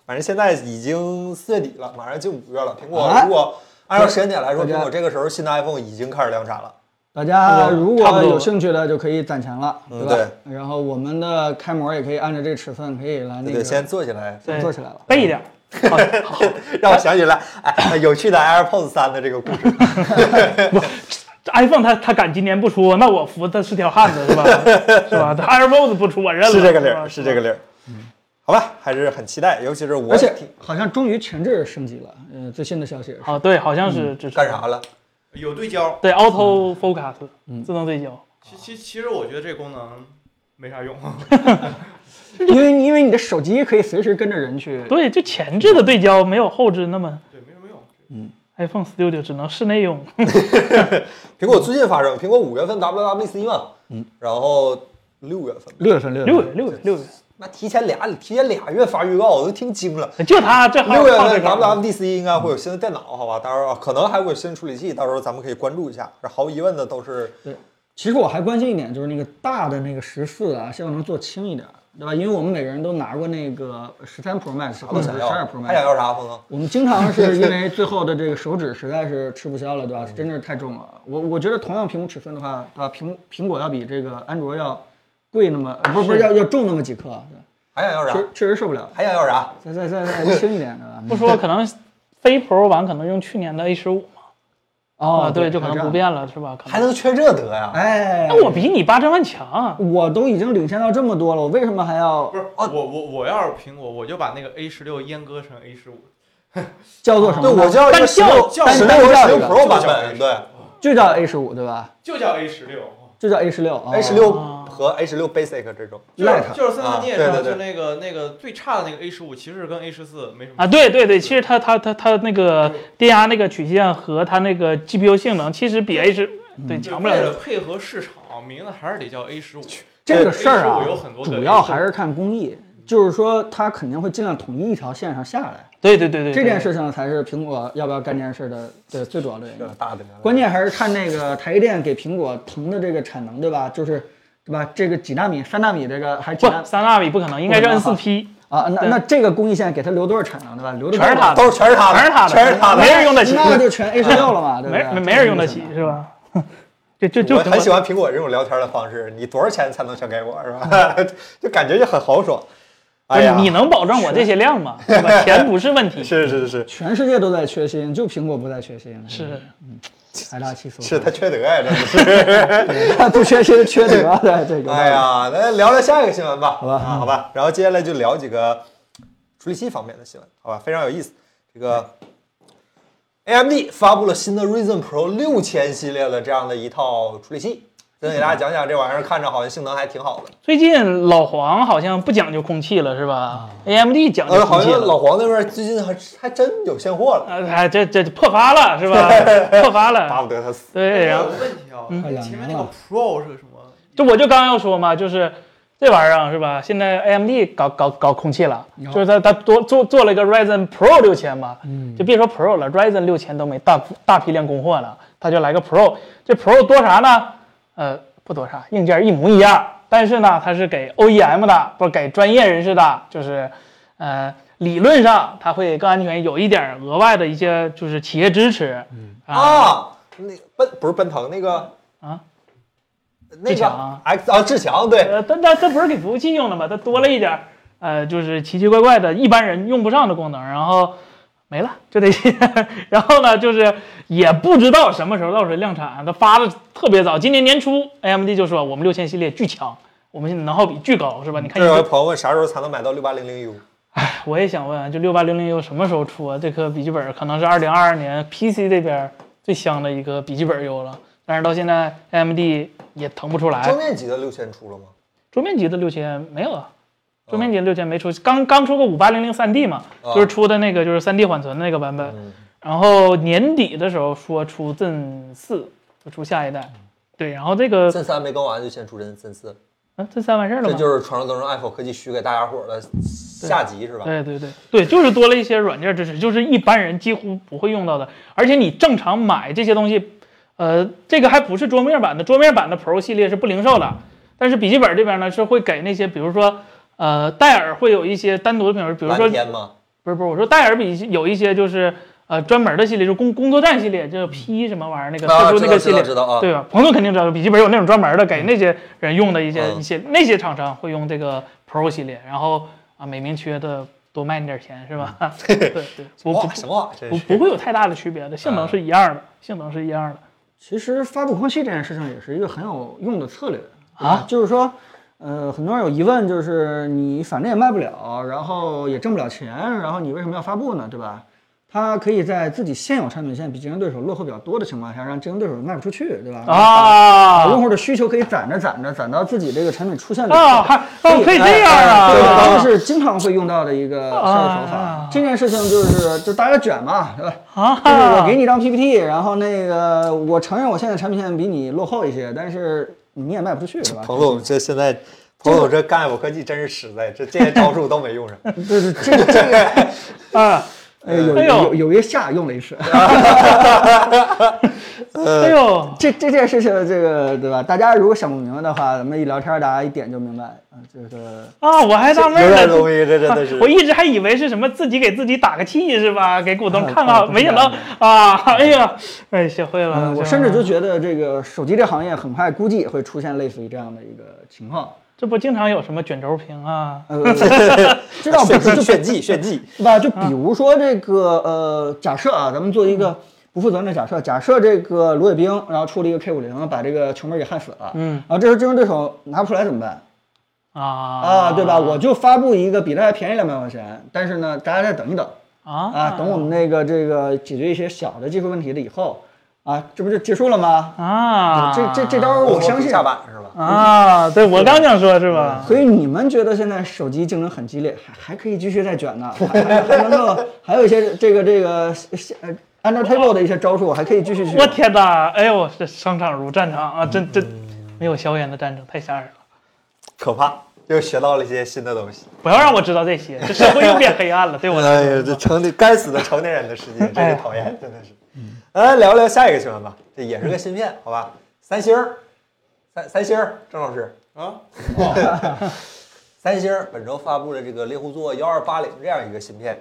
反正现在已经四月底了，马上进五月了。苹果
啊
如果按照时间点来说，
大家
苹果这个时候新的 iPhone 已经开始量产了。
大家如
差不
果
多
有兴趣的就可以攒钱了，
嗯
吧？然后我们的开模也可以按照这个尺寸可以来那
对
个
对，先做起来，
对
做起来了。
背一点儿。好好好
[LAUGHS] 让我想起来，哎，有趣的 AirPods 三的这个故
[LAUGHS]
事。
这 iPhone 它它敢今年不出，那我服它是条汉子是
[LAUGHS]
吧？是吧它？AirPods 不出，我认了。
是这个理
吧
儿，是这个。理儿。好吧，还是很期待，尤其是我
嗯而且好像终于前置升级了，呃，最新的消息也是。
哦，对，好像是支持
嗯干？啥了？
有对焦，
对，Auto Focus，
嗯
自动对焦。
其其其实我觉得这功能没啥用。
因为因为你的手机可以随时跟着人去。
对，就前置的对焦没有后置那么
对，没什么用。
嗯
iPhone Studio 只能室内用。
苹果最近发生，苹果五月份 WWDC 嘛，嗯，然后六月份，
六月份，六
六月六月六月，
那提前俩提前俩月发预告，我都听惊了。
就它 [LAUGHS] 这号
六月
放这
份
个。
WWDC 应该会有新的电脑，好吧？到时候啊可能还会有新处理器，到时候咱们可以关注一下。这毫无疑问的都是
其实我还关心一点，就是那个大的那个十四啊，希望能做轻一点，对吧？因为我们每个人都拿过那个十三 Pro Max
啥
或
都
者
想
是十
要
二 Pro，
还想
Max，
要啥，峰哥？
我们经常是 [LAUGHS] 因为最后的这个手指实在是吃不消了，对吧？真是太重了。我我觉得同样屏幕尺寸的话，对吧？苹苹果要比这个安卓要贵那么，呃不是不是要要重那么几克，啊对
还想要
吧
啥？
确确实受不了。
还想要啥？
再再再再轻一点，对吧？
[LAUGHS] 不说可能非 Pro 版可能用去年的 A 十五嘛，
哦
啊，，对，就可能不。变了，是吧？可
还
能。
能缺这德呀？
哎，
那我比你八千万强啊，
我都已经领先到这么多了，我为什么还要
不是
哦
我我我要是苹果，我就把那个 A 十六阉割成 A 十五，
叫做什么
啊对，
呢？
我就要一个
但
十
叫
六
叫
十
但
六
叫
十六
这个
Pro 版
就叫这
本，
个
对，
就叫 A 十五对吧？
就叫 A 十六
就叫 A 十六哦
A 十六
哦
和 A 十六 Basic 这种，
Lite
就是森
啊
森你也
对
知道，
对
就
对
那个那个最差的那个 A 十五，其实跟 A 十四没什么
啊，对对对，其实它它它它那个电压那个曲线和它那个 GPU 性能，其实比 A 十对强不了
为
多少。
了配合市场，名字还是得叫 A 十五。
这个事儿
A
啊
15有很，多个
主要还是看工艺，就是说它肯定会尽量统一一条线上下来，
对对对对，
这
对
件事情才是苹果要不要干这件事的对最主要的原因。
大的
关键还是看那个台积电给苹果腾的这个产能，对吧？就是对吧？这个几纳米、三纳米这个还是几纳
不三纳米不可能，应该是
不
N
可能哈
四 P，
啊？那那这个工艺线给它留多少产能，对吧？留的
全是它的，
都是全是他的，
全是它的
全是他的
没。人用得起，
那就全 A 十六
[LAUGHS]
了嘛，对不啊
没
对？
没没人用得起是吧？这这 [LAUGHS] 就
我很喜欢苹果这种聊天的方式，你多少钱才能全给我是吧？ [LAUGHS] 就感觉就很豪爽。哎呀，
你能保证我这些量吗？对吧？钱不是问题，
是是是
全世界都在缺芯，就苹果不在缺芯，
[LAUGHS] 是
财大气粗，
是，他缺德呀，真的是。
他 [LAUGHS] 不缺芯缺德的这个。
哎，呀，那聊聊下一个新闻吧，好
吧
啊，好吧，然后接下来就聊几个处理器方面的新闻，好吧，非常有意思。这个 AMD 发布了新的 Ryzen Pro 六千系列的这样的一套处理器，先给大家讲讲这玩意儿，看着好像性能还挺好的，
最近老黄好像不讲究空气了，是吧？AMD 讲究
呃，
空
好
气
像
了。
老黄那边最近还还真有现货了，
呃，哎，这这破发了是吧？破发
巴
了，
不得他死。
对，然
我
后
有个问题啊，
快两
前面
年
那个
了，
Pro 是个什么？
就我就刚要说嘛，就是这玩意儿啊是吧？现在 AMD 搞搞搞空气了，就是他他多做做了一个 Ryzen Pro 六千嘛，就别说 Pro 了，Ryzen 六千都没大大批量供货了，他就来个 Pro，这 Pro 多啥呢？呃，不多啥，硬件一模一样，但是呢，它是给 OEM 的，不是给专业人士的，就是呃。理论上，它会更安全，有一点儿额外的一些就是企业支持，
啊，那奔不是奔腾那个
啊，
那
志
个
强
X 啊，志强对，
呃，但但这不是给服务器用的嘛，它多了一点儿，呃，就是奇奇怪怪的一般人用不上的功能，然后没了，就得， [LAUGHS] 然后呢，就是也不知道什么时候到时候量产，它发的特别早，今年年初 AMD 就说我们六千系列巨强，我们现在能耗比巨高，是吧？你看
这
你
位朋友问啥时候才能买到六八零零 U？
我也想问，就六八零零 U 什么时候出啊？这颗笔记本可能是二零二二年 PC 这边最香的一个笔记本 U 了，但是到现在 AMD 也腾不出来。
桌面级的六千出了吗？
桌面级的六千没有啊，桌面级的六千没出，刚刚出个五八零零三 D 嘛，
啊
就是出的那个就是三 D 缓存的那个版本，
嗯
然后年底的时候说出 Zen 四，就出下一代，
嗯
对，然后这 [LAUGHS] 个
真三没更完就先出真真四，
嗯 Zen 三完事儿了
这
吗？
就是传说当中 Apple 科技虚给大家伙儿的下集是吧？
对对对对，就是多了一些软件支持，就是一般人几乎不会用到的，而且你正常买这些东西，呃，这个还不是桌面版的，桌面版的 Pro 系列是不零售的，但是笔记本这边呢是会给那些，比如说。呃，戴尔会有一些单独的品牌，比如说
蓝天嘛，
不是不是，我说戴尔比一些有一些就是呃专门的系列，就工工作站系列，就是 P 什么玩意儿那个
嗯啊，
特殊
知
那
道
个系
知道
列，
知道啊，
对吧？彭总肯定知道，笔记本有那种专门的给那些人用的一些、
嗯
一些那些厂商会用这个 Pro 系列，然后啊美名缺的多卖你点钱是吧？ [LAUGHS] 对对，不不
哇，嗯什么玩意儿？
不
真
不
是嗯
会有太大的区别的，性能是一样的，性能是一样的。
其实发布空气这件事情也是一个很有用的策略
啊，
就是说，呃，很多人有疑问，就是你反正也卖不了，然后也挣不了钱，然后你为什么要发布呢？对吧？它可以在自己现有产品线比竞争对手落后比较多的情况下，让竞争对手卖不出去，对吧？
嗯
把
啊
用户的需求可以攒着攒着，攒到自己这个产品出
嗯
现了以
啊，
后。
还哦可以这样啊！
对，
啊
这是经常会用到的一个销售手
啊
法。这件事情就是，就大家卷嘛，对吧？
啊，
[LAUGHS] 就是我给你一张 PPT，然后那个我承认我现在产品线比你落后一些，但是你也卖不出去，是吧？
彭总这现在，彭总这干 Apple 科技真是实在，这这些招数都没用上。
对对，这个这个，
啊，
呃，有
哎呦
有有一个下用了一次，
啊
哎呦，
[LAUGHS]
呃
这这件事情，这个对吧？大家如果想不明白的话，咱们一聊天，大家一点就明白啊，这个。
啊，我还纳闷
有
儿
点
呢，
东西，这真的是。
啊我一直还以为是什么自己给自己打个气是
[LAUGHS]
吧？给股东看
啊
看，没想到啊，哎呀，哎，学会了。
嗯，
学
我
会
甚至
了
就觉得这个手机这行业很快估计也会出现类似于这样的一个情况。
这不经常有什么卷轴屏啊，
呃， [LAUGHS] 知道不
炫
是
技
就
炫技炫技，
对吧？就
嗯
比如说这个呃，假设啊，咱们做一个不负责任的假设，假设这个卢伟冰然后出了一个 K 五零，把这个球门给焊死了，
嗯
然后这时候竞争对手拿不出来怎么办
啊
啊？对吧？我就发布一个比它还便宜两百块钱，但是呢，大家再等一等
啊
啊，等我们那个这个解决一些小的技术问题了以后。啊，这不就结束了吗？
啊，
这这这招儿我相信
下板是吧？
啊，对我刚想说，是吧？
嗯所以你们觉得现在手机竞争很激烈，还还可以继续再卷呢，还还还能够还有一些这个这个呃 under table 的一些招数，还可以继续去。
我天哪！哎呦，这商场如战场啊，真真
嗯
没有硝烟的战争太吓人了。
可怕，又学到了一些新的东西。
不要让我知道这些，这社会又变黑暗了，对 [LAUGHS] 我来
[LAUGHS]
哎
说
呀，这成年该死的成年人的世界，真
[LAUGHS] 哎
是讨厌，真的是。嗯来聊聊下一个新闻吧，这也是个芯片，好吧？三星儿，三三星儿，郑老师
啊，
[LAUGHS] 三星儿本周发布了这个猎户座幺二八零这样一个芯片，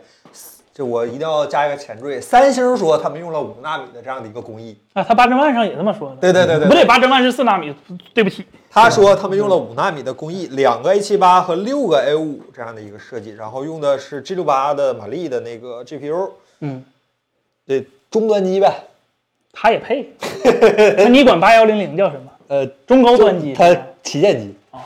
这我一定要加一个前缀。三星儿说他们用了五纳米的这样的一个工艺，
啊，他八针万上也这么说的。
对对对对
不对，八针万是四纳米，对不起。
他说他们用了五纳米的工艺，两个 A 7 8和六个 A 5这样的一个设计，然后用的是 G 6 8的马力的那个 GPU，
嗯，
对，终端机呗，
他也配？ [LAUGHS] 那你管八幺零零叫什么？
呃，
中高端机。
它旗舰机，
哦，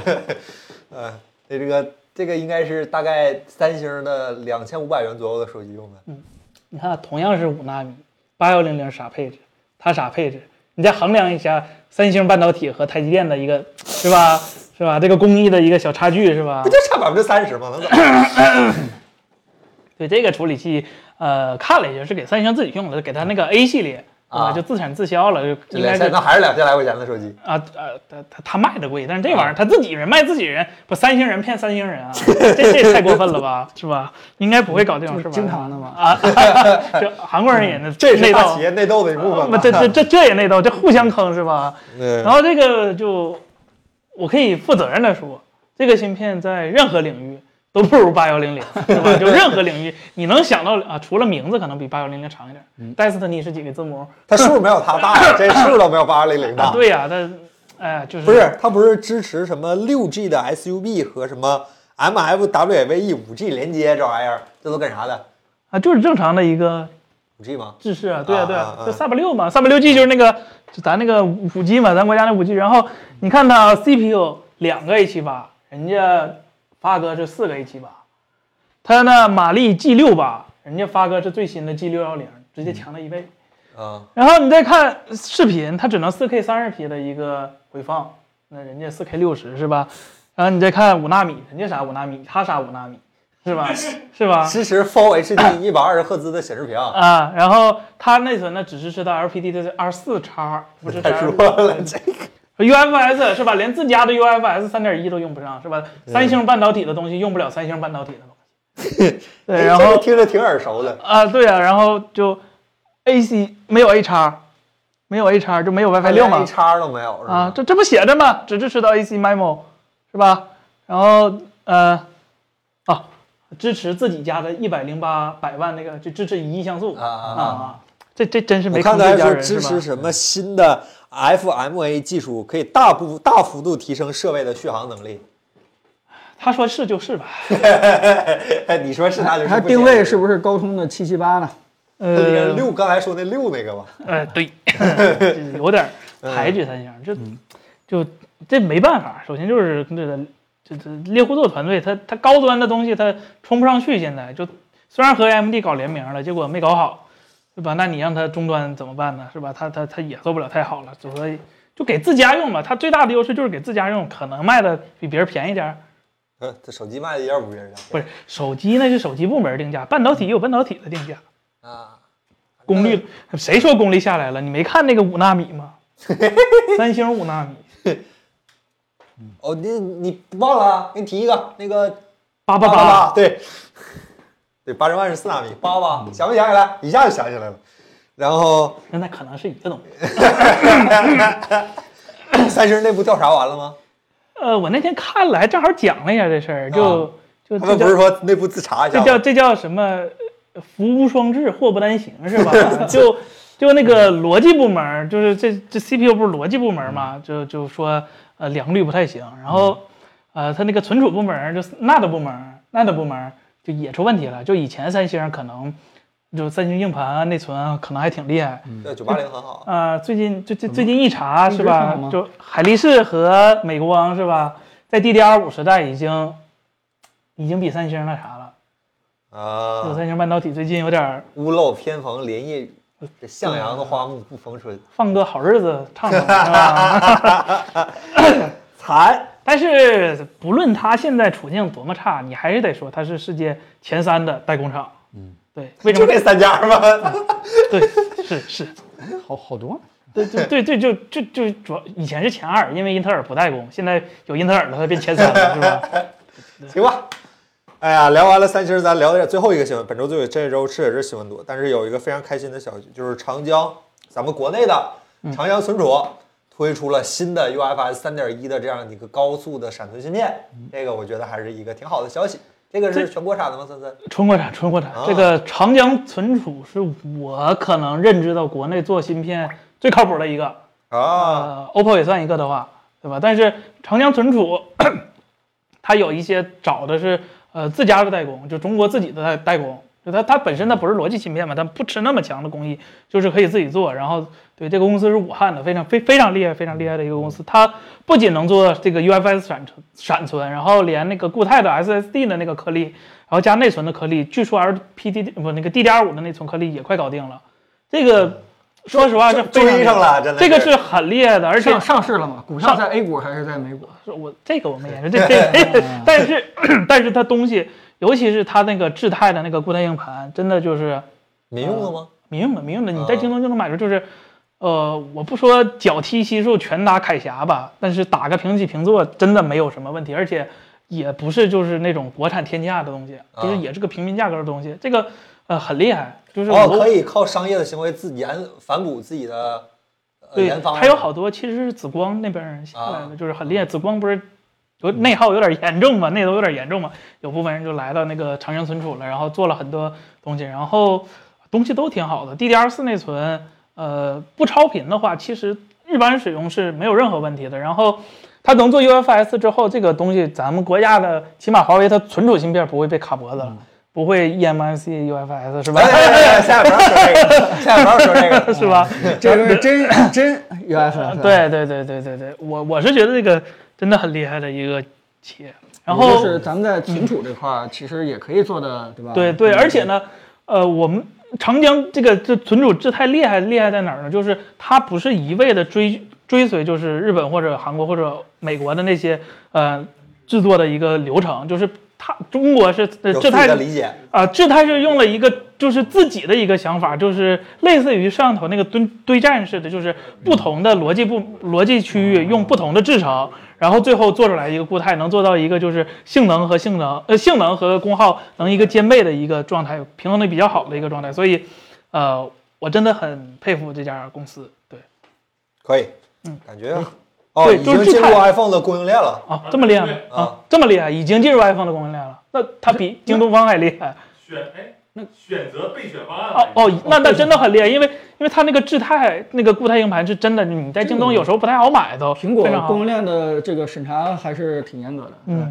[LAUGHS] 呃，对这个这个应该是大概三星的两千五百元左右的手机用
嗯
的，
你看，同样是五纳米，八幺零零啥配置？它啥配置？你再衡量一下三星半导体和台积电的一个，是吧？是吧？这个工艺的一个小差距，是吧
不？就差百分之三
[COUGHS]
十吗？能怎么？
对这个处理器，呃，看了一下是给三星自己用的，给它那个 A 系列，对吧？
啊
就自产自销了，就应该
两
是
千那还是两千来块钱的手机，
啊呃，他他他卖的贵，但是这玩意儿他自己人卖自己人，不三星人骗三星人啊，这这也太过分了吧，是吧？应该不会搞这种事吧？
经常的嘛，
啊， [LAUGHS] 这韩国人也那
这是
内
大
斗
企，业内斗的一部
不
分
嗯
吧？
这
[LAUGHS]
这这这也内斗，这互相坑是吧？
嗯
然后这个就我可以负责任的说，这个芯片在任何领域都不如八幺零零，对吧？就任何领域你能想到啊，除了名字可能比八幺零零长一点儿，Destiny 是几个字母？
它数没有它大呀，这数都没有八二零零大。
对呀，但哎就是
啊不是，它不是支持什么六 G 的 SUB 和什么 MFWAVE E 五 G 连接这玩意儿，这都干啥的？
啊，就是正常的一个
五 G 吗？
制式啊，对啊，对啊
啊啊，啊
就 Sub 六嘛，Sub 六 G 就是那个就咱那个五 G 嘛，咱国家那五 G。然后你看它 CPU 两个 A 7 8人家发哥是四个 A 7 8它呢马力 G 6 8人家发哥是最新的 G 6 1 0直接强了一倍。
啊，
然后你再看视频，它只能 4K 30p 的一个回放，那人家 4K 60是吧？然后你再看五纳米，人家啥五纳米，它啥五纳米，是吧？是吧？
支持
[LAUGHS]
Full HD 一百二十赫兹的显示屏。
啊，然后它内存呢只支持到 LPD 的二四叉，不是
[LAUGHS] 太
叉
弱
[LAUGHS]
了，这
UFS 是吧？连自家的 UFS 三点一都用不上是吧？三星半导体的东西用不了三星半导体的东 [LAUGHS] 西。对，然
这
后
个听着挺耳
[LAUGHS]
熟的。
啊，对啊，然后就 AC 没有 A 叉，没有 A 叉就没有 WiFi 六嘛
一。叉都没有是吧
啊，这这不写着吗？只支持到 AC MIMO 是吧？然后呃，啊，支持自己家的一百零八百万那个，就支持一亿像素
啊啊啊
啊，这这真是
我
没
看
坑自
他还
家
说
人是
支
吧
持？什么新的 FMA 技术，可以大部大幅度提升设备的续航能力。 [LAUGHS]
他说是就是吧？
哎你说是他就是
它
不
定位
行
是不是高通的七七八呢？
它应该是
呃，
六，刚才说那六那个吧？
[LAUGHS] 呃，对，这有点儿抬举三星，这就这没办法。首先就是这个这这猎户座团队，它它高端的东西它冲不上去，现在就虽然和 AMD 搞联名了，结果没搞好，对吧？那你让它终端怎么办呢？是吧？它它它也做不了太好了，所以就给自家用吧。它最大的优势就是给自家用，可能卖的比别人便宜点儿。
呃，这手机卖的一点五人家
不是手机那是手机部门定价，半导体有半导体的定价。
啊，
功率，
嗯
谁说功率下来了？你没看那个五纳米
[LAUGHS]
吗？三星五纳米，
哦，你你忘了？啊给你提一个，那个
八八
八
八，
八，对，对，八十万是四纳米，八八八，想没想起来？一下就想起来了。然后 [CLEARS THROAT]
那那可能是一个东西。
三星内部调查完了吗？
呃，我那天看了，还正好讲了一下这事儿，就、
啊
就
他
这
们不
叫
是说内部自查一下
这
吗？
叫这叫什么？呃福无双至，祸不单行，是吧？ [LAUGHS] 就就那个逻辑部门儿，就是这这 CPU 不是逻辑部门儿嘛，就就说呃良率不太行，然后呃它那个存储部门儿就是 NAND 部门儿，NAND 部门儿就也出问题了。就以前三星可能就三星硬盘啊、内存啊，可能还挺厉害，
嗯
嗯对，九八零很好。
啊，最近最最最近一查是
一直
吧
上吗？
就海力士和美光是吧，在 DDR 五时代已经已经比三星那啥了。
啊
就，三星半导体最近有点儿
屋漏偏逢连夜雨，这向阳的花木不逢春，
放个好日子唱唱是吧？ [LAUGHS]
惨。
但是不论他现在处境多么差，你还是得说他是世界前三的代工厂。嗯，对，为什
就
么？
这三家吗？
对，是是，
[LAUGHS]
好好多。
对对对对，就就就主要以前是前二，因为英特尔不代工，现在有英特尔了，它变前三了，是吧？
行吧。哎呀，聊完了三，其实咱聊点最后一个新闻。本周最这周是也是新闻多，但是有一个非常开心的消息，就是长江，咱们国内的
嗯
长江存储推出了新的 UFS 三点一的这样一个高速的闪存芯片，
嗯
这个我觉得还是一个挺好的消息。这个是全国产的吗？森森？
纯国产，纯国产
啊。
这个长江存储是我可能认知到国内做芯片最靠谱的一个，
啊，
呃，OPPO 也算一个的话，对吧？但是长江存储，它有一些找的是呃自家的代工，就中国自己的代代工，就它它本身它不是逻辑芯片嘛，它不吃那么强的工艺，就是可以自己做。然后对这个公司是武汉的，非常非非常厉害，非常厉害的一个公司。它不仅能做这个 UFS 闪存闪存，然后连那个固态的 SSD 的那个颗粒，然后加内存的颗粒，据说 LPD 不那个 DDR 5的内存颗粒也快搞定了。这个说实话是啊非常厉
追
害
上了，真的。
这个是很厉害的，而且
上上市了吗？股票
上
在 A 股还是在美股？
是我这个我没研究，这这， [LAUGHS] 但是 [COUGHS] 但是它东西，尤其是它那个智泰的那个固态硬盘，真的就是
民用的吗？
民用的民用的，你在
啊
京东就能买着，就是。呃，我不说脚踢西数拳打铠侠吧，但是打个平起平坐真的没有什么问题，而且也不是就是那种国产天价的东西，就是
啊
也是个平民价格的东西，这个呃很厉害，就是
哦，
我
可以靠商业的行为自研反哺自己的呃
对
研发，吗。
还有好多其实是紫光那边儿下来的，
啊
就是很厉害。紫光不是有内耗有点严重嘛，内斗有点严重嘛，有部分人就来到那个长江存储了，然后做了很多东西，然后东西都挺好的。DDR 四内存，呃，不超频的话，其实一般使用是没有任何问题的。然后它能做 UFS 之后，这个东西咱们国家的，起码华为它存储芯片不会被卡脖子了，不会 E eMMC UFS 是吧？
嗯哎哎哎哎下一不要说这个，下一不要说这
[LAUGHS]
个。
是吧？
这个是真真 UFS。，
对对对对对对，我我是觉得这个真的很厉害的一个企业。然后
就是咱们在存储这块儿，其实也可以做的，对吧？
对
嗯
对，而且呢，呃，我们长江这个这存储智太厉害，厉害在哪儿呢？就是它不是一味的追追随就是日本或者韩国或者美国的那些呃制作的一个流程，就是它中国是呃
有自
智
己
太
的理解，
啊，这他是用了一个就是自己的一个想法，就是类似于上头那个堆堆栈似的，就是不同的逻辑不逻辑区域用不同的制成，然后最后做出来一个固态，能做到一个就是性能和性能呃性能和功耗能一个兼备的一个状态，平衡的比较好的一个状态。所以，呃，我真的很佩服这家公司。对
可以，
嗯，
感觉哦，
对
已
就
经
是
进入
看
iPhone 的供应链了。
啊，这么厉害吗？啊，这么厉害，已经进入 iPhone 的供应链了。那它比京东方还厉害。
选哎，那选择备选方案
哦
了
哦，那那真的很厉害，因为因为它那个智泰那个固态硬盘是真的，你在京东有时候不太好买都。
苹果
非常好
供应链的这个审查还是挺严格的。
嗯，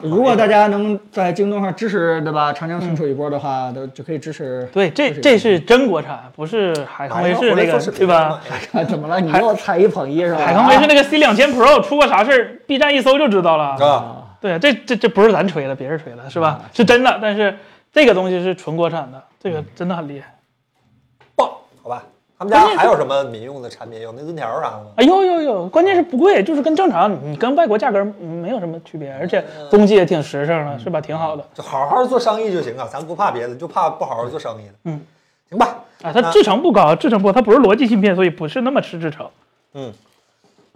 如果大家能在京东上支持， [LAUGHS] 对吧？长江存储一波的话，都就可以支持。
对，这
是
这是真国产，不是海
哎
康威视那个，对吧？？
啊 [LAUGHS] 怎么了？你又踩一捧一是吧？啊
海康威视那个 C 两千 Pro 出过啥事儿，B 站一搜就知道了。
啊，
对，这这这不是咱吹的，别人吹的，是吧？是真的，但是这个东西是纯国产的，这个真的很厉害。
棒，好吧。他们家还有什么民用的产品？有内存条啊啥的吗？
哎呦呦呦，关键是不贵，就是跟正常你跟外国价格没有什么区别，而且东西也挺实诚的，是吧？挺好的。
就好好做生意就行啊，咱不怕别的，就怕不好好做生意的。
嗯，
行吧，
啊，它制程不高，制程不高，它不是逻辑芯片，所以不是那么吃制程。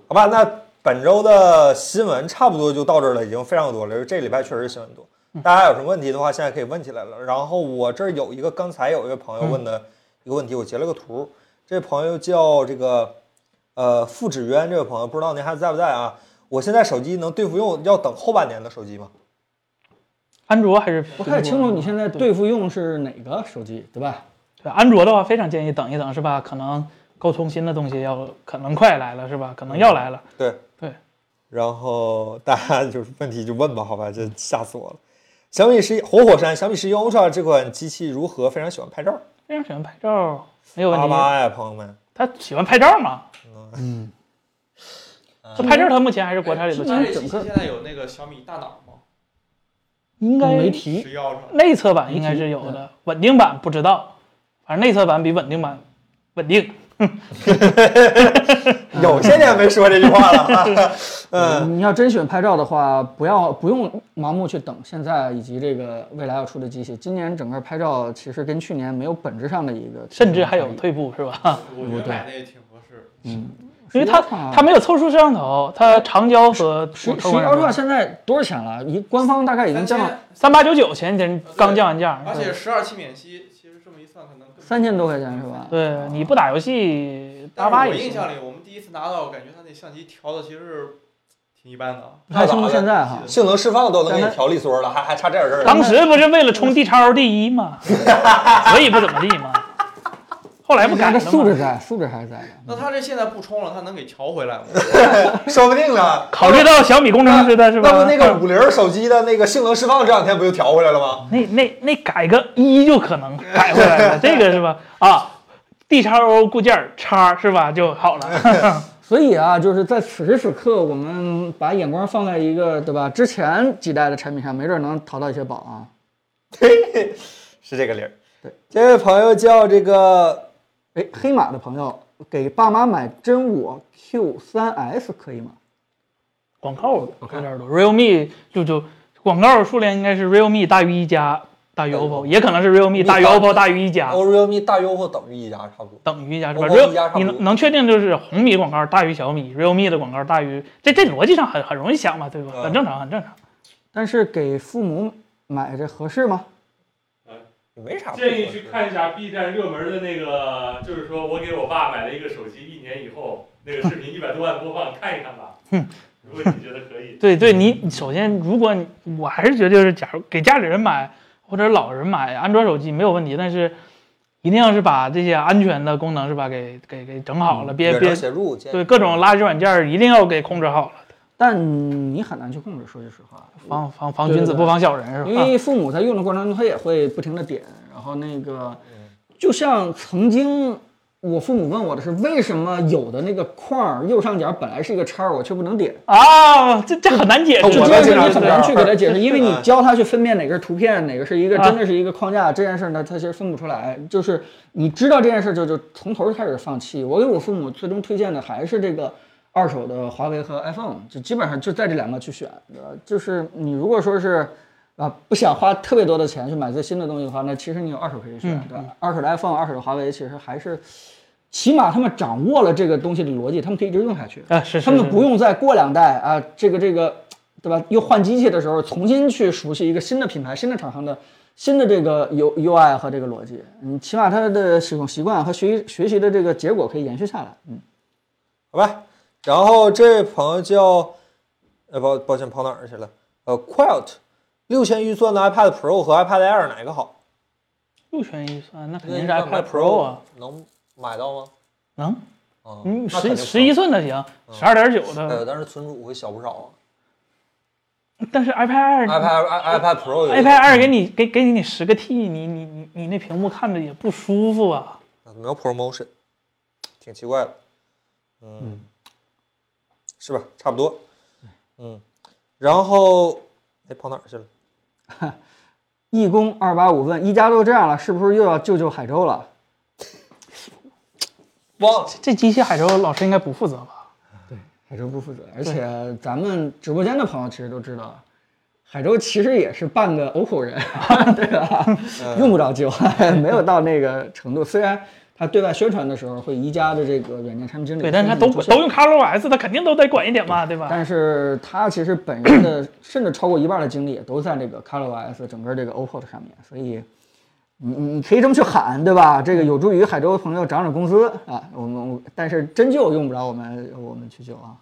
好吧，那本周的新闻差不多就到这儿了，已经非常多了。这礼拜确实新闻多，大家有什么问题的话，现在可以问起来了。然后我这儿有一个，刚才有一位朋友问的一个问题，我截了个图。这位朋友叫这个呃付芷渊，这位朋友不知道您还在不在啊？我现在手机能对付用，要等后半年的手机吗？
安卓还是
不太清楚你现在
对
对付用是哪个手机，对吧？
对安卓的话，非常建议等一等，是吧？可能高通新的东西要可能快来了，是吧？可能要来了。
对
对。
然后大家就是问题就问吧，好吧，这吓死我了。小米十一活火山，小米十一 Ultra 这款机器如何？非常喜欢拍照，
非常喜欢拍照，没有问
八
题。
八呀，哎朋友们。
他喜欢拍照嘛？嗯。他拍照，他目前还是国产里的
家
强，
里机器现在有那个小米大脑吗？
应该
没提。
[LAUGHS]
十一 Ultra
内测版应该是有的，稳定版不知道，反正内测版比稳定版稳定。
[LAUGHS] 有些年没说这句话了 [LAUGHS] 啊。嗯，
呃你要真喜欢拍照的话，不要不用盲目去等现在以及这个未来要出的机器。今年整个拍照其实跟去年没有本质上的一个，
甚至还有退步，是
嗯
吧？
我觉得买那也挺合适。
因为它
啊
它没有凑数摄像头，它长焦和
十十一 Ultra 现在多少钱了？一官方大概已经降到
3000
三八九九前几天刚降完价，
而且十二期免息，其实这么一算可能更
三千多块钱是吧？
对你不打游戏大
但是
巴
我
也
印
行。
象里，我们第一次拿到，感觉他那相机调的其实是挺一般的。啊
不太清楚现在哈。
性能释放都能给你调利索了，还还差这点事儿。
当时不是为了冲 D 超第一
[LAUGHS]
嘛，所以不怎么地嘛。后来不改
但
了
是素质
吗？
在，素质还是在的。
那他这现在不充了，他能给调回来吗？
[LAUGHS] 说不定呢。
考虑到小米工程师的是吧？
那不那个五菱手机的那个性能释放这两天不就调回来了吗？
那那那改个一就可能改回来了，这个是吧？啊，D 叉 O 固件儿叉是吧就好了。
所以啊，就是在此时此刻，我们把眼光放在一个对吧之前几代的产品上，没准能淘到一些宝啊。
[LAUGHS] 是这个理儿。对，这位朋友叫这个，
哎，黑马的朋友给爸妈买真我 Q 3 S 可以吗？
广告有点多，realme 就就广告数量应该是 realme 大于一加大于 OPPO，也可能是 realme 大于 OPPO 大于一加
o realme 大于 OPPO 等于一加差不多。
等于一加是吧
OPPO 一加差
？real 你
不多
能能确定就是红米广告大于小米，realme 的广告大于这这逻辑上很很容易想嘛，对吧？
嗯
很正常，很正常。
但是给父母买这合适吗？
没
哦
啥不合适。
建议去看一下 B 站热门的那个，就是说我给我爸买了一个手机，一年以后那个视频一百多万播放，看一看吧。如果你觉得可以，
对对，你你首先，如果你我还是觉得就是，假如给家里人买或者老人买安卓手机没有问题，但是一定要是把这些安全的功能是吧，给给给整好
嗯
了，别
远
别
程协助建议
对各种垃圾软件儿一定要给控制好了，
但你很难去控制，说句实话，
防防防
对
君子
对
不防小人是吧？
因为父母在用的过程中，他也会不停的点，然后那个，就像曾经我父母问我的是，为什么有的那个框儿右上角本来是一个叉儿，我却不能点？
啊，这这很难解
我
释，
我
这
能
个
经常
你很
碰到
难去给
[LAUGHS]
他解释，因为你
嗯
教他去分辨哪个是图片，哪个是一个
啊
真的是一个框架，这件事呢，他其实分不出来。就是你知道这件事就就从头开始放弃。我给我父母最终推荐的还是这个二手的华为和 iPhone，就基本上就在这两个去选。呃就是你如果说是。啊，不想花特别多的钱去买最新的东西的话，那其实你有二手可以选，对吧？二手的 iPhone、二手的华为，其实还是，起码他们掌握了这个东西的逻辑，他们可以一直用下去。
啊是是
他们
是
不用再过两代啊，这个这个，对吧？又换机器的时候，重新去熟悉一个新的品牌、新的厂商的新的这个 U UI 和这个逻辑。嗯，起码它的使用习惯和学习学习的这个结果可以延续下来。嗯，
好吧。然后这位朋友叫，呃，抱抱歉跑哪儿去了？呃，Quiet，六千预算的 iPad Pro 和 iPad Air 哪个好？
右旋预算那肯
那
定
你
是
想买
iPad Pro 啊，
能买到吗？
能，
啊，
嗯，
那肯
十
定
十一寸的行，十二点九
呃，
的，
但是存储会小不少
但是 iPad Air。
啊。iPad i- iPad Pro 有
iPad Air 给你给给你十个 T，你你你你那屏幕看着也不舒服啊。
没有 promotion，挺奇怪的。嗯，是吧？差不多。嗯，然后哎，跑哪儿去了？
义工二八五问：一加都这样了，是不是又要救救海州了？
忘了。
这机器海州老师应该不负责吧？
海州不负责，而且咱们直播间的朋友其实都知道，海州其实也是半个 OPPO 人， [LAUGHS] 对吧？用不着救， [LAUGHS] 没有到那个程度。虽然他对外宣传的时候会一加的这个软件产品经理，
对，但是他都都用 ColorOS，他肯定都得管一点嘛，对吧？
但是他其实本身的 [COUGHS] 甚至超过一半的精力也都在这个 ColorOS 整个这个 OPPO 的上面，所以你你你可以这么去喊，对吧？这个有助于海州的朋友涨涨工资啊。我们我但是真救用不着我们我们去救啊。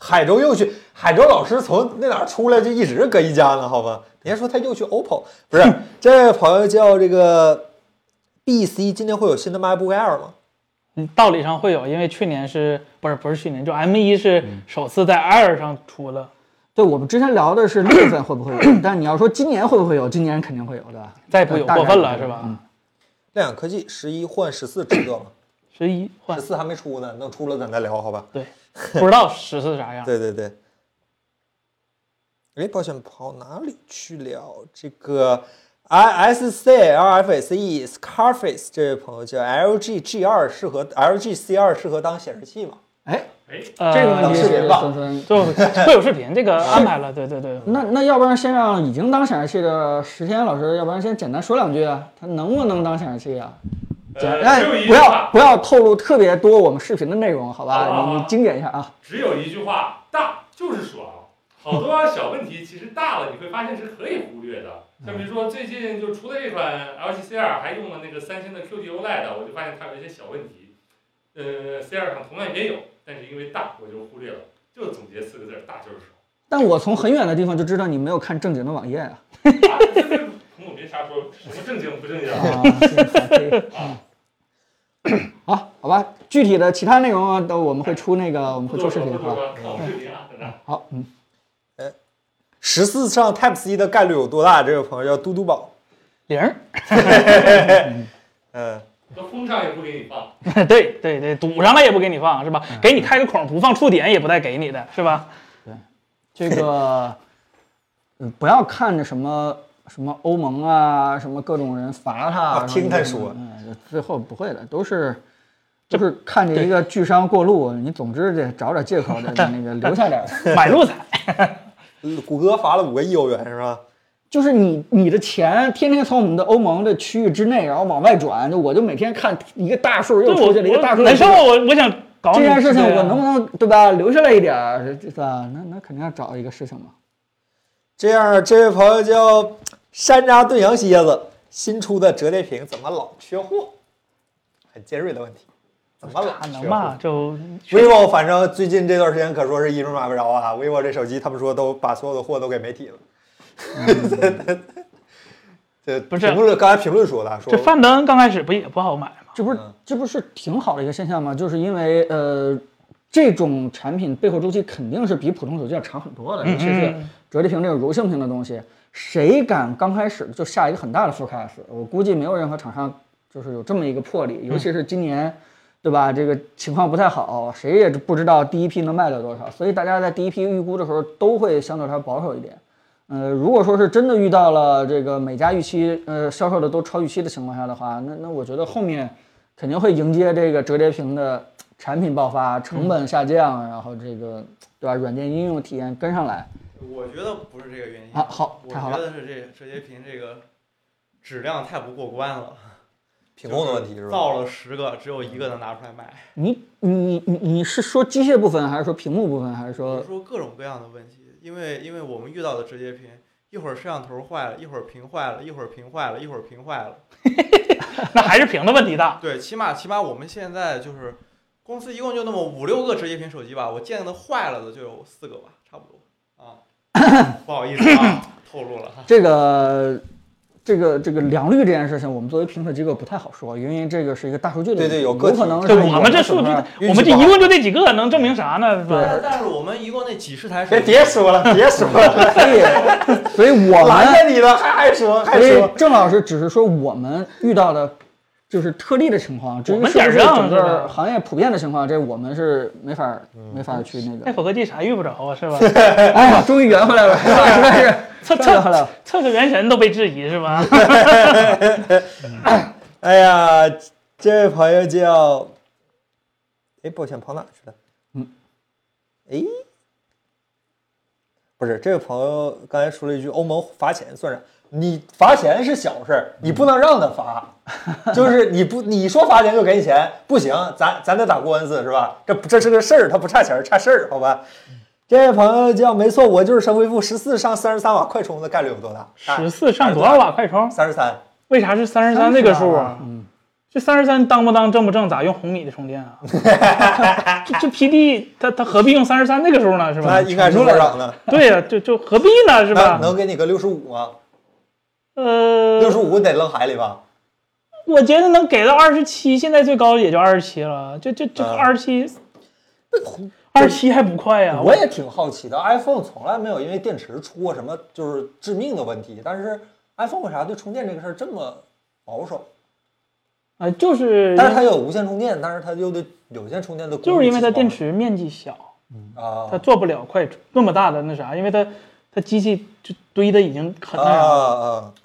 海州又去，海州老师从那哪儿出来就一直搁一家呢，好吗？人家说他又去 OPPO，不是
[LAUGHS]
这位朋友叫这个 BC，今年会有新的 MacBook Air 吗？
嗯道理上会有，因为去年是不是不是去年，就 M 1是首次在 Air 上出了，
对我们之前聊的是六月份会不会有，但你要说今年会不会有，今年肯定会有的。
再不有
大概
过分了
率
是吧？
亮眼科技十一换十四值得吗？
十一换
十四还没出呢，等出了咱再聊，好吧？
对，不知道十四啥样。
对对对。哎，抱歉，跑哪里去了？这个 I S C L F S E Scarface 这位朋友叫 L G G 二适合 L G C 二适合当显示器吗？
哎，
呃，
这个问题
视频
是
吧
森森。
就会有视频，这个安排了，对对对。
那那要不然先让已经当显示器的石天老师，要不然先简单说两句啊，他能不能当显示器啊？简
哎
呃，只有一句
不要
话，
不要透露特别多我们视频的内容，好吧？
好
你你精简一下啊。
只有一句话，大就是爽。好多小问题其实大了，你会发现是可以忽略的。像比如说最近就除了这款 LG C 二，还用了那个三星的 QD OLED，我就发现它有一些小问题。呃，C 二上同样也有，但是因为大我就忽略了。就总结四个字儿，大就是爽。
但我从很远的地方就知道你没有看正经的网页啊。
啊，这这朋友别瞎说，什么正经不正经啊？
啊，行好可以嗯好，好吧，具体的其他内容啊，都我们会出那个，我们
不
会
多
出视
说，
频
不多
啊。
说，看我视频啊，在 [LAUGHS] 那。
好，嗯，
十四上 Type C 的概率有多大？这位朋友叫嘟嘟宝，
零儿，
嗯，
那封上也不给你
[LAUGHS]
放，
对对对，堵上了也不给你放是吧？
嗯
给你开个孔，不放触点也不带给你的是吧？
这个，嗯，不要看着什么什么欧盟啊，什么各种人罚他啊，
啊听他
什么
说
嗯，最后不会的，都是。就是看着一个巨商过路，你总之得找点
[LAUGHS]
借口得得那个留下点儿。
买
[LAUGHS]
路财，
谷歌罚了五个亿欧元是吧？
就是你你的钱天天从我们的欧盟的区域之内，然后往外转，就我就每天看一个大数
对
又
我
出去了一个大数
我
又
难
出去
受，啊
了。
我我想搞
这
你
件事情
对啊
我能不能对吧留下来一点儿，对吧？那那肯定要找一个事情嘛。
这样，这位朋友叫山楂炖羊蝎子，新出的折叠屏怎么老缺货？很尖锐的问题，怎么老
啊能
缺
吧
货？？
就
vivo 反正最近这段时间可说是一准买不着啊，vivo 这手机他们说都把所有的货都给媒体了。 [LAUGHS] 这
嗯不是
评论，刚才评论说的，说
这范登刚开始不也不好买吗？
这不是这不是挺好的一个现象吗？就是因为呃，这种产品背后周期肯定是比普通手机要长很多的，尤其是折叠屏这种柔性屏的东西，谁敢刚开始就下一个很大的 forecast？我估计没有任何厂商就是有这么一个魄力，尤其是今年。对吧？这个情况不太好，谁也不知道第一批能卖到多少，所以大家在第一批预估的时候都会相对来说保守一点。呃，如果说是真的遇到了这个每家预期，呃，销售的都超预期的情况下的话，那那我觉得后面肯定会迎接这个折叠屏的产品爆发，成本下降，
嗯
然后这个对吧，软件应用体验跟上来
我觉得不是这个原因
啊。好，
我
太好
觉
了，
得是这折叠屏这个质量太不过关了，
品控的问题是吧？
造了十个，只有一个能拿出来卖。
你你你你是说机械部分，还是说屏幕部分，还是
我
说
说各种各样的问题，因为因为我们遇到的折叠屏，一会儿摄像头坏了，一会儿屏坏了，一会儿屏坏了，一会儿屏坏了。
那还是屏的问题
[LAUGHS]
大。
对，起码起码我们现在就是公司一共就那么五六个折叠屏手机吧，我见的坏了的就有四个吧，差不多啊。不好意思啊，透露了哈。
这个这个这个良率这件事情，我们作为评测机构不太好说，因为这个是一个大数据的
对
问题，
对有
有
个体
可能是
对，我们这数据
据，
我们这一共就这几个，能证明啥呢？是吧？
但但是我们一共那几十台手
别
机，
哎别说了，别
[LAUGHS]
说了，
[LAUGHS] 所以所以我们
拦着你了，还还说还
所以
说，
郑老师只是说我们遇到的，就是特例的情况，至
我
于
们
是不是
点儿上
整
是
个
吧
行业普遍的情况，这我们是没法儿
嗯
没法儿去那
那
个。
缝合剂啥遇不着啊，
[LAUGHS]
是吧？
哎呀，终于圆回 [LAUGHS] 来了，是吧？实在是
测
太好了
测测个元神都被质疑是吧？
哎呀，这位朋友叫，哎，抱歉，跑哪去了？嗯，哎，不是，这位朋友刚才说了一句，欧盟罚钱算啥？你罚钱是小事儿，你不能让他罚，就是你不你说罚钱就给你钱，不行，咱咱得打官司是吧？这不这是个事儿，他不差钱儿，差事儿，好吧？这位朋友叫没错，我就是神回复十四上三十三瓦快充的概率有多大？啊
十四上多少瓦快充？
三十三。
为啥是三十三这个数啊？嗯，这三十三当不当正不正？咋用红米的充电啊？ [LAUGHS] 这这 PD 它它何必用三十三那个数呢？是吧
那？应该是多少呢？
对呀、就就何必呢？是
那
吧？
能给你个六十五吗？
呃，
六十五得扔海里吧？
我觉得能给到二十七，现在最高也就二十七了，这这这
嗯
二十七，二十七还不快呀、
我也挺好奇的，iPhone 从来没有因为电池出过什么就是致命的问题，但是 iPhone 为啥对充电这个事儿这么保守？
啊，就是
但是它有无线充电，但是它又对有线充电的功率
就是因为它
起
电
保
池面积小，
啊
它做不了快充那么大的那啥，因为它它机器就堆的已经很
啊
那啥了。
啊！
[LAUGHS]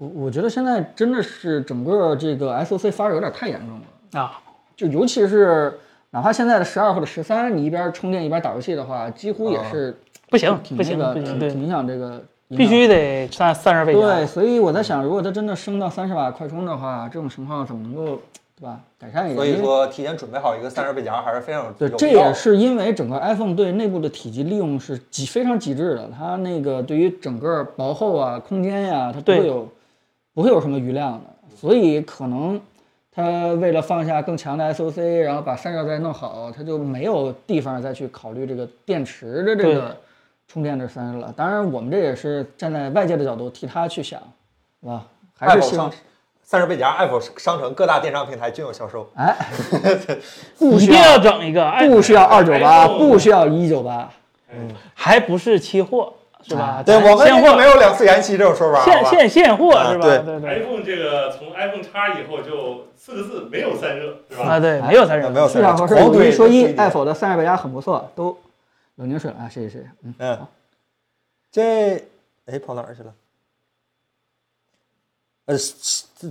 我我觉得现在真的是整个这个 SOC 发热有点太严重了。
啊，
就尤其是哪怕现在的十二或者十三，你一边充电一边打游戏的话，几乎也是
不行
挺
不
那
行
个
不行，
挺
对，
挺影响这个影响，
必须得三三十倍加。
对。所以我在想，如果它真的升到三十瓦快充的话，这种情况怎么能够对吧改善一点？
所以
因为
说提前准备好一个散热背夹还是非常有
对，
有
这
必要
也
的
是因为整个 iPhone 对内部的体积利用是极非常极致的，它那个对于整个薄厚啊、空间呀、它不
对
会有不会有什么余量的，所以可能它为了放下更强的 SOC，然后把散热再弄好，它就没有地方再去考虑这个电池的这
对
个充电的散热了。当然，我们这也是站在外界的角度替它去想，是吧？还是
Apple
希
商
望
散热背夹 Apple 商城各大电商平台均有销售。
哎，不
一
需
定
要
要整一个，哎，
不需要二九八，
iPhone
不需要一九八。嗯
还不是期货是吧？
啊对
咱
我们
现
这个没
货，
有两次延期这种说法，好
现
吧？
现现货
啊
是吧？
对
对对
iPhone 这个从 iPhone 叉以后就四个字没有散热，是吧？
啊，对，没有三十
没有
市
散热
场，合适，
狂
有一
怼
说一，
狂
爱
怼
否的散热百家很不错，都冷凝水了啊，谢谢谢谢。嗯，
嗯，这哎跑哪儿去了？呃，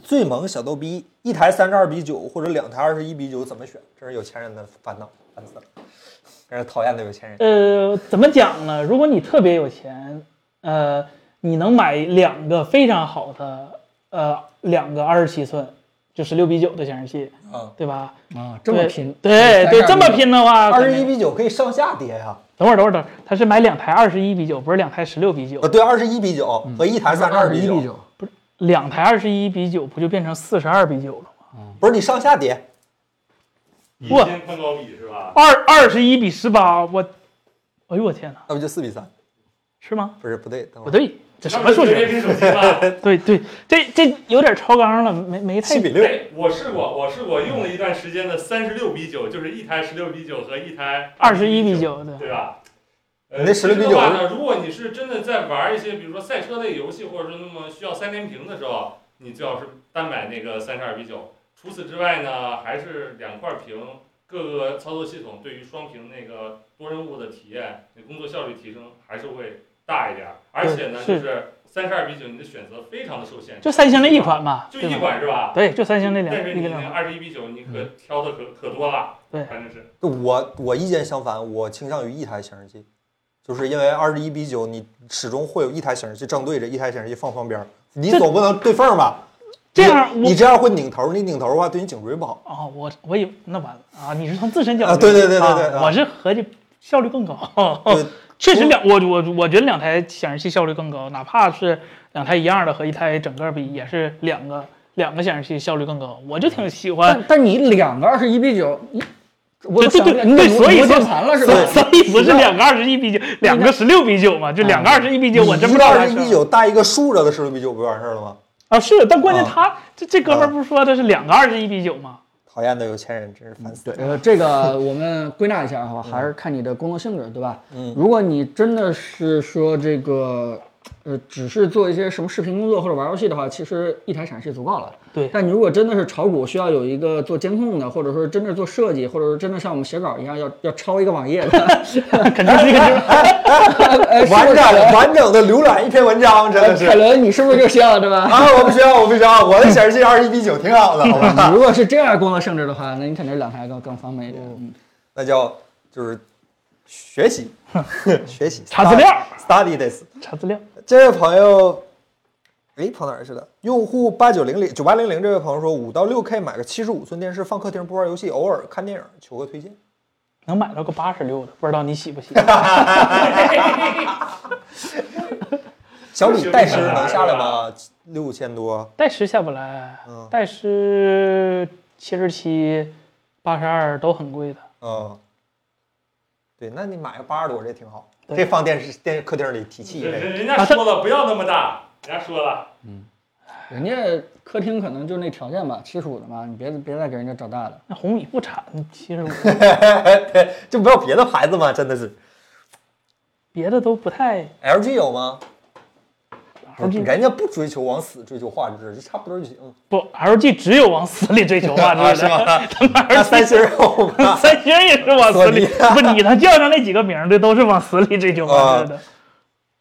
最萌小逗逼，一台三十二比九或者两台二十一比九怎么选？真是有钱人的烦恼，烦死了，真是讨厌的有钱人。
呃，怎么讲呢？如果你特别有钱，呃，你能买两个非常好的，呃，两个二十七寸，就十六比九的显示器，
嗯
对吧？
啊，这么
对
拼，
对对，
32
这么拼的话，
二
可
十一
能
比九可以上下叠呀、
等会儿等会儿等会儿，他是买两台二十一比九，不是两台十六比九
呃，，对，二十一比九和一台三十
二
二
十一比
比，
哎
九，
两台二十一比九不就变成四十二比九了吗？
不是你上下叠，
以
哇
先宽高比是吧？
二二十一比十八，我，哎呦我天哪，
那不就四比三？
是吗？
不是，不对，等
不
会儿
对，这什么数
这
学？
屏手机吧？
[LAUGHS] 对对，这这有点超纲了，没没太
七比六。
哎，我试过，我试过用了一段时间的三十六比九，就是一台十六比九和一台
二十一
比
比，九的。
对吧？
你那
其实
16比9
的话呢，如果你是真的在玩一些，比如说赛车类游戏，或者说那么需要三连屏的时候，你最好是单买那个三十二比九。除此之外呢，还是两块屏，各个操作系统对于双屏那个多人物的体验，你工作效率提升还是会大一点儿。而且呢，
对
就是是三十二比九，你的选择非常的受限，
就三星那一款嘛，
就
对
一
吧
款是吧？
对，就三星那两
但是
那
你
个
那
两嗯
二十一比九，你可挑的可可多了，
对
反正是
我我意见相反，我倾向于一台显示器，就是因为二十一比九，你始终会有一台显示器正对着，一台显示器放旁边儿，你
这
总不能对缝儿吧？
这样
你
我
你这样会拧头，你拧头的话对你颈椎不好。
哦，我我以为那完了啊，你是从自身角
啊
度，
对对对对对
啊
啊
我是合计效率更高，
对
[LAUGHS] 确实两我我我觉得两台显示器效率更高，哪怕是两台一样的和一台整个比，也是两个两个显示器效率更高，我就挺喜欢
但。但你两个二十一比九，你我
对
都
对
想
对
你得
对，所以
挪
说
键盘了是吧
所以？所以不是两个二十一比九，两个十六比九嘛，就两个二十一比九，我真不知道
二
它
十
是
一比九带一个竖着的十六比九不就完事儿了吗？
啊，是，但关键
啊
他这这哥们儿不是说的是两个二十一比九吗？
讨厌的有钱人真是烦死
对，
嗯
了。
[LAUGHS] 呃，这个我们归纳一下哈，还是看你的工作性质，对吧？
嗯
如果你真的是说这个，呃，只是做一些什么视频工作或者玩游戏的话，其实一台闪示足够了。
对
但你如果真的是炒股，需要有一个做监控的，或者说真的做设计，或者说真的像我们写稿一样要要抄一个网页的，
肯定是
[LAUGHS]
肯定是。
哎
完整
是不是
完整的浏览一篇文章，真的是
哎
凯伦，你是不是就需要对吧？
啊！我不需要，我不需要，我的显示器二十一比九挺好的，好吧？ [LAUGHS]
你如果是这样工作性质的话，那你肯定是两台更更方便一点。嗯，
那叫就是学习，学习
查资料
，study this。
查资料，
这位朋友，哎，跑哪儿去了？用户八九零零九八零零这位朋友说，五到六 K 买个七十五寸电视放客厅，不玩游戏，偶尔看电影，求个推荐。
能买到个八十六的，不知道你喜不喜？
[LAUGHS] 小米代师能下来吗？六千多，
戴师下不来
嗯，
戴师七十七、八十二都很贵的。
嗯，对，那你买个八十多这挺好，
对
这放电视电客厅里提气
人 [LAUGHS]
呗。
人人
啊
家说了不要那么大，人家说了，
人家客厅可能就那条件吧，七十五的嘛，你别别再给人家找大的。
那红米不产七
[LAUGHS]
十五，
[LAUGHS] 就没有别的牌子吗？真的是
别的都不太
LG 有吗？
LG
人家不追求往死追求画质，就差不多就行。
不 LG 只有往死里追求
[LAUGHS]
画
啊
质
是
的， [LAUGHS]
吗？那三星有吗？
三星也是往死里，
啊索尼啊
不你他叫上那几个名儿的都是往死里追求画质的。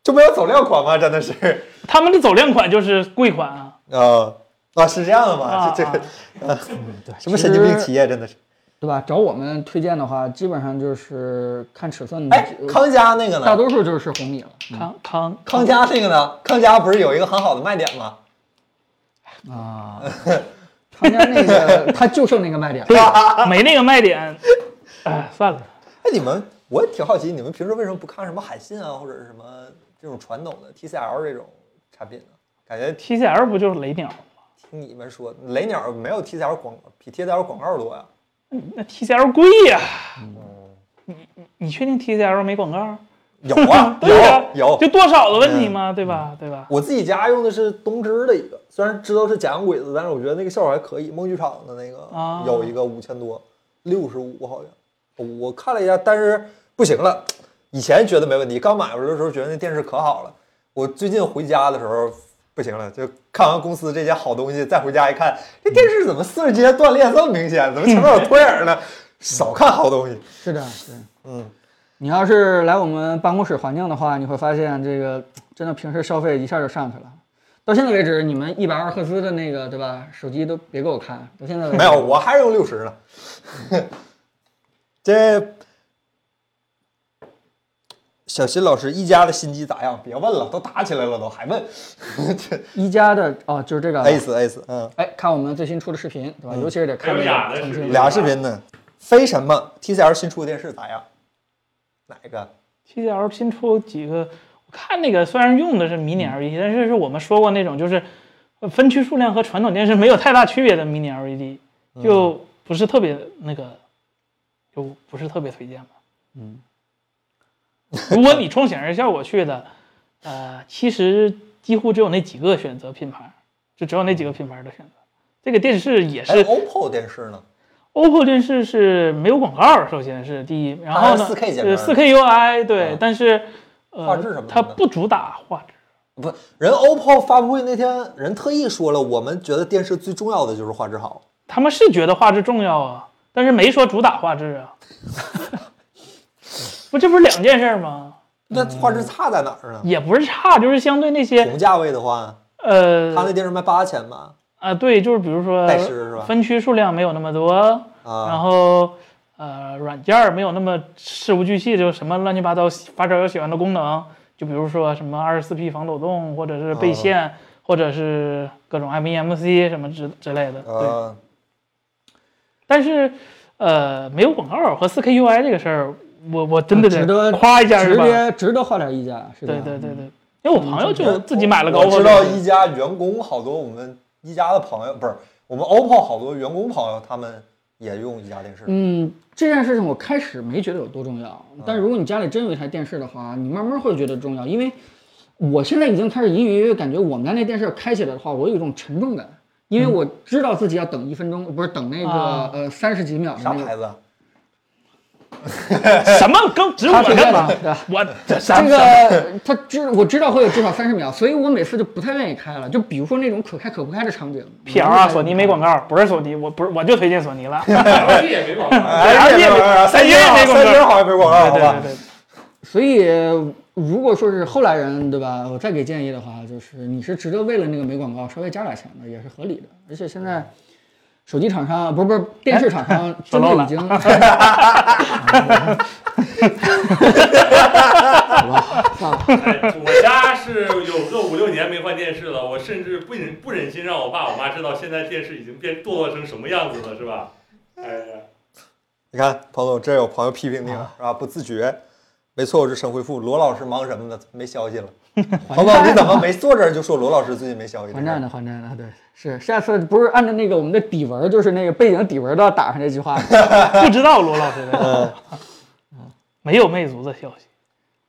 就没有走量款吗？真的是。
他们的走量款就是贵款啊，
啊啊，是这样的吗？
啊
这这个
啊
嗯对，
什么神经病
其实
企业，真的是。
对吧？找我们推荐的话，基本上就是看尺寸的，
哎，康佳那个
大
呢？
多数就是红米了
嗯
康康
康佳那个呢？康佳不是有一个很好的卖点吗？
啊。他家那个，它就剩那个卖点了，
[LAUGHS]
没那个卖点，哎，算了。
哎，你们我也挺好奇，你们平时为什么不看什么海信啊，或者是什么这种传统的 TCL 这种产品呢？感觉
TCL 不就是雷鸟吗？
听你们说，雷鸟没有 TCL 广比 TCL 广告多呀、
那 TCL 贵呀、
嗯
你你你确定 TCL 没广告？，
有啊
[LAUGHS]
对呀、
有有
就。多少的问题
嗯
嘛，对吧？对吧？
我自己家用的是东芝的一个，虽然知道是假洋鬼子，但是我觉得那个效果还可以。梦剧场的那个、
啊
有一个五千多，六十五好像。我看了一下，但是不行了。以前觉得没问题，刚买回来的时候觉得那电视可好了。我最近回家的时候不行了，就看完公司这些好东西，再回家一看，这电视怎么四十阶断裂这么明显？怎么前面有拖影呢？少看好东西。
是的，是的。
嗯，
你要是来我们办公室环境的话，你会发现这个真的平时消费一下就上去了。到现在为止，你们一百二赫兹的那个对吧，手机都别给我看。到现在
[LAUGHS]
为止
没有，我还是用六十呢。 [LAUGHS] 这小新老师一加的新机咋样？别问了，都打起来了，都还问。这
一加的哦，就是这个
A 死 A 死，嗯，
哎，看我们最新出的视频对吧？尤其是得看
还有嗯哎
那
俩
个
的
澄
视频
清。
俩视频呢。飞什么？TCL 新出的电视咋样？哪个？
TCL 新出几个，我看那个虽然用的是迷你 LED，但是是我们说过那种就是呃分区数量和传统电视没有太大区别的迷你 LED，就不是特别那个，就不是特别推荐吧。嗯， [LAUGHS] 如果你冲显示效果去的，呃，其实几乎只有那几个选择品牌，就只有那几个品牌的选择。这个电视也
哎
是
，OPPO 电视呢？
OPPO 电视是没有广告，首先是第一，然后呢，
它还是 4K 啊键盘
呃，4K UI 对，
啊
但是呃，
画质什么的呢
它不主打画质，
不，人 OPPO 发布会那天，人特意说了，我们觉得电视最重要的就是画质好。
他们是觉得画质重要啊，但是没说主打画质啊， [LAUGHS] 不，这不是两件事儿吗？
那画质差在哪儿呢？
也不是差，就是相对那些
同价位的话，
呃
他那电视卖八千吧？
啊，对，就是比如说
带时是吧
分区数量没有那么多，
啊，
然后呃，软件儿没有那么事无巨细，就什么乱七八糟发烧友喜欢的功能，就比如说什么二十四 P 防抖动，或者是背线，或者是各种 MEMC 什么之之类的。对，
呃，
但是呃，没有广告和 4K UI 这个事儿，我我真的
值得
夸一下是
直
吧？
接值得换点一加，是吧？
对对对对，因为我朋友就自己买了高
嗯我
和
知
手
道
机
一加员工好多，我们一加的朋友不是我们 OPPO 好多员工朋友，他们也用一加电视。
嗯，这件事情我开始没觉得有多重要，
嗯
但是如果你家里真有一台电视的话，你慢慢会觉得重要。因为我现在已经开始隐隐约约感觉，我们家那电视开起来的话，我有一种沉重感，因为我知道自己要等一分钟，不是等那个、
嗯啊
呃三十几秒的
啥
那个。
牌子啊？
[LAUGHS] 什么跟指我
他推荐
干嘛
的？对吧
我这
这个嗯他知我知道会有至少三十秒，所以我每次就不太愿意开了。就比如说那种可开可不开的场景
P L 啊，索尼没广告，不是索尼，我不是我就推荐索尼了。
LG 哎也没广
嗯
告。
哎，
别别别
三星好
别别别
三星好像没广告，好
对对
吧？
对。
所以，如果说是后来人，对吧？我再给建议的话，就是你是值得为了那个没广告稍微加点钱的，也是合理的。而且现在，手机厂商不是不是电视厂商真的已经，好吧，算了。
哎我家是有个五六年没换电视了，我甚至不忍不忍心让我爸我妈知道现在电视已经变堕落成什么样子了，是吧？哎呀，
你看，彭总，这有朋友批评你
啊
了，是吧？不自觉。没错，我是神回复。罗老师忙什么呢？没
[LAUGHS]
消息了。彭总，你怎么没坐这儿就说罗老师最近没消息？
还债呢，还债呢，对，是下次不是按照那个我们的底文，就是那个背景底文都要打上这句话。
[LAUGHS] 不知道罗老师的，
嗯
[LAUGHS] 没有魅族的消息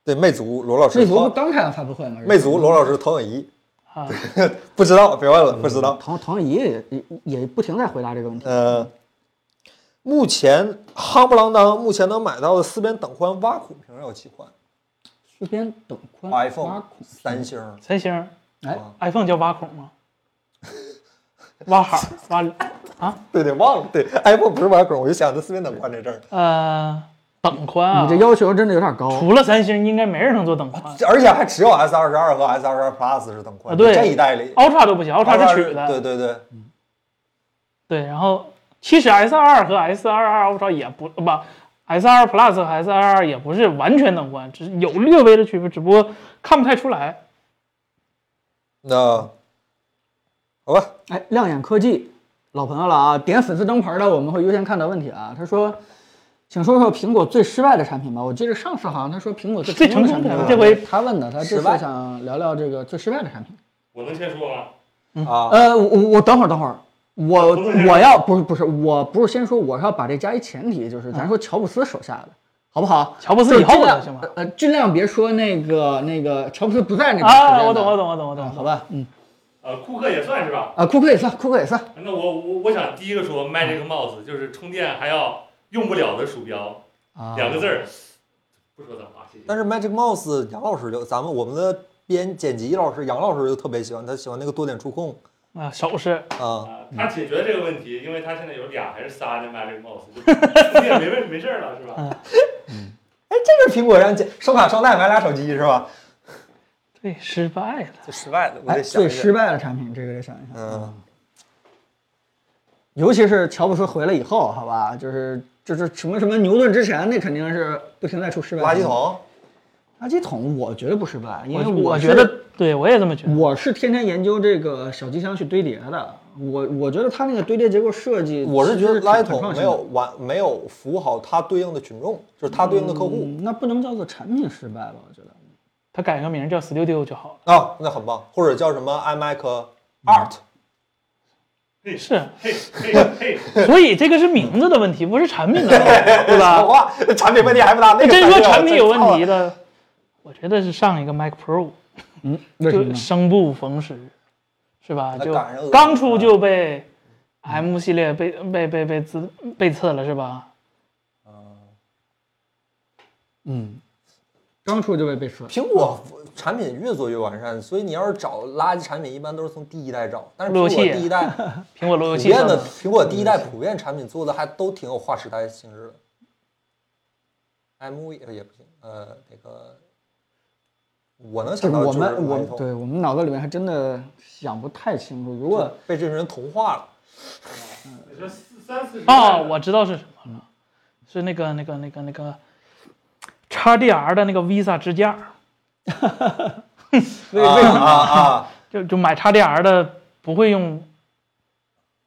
对，魅族罗老师
魅族不
投
刚开完发布会吗？
魅族罗老师投影仪，
啊。
[LAUGHS] 不知道，别问了，不知道。
唐唐颖也也也不停在回答这个问题。
呃，目前夯不啷当，目前能买到的四边等宽挖苦屏有几款
四边等宽挖
？iPhone
孔、
三星，
三星
哎
啊
，iPhone 叫挖孔
[LAUGHS]
吗？挖海儿挖
啊
对对，忘了，对 iPhone 不是挖孔，我就想这四边等宽这事儿。
呃，等宽啊
你这，要求真的有点高。
除了三星，应该没人能做等
[LAUGHS]
宽。
而且还只有 S 二十二和 S 二十二 Plus 是等
啊
宽，
对
这一代里
Ultra 都不行，Ultra 是曲的。
对对对，
对，然后其实 S 二和 S 二二 Ultra 也不不 S 二 Plus 和 S 二二也不是完全等宽，只是有略微的区别，只不过看不太出来。
那好吧，
哎，亮眼科技，老朋友了啊，点粉丝灯牌的我们会优先看到问题啊。他说，请说说苹果最失败的产品吧。我记得上次好像他说苹果最
最
成
成功
功
的
的产品啊，
这回
他问的，他这
失
次
败
想聊聊这个最失败的产品。
我能先说吗？
啊，
呃，我我我等会儿等会儿，我
不是
我要不是不是，我不是先说我要把这加一前提，就是咱说乔布斯手下的，好不好？
乔布斯
就是
以后
尽
的
量
行吗？
呃，尽量别说那个那个乔布斯不在那个时间
啊，
的
我懂，我懂，我懂，我懂。
啊好吧，嗯，
呃，库克也算是吧。
啊，库克也算，库克也算，
那我我我想第一个说卖这个帽子，就是充电还要用不了的鼠标，
啊，
两个字儿，不说脏话，谢谢。
但是 Magic Mouse 杨老师就咱们我们的编剪辑老师杨老师就特别喜欢，他喜欢那个多点触控
啊，手势
啊，
啊，他解决这个问题，因为他现在有俩还是仨的 Magic Mouse，就你也没问没事儿了是吧？
嗯哎这是苹果让剪收卡收带买俩手机是吧？
对，失败了。
这失败了，我
哎，
得想一
最
想
失败的产品，这个得想一想。
嗯。
尤其是乔布斯回来以后，好吧，就是就是什么什么牛顿之前，那肯定是不停在出失败。
垃圾，桶，
垃圾桶，我觉得不失败，因为
我我
是
觉得，对我也这么觉得。
我是天天研究这个小机箱去堆叠的。我我觉得它那个堆叠结构设计，
我是觉得垃圾桶没有
嗯。
完没有服务好它对应的群众，就是它对应的客
嗯
户
嗯那不能叫做产品失败吧？我觉得
他改个名叫 Studio 就好
啊，那很棒，或者叫什么
嗯
iMac Art，
了。是，
嘿嘿嘿，
所以这个是名字的问题，不是产品的问题，对
什
吧？
么话？ [LAUGHS] 产品问题还不大，那个
真说
材料
产品有问
真
题的，我觉得是上一个 Mac Pro
为什
就
么呢？
生不逢时，是吧？
那
就
赶上
刚出就被 M 系列被被被被自被刺了，是吧？
嗯，刚出就被被说。
糟了苹果产品越做越完善，所以你要是找垃圾产品，一般都是从第一代找。但是苹
路由
果
器
第一
[LAUGHS]
代
苹果路由
普
器
遍
上
的
的，
苹果第一代普遍产品做的还都挺有划时代性质的。MV 也不行，呃，那个我能
这
想
个
到
我
就是
们
垃圾
我
桶
对我们脑子里面还真的想不太清楚。如
就
果
被这群人同化了。
你说四三四十
哦，
万的
我知道是什么了，是那个那个那个那个 XDR 的那个 Visa 支架，
[LAUGHS] 为
啊啊啊！
就就买 XDR 的不会用，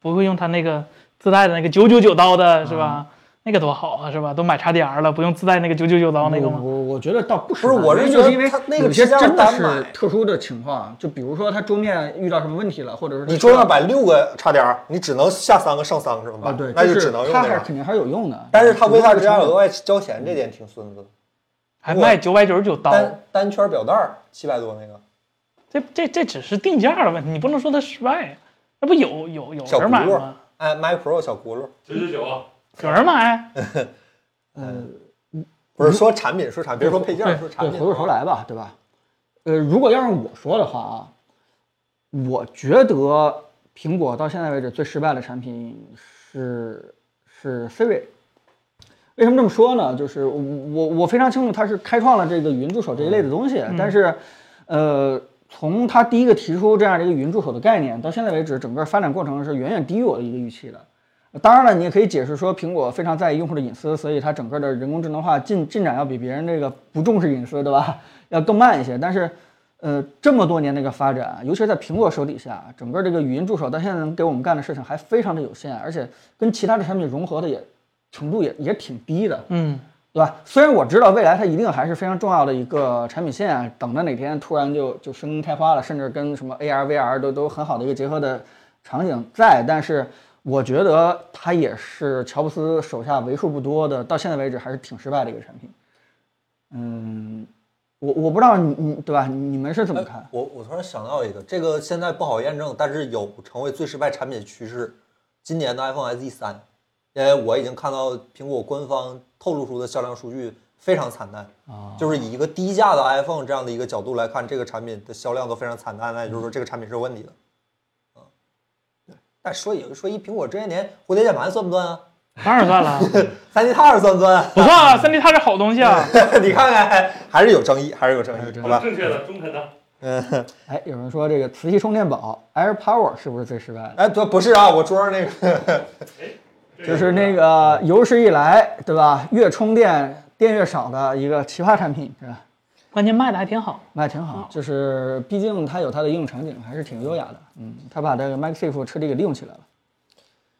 不会用它那个自带的那个九九九刀的是吧？那个多好啊，是吧？都买 XDR 了，不用自带那个九九九刀那个
我
吗？
我我觉得倒不是
不是我是
是
觉得
因为
它那个
有些
支架
真的
单
是
买
特殊的情况，就比如说它桌面遇到什么问题了，或者是它
你桌上摆六个差点儿，你只能下三个，剩三个是吧？
啊，对，
那
就
就是只能用
它
那
还
个。
肯定还是有用的。
但是它 Visa 支
只不过
架
是
额外交钱，这点挺孙子的。
还卖九百九十九刀，
单单圈表带儿七百多那个，
这这这只是定价的问题，你不能说它失败呀。那不有有有
小
人买
轱辘
吗？
哎，Mac Pro 小轱辘，
九九啊九，
有人买，
不是说产品，说产品，别说配件儿，
对
说
嗯对，
产
回
品。
过头来吧，对吧？呃，如果要让我说的话啊，我觉得苹果到现在为止最失败的产品是是 Siri。为什么这么说呢？就是我我我非常清楚它是开创了这个语音助手这一
嗯
类的东西，但是，呃，从它第一个提出这样的一个语音助手的概念到现在为止，整个发展过程是远远低于我的一个预期的。当然了，你也可以解释说，苹果非常在意用户的隐私，所以它整个的人工智能化进进展要比别人这个不重视隐私，对吧？要更慢一些。但是，呃，这么多年的一个发展，啊尤其是在苹果手底下，啊整个这个语音助手到现在能给我们干的事情还非常的有限，而且跟其他的产品融合的也程度也也挺低的。
嗯，
对吧？虽然我知道未来它一定还是非常重要的一个产品线，啊等着哪天突然就就生根开花了，甚至跟什么 AR、VR 都都很好的一个结合的场景在，但是我觉得它也是乔布斯手下为数不多的，到现在为止还是挺失败的一个产品。嗯，我我不知道你你对吧？你们是怎么看？
哎我我突然想到一个，这个现在不好验证，但是有成为最失败产品的趋势。今年的 iPhone SE 三，因为我已经看到苹果官方透露出的销量数据非常惨淡，就是以一个低价的 iPhone 这样的一个角度来看，这个产品的销量都非常惨淡，那也就是说这个产品是有问题的。嗯，对。但说有一说一，苹果这些年蝴蝶键盘算不算啊？
当然算了，
三 D 套算不算？
不算啊，三 D 它是好东西啊。
[LAUGHS] 你看看，还是有争议，还是有争
还是有
议，
争议
好吧？
正确的、中肯的，
嗯，
哎，有人说这个磁吸充电宝 Air Power 是不是最失败的？
哎，不不是啊，我桌上
[LAUGHS]
那个，
这
就是那个有史以来，对吧？越充电电越少的一个奇葩产品，是吧？
关键卖的还挺好，
卖挺
嗯
好，就是毕竟它有它的应用场景，还是挺优雅的。嗯，它把这个 MagSafe 彻底给利用起来了。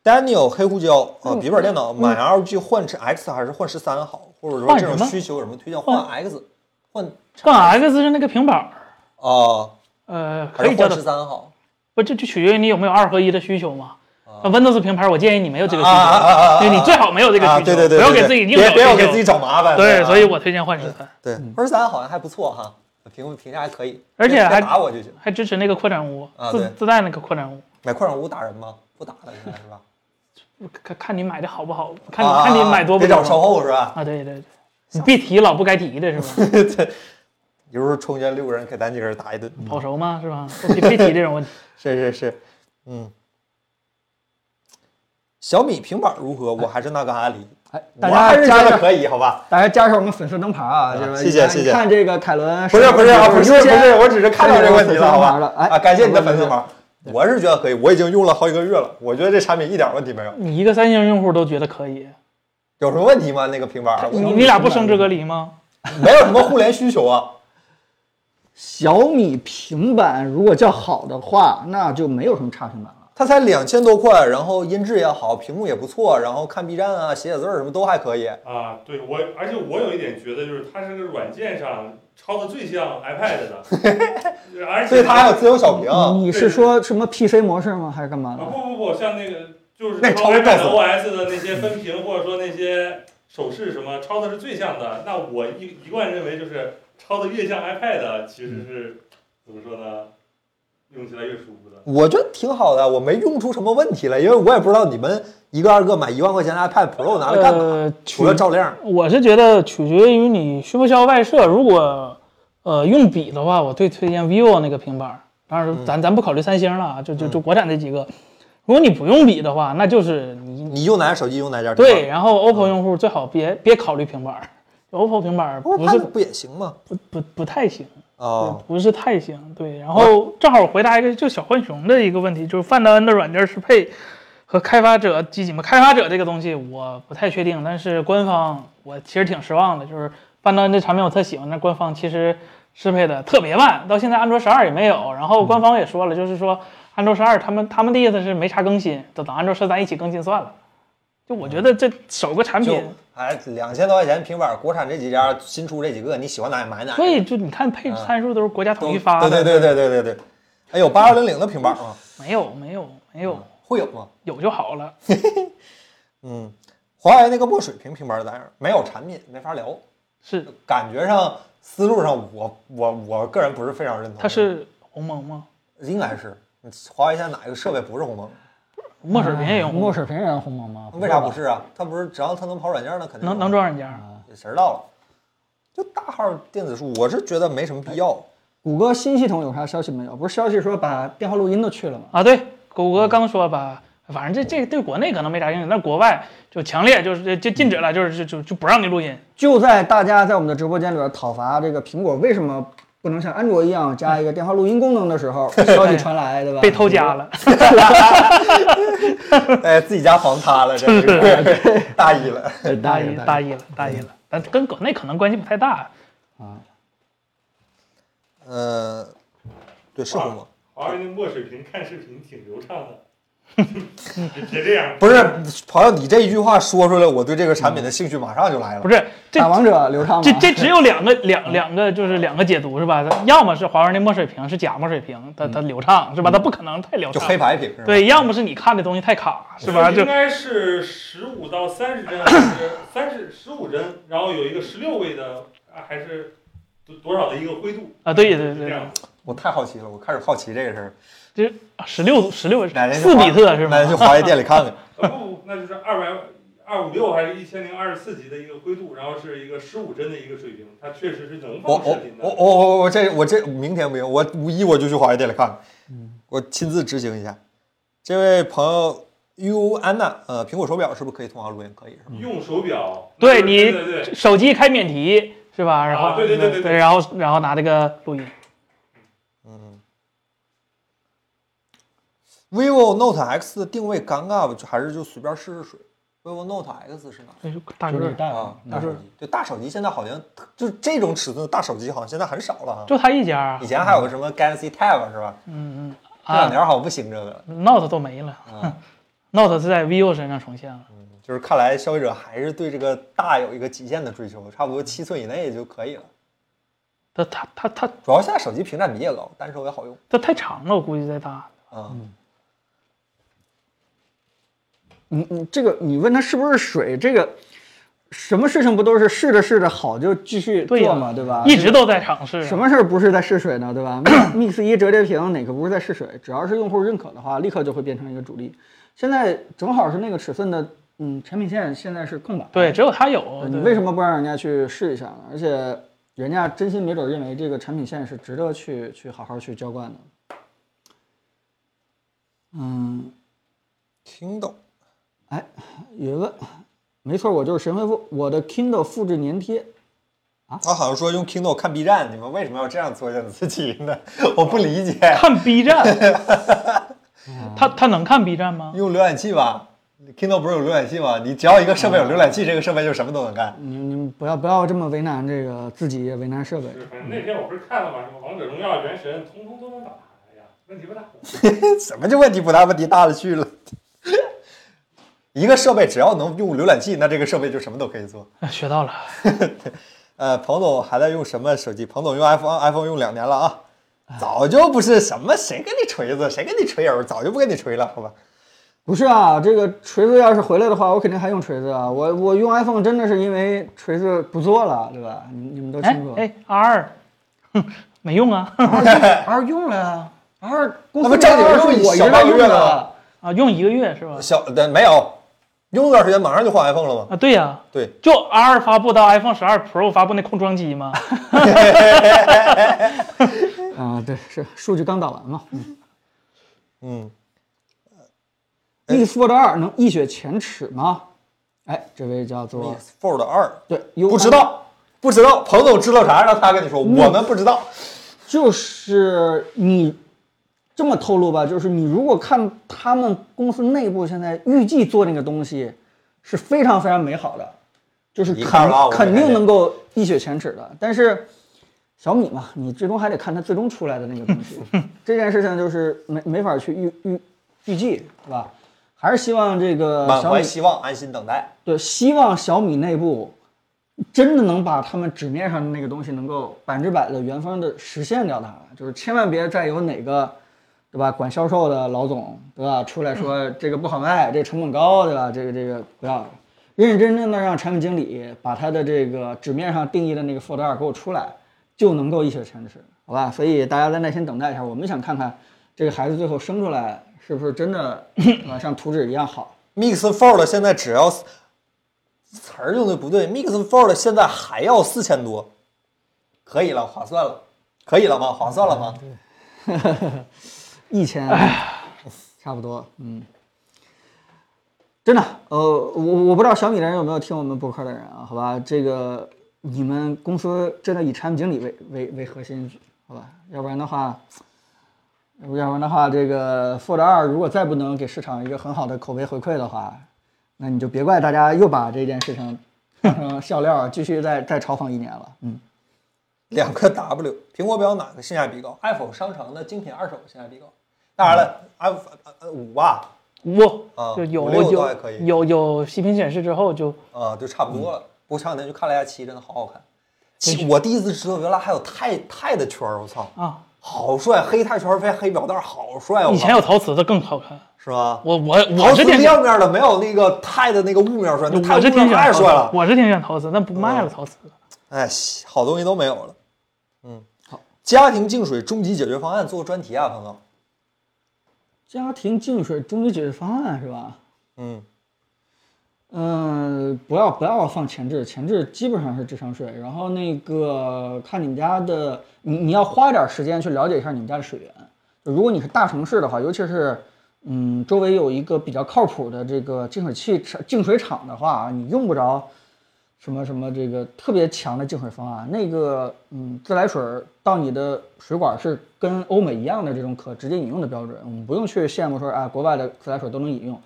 Daniel 黑胡椒
嗯
啊，笔记本电脑买 LG 换 X 还是换十三好？或者说
换
这
什
种
么
需求有什么推荐？
换
换 X，换
杠 X 是那个平板儿，
啊，
呃，可
还
以
是
叫
换
它
十三好？
不，这就取决于你有没有二合一的需求嘛。那 Windows 平盘，我建议你没有这个需
啊啊啊啊啊
求，对你最好没有这个需
啊，
求，
对对对，
不要
对
给
对
自己硬
别
找
别要给
需求
自己找麻烦。
对，
啊
所以我推荐换十三，
对二十三好像还不错哈，评评价还可以，
而且
别
还
打我就行。
还支持那个扩展坞
啊，对
自自带那个扩展坞。
买矿上屋打人吗？不打了，应该是吧？
看看你买的好不好，看
啊
你看你
啊啊
买多不
别
多
找售后是吧？
啊，对对对，你别提老不该提的是吧？
有时候中间六个人给咱几个人打一顿，
跑熟吗？是吧？别别提这种问题。
是是是，嗯。小米平板如何？我还是那个阿狸，
哎，
我
大
还
家
是
加
觉得
上，
可以，好吧？
大家加上我们粉丝灯牌啊，
啊
这个
谢谢
你
谢谢
看这个凯伦，
不是不是啊，不是不
优先
是，我只是看到这个问题了，好吧？
哎
啊，感谢你的粉丝牌，我是觉得可以，我已经用了好几个月了，我觉得这产品一点问题没有。
你一个三星用户都觉得可
[LAUGHS]
以，
有什么问题吗？那个平板儿
你你俩不生之隔离吗？
没有什么互联需求啊。
小米平板如果叫好的话，那就没有什么差平板了。
它才两千多块，然后音质也好，屏幕也不错，然后看 B 站啊、写写字儿什么都还可 [LAUGHS] 以。
啊，对我，而且我有一点觉得，就是它是个软件上抄的最像 iPad 的，而且
所以它还有自由小屏，啊
你是说什么 PC 模式吗？还是干嘛
啊
的？
不不不，像那个就是
那
抄
抄的告
iPad
诉
OS 的那些分屏，或者说那些手势什么抄的是最像的。那我一一贯认为就是抄的越像 iPad，其实是怎么说呢？用起来越舒服的。
我觉得挺好的，我没用出什么问题来，因为我也不知道你们一个二个买一万块钱的 iPad Pro 拿来干嘛，
呃，
除了照亮。
我是觉得取决于你需不需要外设。如果呃用笔的话，我最推荐 vivo 那个平板儿。当然，咱咱不考虑三星了啊，就就就国产这几个。如果你不用笔的话，那就是你
你用哪家手机用哪家？
对。，然后 OPPO 用户最好别别考虑平板儿，OPPO 平板儿不是
iPad 不也行吗？
不不不太行。
哦，
不是太行。对，然后正好回答一个就小浣熊的一个问题，就是范德恩的软件适配和开发者机器嘛。开发者这个东西我不太确定，但是官方我其实挺失望的，就是范德恩这产品我特喜欢，但官方其实适配的特别慢，到现在安卓十二也没有。然后官方也说了，就是说安卓十二他们他们的意思是没啥更新，等等安卓十三一起更新算了。就我觉得这首个产
就
品，
哎，两千多块钱平板，国产这几家新出这几个，你喜欢哪买哪。
所以就你看配置参数都是国家统一发的，
对对对对对对对。哎，有八幺零零的平板吗？
没有没有没有
会有吗？
有就好了。
嗯，华为那个墨水屏平板咋样？没有产品，没法聊。
是
感觉上、思路上我，我我个人不是非常认同。
它是鸿蒙吗？
应该是华为现在哪一个设备不是鸿蒙？
墨水屏也
啊
有鸿
墨
蒙，
水屏也用鸿蒙吗？
为啥不是啊？它不是只要它能跑软件，那肯定
能能装软件儿。
谁知道了？就大号电子书，我是觉得没什么必
[LAUGHS]
要。
谷歌新系统有啥消息没有？不是消息说把电话录音都去了吗？
啊？对，谷歌刚说吧，反正这这对国内可能没啥影响，但国外就强烈就是就禁止了，就是就就就不让你录音。
就在大家在我们的直播间里边讨伐这个苹果为什么不能像安卓一样加一个电话录音功能的
[LAUGHS]
时候，消息传来，对吧？
被偷家了，
哎，自己家房
[LAUGHS]
塌了，这是 [LAUGHS] 大意嗯了。
哎，
大
大
意
意
大意了，大意了。但跟国内可能关系不太大。
嗯，对，是
啊
鸿蒙。
华为那墨水屏看视频挺流畅的， [LAUGHS] 你别这样。
不是，朋友，你这一句话说出来，我对这个产品的兴趣马上就来了
不。是，这
打王者流畅吗？
这这只有两个
嗯
两两个就是两个解读是吧？要么是华为那墨水屏是假墨水屏，它它流畅是吧？它不可能太流
嗯就
畅
黑。白屏是吧？嗯
对，要么是你看的东西太卡是吧？就
应该是十五到三十帧，还是三十十五帧，然后有一个十六位的，啊还是多多少的一个灰度
啊，对对
这
对，
样。
我太好奇了，我开始好奇这个事儿。
十六十六
哪天就
四比特是吗
哪？天去华为店里看看。
啊不不，那就是二百二五六还是一千零二十四级的一个灰度，然后是一个十五帧的一个水平，它确实是能
我
放
我
视频的。
我我我我这我这明天不行，
嗯
我五一我就去华为店里看看，我亲自执行一下。这位朋友 U Anna，呃，苹果手表是不是可以通话录音？可以是吧？
用手表，
对
对
你
对对，
手机开免提是吧？然后、
啊对对对对对
然后然后拿这个录音，
vivo Note X 的定位尴尬吧？就还是就随便试试水。vivo Note X 是哪
哎这是大
就
个
是
儿，
大的
啊？大手机，就大手机现在好像就这种尺寸的大手机好像现在很少了啊。
就他一家啊
以，前还有个什么 Galaxy Tab 是吧？
嗯
这两
嗯啊
年好像不兴这个了。
嗯
，Note 都没了、 [LAUGHS]
啊
n o t e 是在 vivo 身上重现了，
就是看来消费者还是对这个大有一个极限的追求，差不多七寸以内就可以了。
它它它它
主要现在手机屏占比也高，单手也好用
它太长了，我估计在它。
啊。
你你嗯这个你问他是不是水，这个什么事情不都是试着试着好就继续
对呀
做嘛，对吧？
一直都在尝试啊。
什么事儿不是在试水呢，对吧？Mix 一折叠屏哪个不是在试水？只要是用户认可的话，立刻就会变成一个主力。现在正好是那个尺寸的，嗯，产品线现在是空白。
对，只有它有。
呃你
对
为什么不让人家去试一下呢？而且人家真心没准认为这个产品线是值得去去好好去浇灌的。嗯，
Kindle
云问，没错，我就是神回复，我的 Kindle 复制粘贴，
他好像说用 Kindle 看 B 站，你们为什么要这样作践自己呢？我不理解。
看 B
[LAUGHS]
站？嗯他他能看 B 站吗？
[LAUGHS] 用浏览器吧，Kindle 不是有浏览器吗？你只要一个设备有浏览器，这个设备就什么都能干。
你你们不要不要这么为难这个自己，也为难设备。
对反正那天我不是看了吗？什么王者荣耀、原神，通通都能打。哎呀，问题不大。
什么就问题不大，问题大了去了。一个设备只要能用浏览器，那这个设备就什么都可以做。
嗯
哎学到了，
呃，彭总还在用什么手机？彭总用 iPhone，iPhone 用两年了啊，早就不是什么谁跟你锤子，谁跟你锤友，早就不跟你锤了，好吧？
不是啊，这个锤子要是回来的话，我肯定还用锤子啊。我我用 iPhone 真的是因为锤子不做了，对吧？你你们都
哎
清楚。
哎，R，哼，没用啊 [LAUGHS]
R 用了呀，R 公
那不
司
正经
的 R
用
是我一
小
直在
半个
用
月
的
了吗
啊。
啊，用一个月是吧？
小的没有，用一段时间马上就换 iPhone 了吗？
啊，对呀、
对，
就 R 发布到 iPhone 十二 Pro 发布那空窗期嘛，
啊，对，是数据刚打完嘛。
嗯，
Mix Fold 二能一雪前耻吗？哎，这位叫做
Mix Fold 二
对，
不知，道，不知道，彭总知道啥？让他跟你说，我们不知道。
就是你这么透露吧，就是你如果看他们公司内部现在预计做那个东西是非常非常美好的，就是
一看
肯
了啊我就
肯
看
定
见
能够一雪前耻的。但是小米嘛，你最终还得看它最终出来的那个东
[LAUGHS]
西，这件事情就是没没法去预预预计，是吧？还是希望这
呃
个
满
小
怀
米
希望，安心等待。
对，希望小米内部真的能把他们纸面上的那个东西能够百分之百的原封的实现掉它，就是千万别再有哪个，对吧？管销售的老总，对吧？出来说这个不好卖，这个成本高，对吧？这个这个不要，认认真真的让产品经理把他的这个纸面上定义的那个 Fold 二给我出来，就能够一雪前耻，好吧？所以大家再耐心等待一下，我们想看看这个孩子最后生出来是不是真的 [COUGHS] 对吧像图纸一样好。
Mix Fold 现在只要词儿用的不对，Mix Fold 现在还要四千多，可以了，划算了，可以了吗？划算了吗？
嗯
一千，差不多，嗯，真的，呃，我我不知道小米的人有没有听我们博客的人啊，好吧，这个你们公司真的以产品经理为为为核心，好吧，要不然的话，要不然的话，这个 Fold 二如果再不能给市场一个很好的口碑回馈的话，那你就别怪大家又把这件事情当成笑料，继续再再嘲讽一年了，嗯，
两个 W，苹果表哪个性价比高？iPhone 商城的精品二手性价比高。当然了，iPhone 呃五吧，
[LAUGHS] 我
啊
嗯就有
五六倒还可
有
以
有有息屏显示之后就
啊，就差不多了。
嗯
不过前两天去看了一下七，真的好好看。七，我第一次知道原来还有钛钛的圈儿，我操，
啊，
好帅！黑钛圈儿配黑表带，好帅！我靠
以前有陶瓷的更好看，
是吧？
我我
陶
我
瓷
是天
亮面的，没有那个钛的那个雾面帅，那钛
我是
雾
挺
面
喜
太
欢
帅
陶
了嗯
瓷，。我是挺喜欢陶瓷，但不卖了陶瓷。
哎，好东西都没有了。嗯，好，家庭净水终极解决方案做专题啊，彭总。
家庭净水终极解决方案是吧？
嗯，
嗯，不要不要放前置，前置基本上是智商税。然后那个看你们家的，你你要花点时间去了解一下你们家的水源。就如果你是大城市的话，尤其是嗯，周围有一个比较靠谱的这个净水器厂、净水厂的话啊，你用不着什么什么这个特别强的净水方案。那个嗯，自来水儿到你的水管是跟欧美一样的这种可直接饮用的标准，我们不用去羡慕说啊，国外的自来水都能饮用。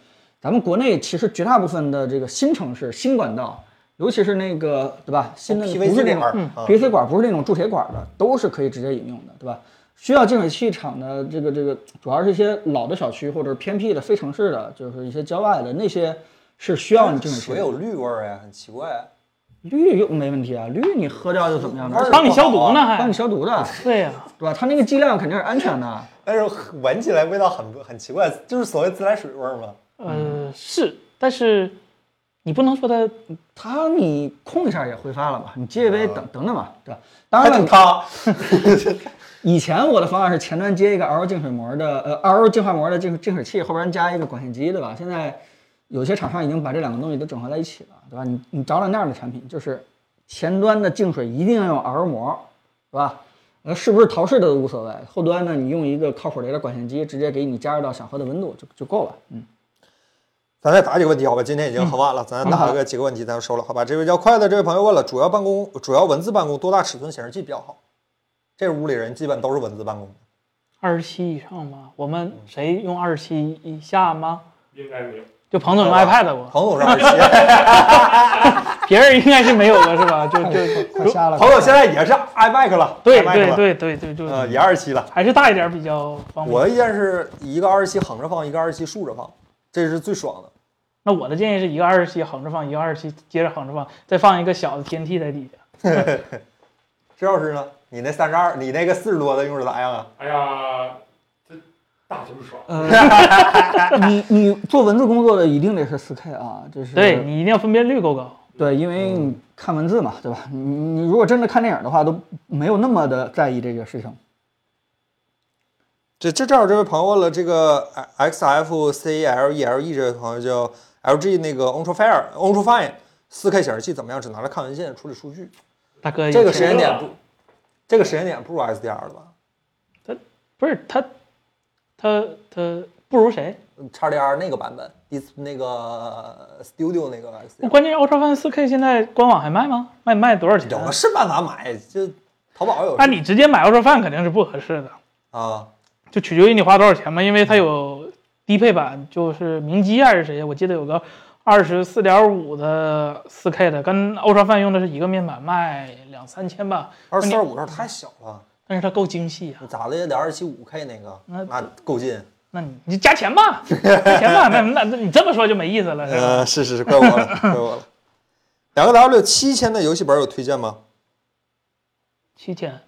咱们国内其实绝大部分的这个新城市、新管道，尤其是那个对吧，新的不
PVC
是那
那
种
块儿啊，
PVC 管不是那种铸铁管的，都是可以直接饮用的，对吧？需要净水器厂的这个这个，主要是一些老的小区或者是偏僻的非城市的，就是一些郊外的那些是需要你净水器
水
的。
有绿味儿呀，很奇怪啊。
绿又没问题啊，绿你喝掉又怎么样呢？
帮你消毒
啊
呢
帮
还
你？消毒的，
对呀、
对吧？它那个剂量肯定是安全的。
但是闻起来味道很很奇怪，就是所谓自来水味儿嘛。嗯
呃是，但是你不能说它
它你控一下也挥发了嘛，你接一杯等等等嘛，对吧？当
还
然
挺
了，
烫，
以前我的方案是前端接一个 RO 净水膜的，呃，RO 净化膜的净净水器，后边加一个管线机，对吧？现在有些厂商已经把这两个东西都整合在一起了，对吧？你你找找那样的产品，就是前端的净水一定要用 RO 膜，是吧？呃，是不是陶氏的都无所谓，后端呢，你用一个靠谱点的管线机，直接给你加热到想喝的温度就就够了。嗯，
咱再答几个问题，好吧？今天已
嗯
经很晚了，咱答个几个问题，咱就收了，好吧？这位叫快的这位朋友问了，主要办公主要文字办公多大尺寸显示器比较好？这屋里人基本都是文字办公，
二十七以上吗？我们
嗯
谁用二十七以下吗？
应该没有。
就彭总用
啊
iPad 过，
彭总是二十七，
[LAUGHS] 别人应该是没有的是吧？就就
[LAUGHS]
快下了，
彭总现在也是 iMac 了，
对
iMac
对
了，
对对对
呃，
对，
也二十七了。
还是大一点比较方便。
我的意见是一个二十七横着放，一个二十七竖着放，这是最爽的。
那我的建议是一个二十七横着放，一个二十七接着横着放，再放一个小的 TNT 在底下。
石老师呢？你那三十二，你那个四十多的用着咋样啊？
哎呀，这大就是爽。
你你做文字工作的一定得是 4K 啊，这是
对你一定要分辨率够高。
对，因为
嗯
你看文字嘛，对吧？你你如果真的看电影的话，都没有那么的在意这个事情。
这这正好这位朋友问了，这个 X F C L E L E 这位朋友叫 L G 那个 Ultrafire Ultrafine 四 K 显示器怎么样？只拿来看文献、处理数据，
大哥，
这个时
是
间点不，这个时间点不如 S D R 了吧？
不是他，他他不如谁？
嗯 x D R 那个版本，第那个 Studio 那个 X，
那关键是 Ultra Fan 4K 现在官网还卖吗？卖卖多少钱？
有的是办法买，就淘宝有
那你直接买 Ultra Fan 肯定是不合适的，
啊，
就取决于你花多少钱嘛，因为
嗯
它有低配版，就是明基还是谁，我记得有个二十四点五的 4K 的，跟 Ultra Fan 用的是一个面板，卖两三千吧，
二四二五有点太小了，
但是它够精细啊
你。咋的也得二十七五 K 那个，
那呃
那够劲。
那你你就加钱吧，加钱吧，那那那你这么说就没意思了，是吧？
呃，是是是，怪我了，怪我了。 [LAUGHS] 两个 W 七千的游戏本有推荐吗？
七千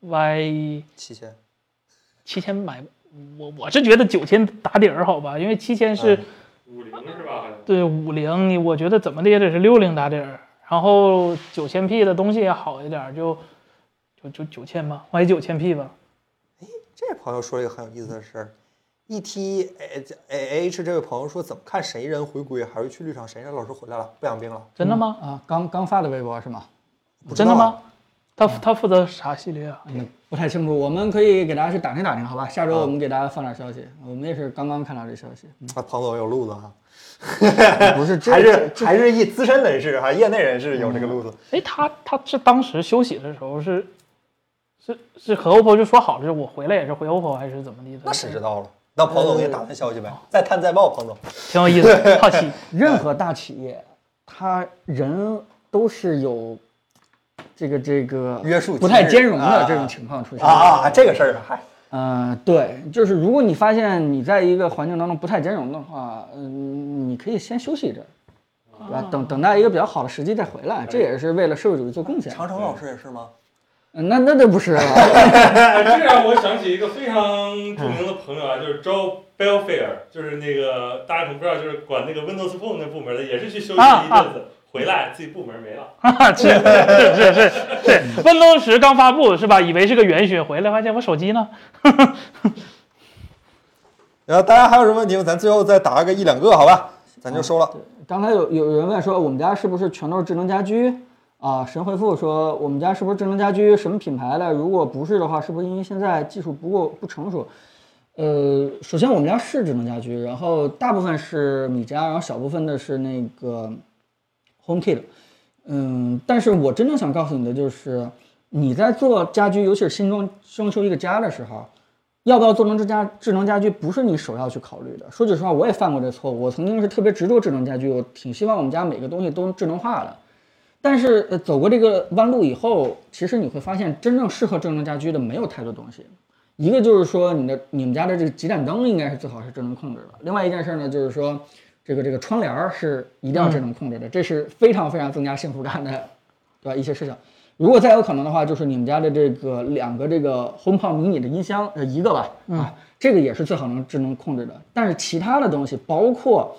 ，Y
七千，
七千买，我我是觉得九千打底儿好吧，因为七千是、
五零是吧？好像
对五零，你我觉得怎么的也得是六零打底儿，然后九千 P 的东西也好一点儿，就就就九千吧，Y 九千 P 吧。
这位朋友说了一个很有意思的事儿。E T A A H 这位朋友说，怎么看谁人回归，还是去绿场？谁人老师回来了，不养病了？
真的吗？
啊，刚刚发的微博是吗？
不知
真
道
的
啊？
吗？他他负责啥系列啊？
嗯，不太清楚，我们可以给大家去打听打听，好吧？下周我们给大家放点消息，我们也是刚刚看到这消息，
啊，彭总有路子啊，
不是这
哎还是还是业资深人士，还业内人士有这个路子。
哎，他他是当时休息的时候是是是和 OPPO 就说好了，是我回来也是回 OPPO 还是怎么地的？
那谁知道了？那彭总给你打探消息呗，再探再报，彭总。
挺有意思的，好奇。
任何大企业，它人都是有这个这个
约束
不太
机制
兼容
啊
的这种情况出现
啊啊，这个事儿啊，嗨，
呃，对，就是如果你发现你在一个环境当中不太兼容的话，嗯，你可以先休息一阵儿，对吧？等等待一个比较好的时机再回来，这也是为了社会主义做贡献。
长城老师也是吗？
嗯那那那不是啊，
哎这让我想起一个非常著名的朋友啊，就是 Joe Belfair，就是那个大家可能不知道，就是管那个 Windows Phone 那部门的，也是去休息
啊
一阵子，回来自己部门没了。
是是是是是，Windows 十刚发布是吧？以为是个元勋，回来发现我手机呢？
然后大家还有什么问题吗？咱最后再答个一两个，好吧？咱就收了。
刚才有有人问说我们家是不是全都是智能家居啊？神回复说我们家是不是智能家居，什么品牌的？如果不是的话，是不是因为现在技术不够不成熟？呃，首先我们家是智能家居，然后大部分是米家，然后小部分的是那个 HomeKit。嗯，但是我真正想告诉你的就是，你在做家居，尤其是新装装修一个家的时候，要不要做成智家智能家居，不是你首要去考虑的。说句实话，我也犯过这错误，我曾经是特别执着智能家居，我挺希望我们家每个东西都智能化的。但是呃，走过这个弯路以后，其实你会发现，真正适合智能家居的没有太多东西。一个就是说你的你们家的这个几盏灯应该是最好是智能控制的。另外一件事呢，就是说这个这个窗帘儿是一定要智能控制的，这是非常非常增加幸福感的，对吧？一些事情。如果再有可能的话，就是你们家的这个两个这个 HomePod mini 的音箱，呃，一个吧，啊，这个也是最好能智能控制的。但是其他的东西，包括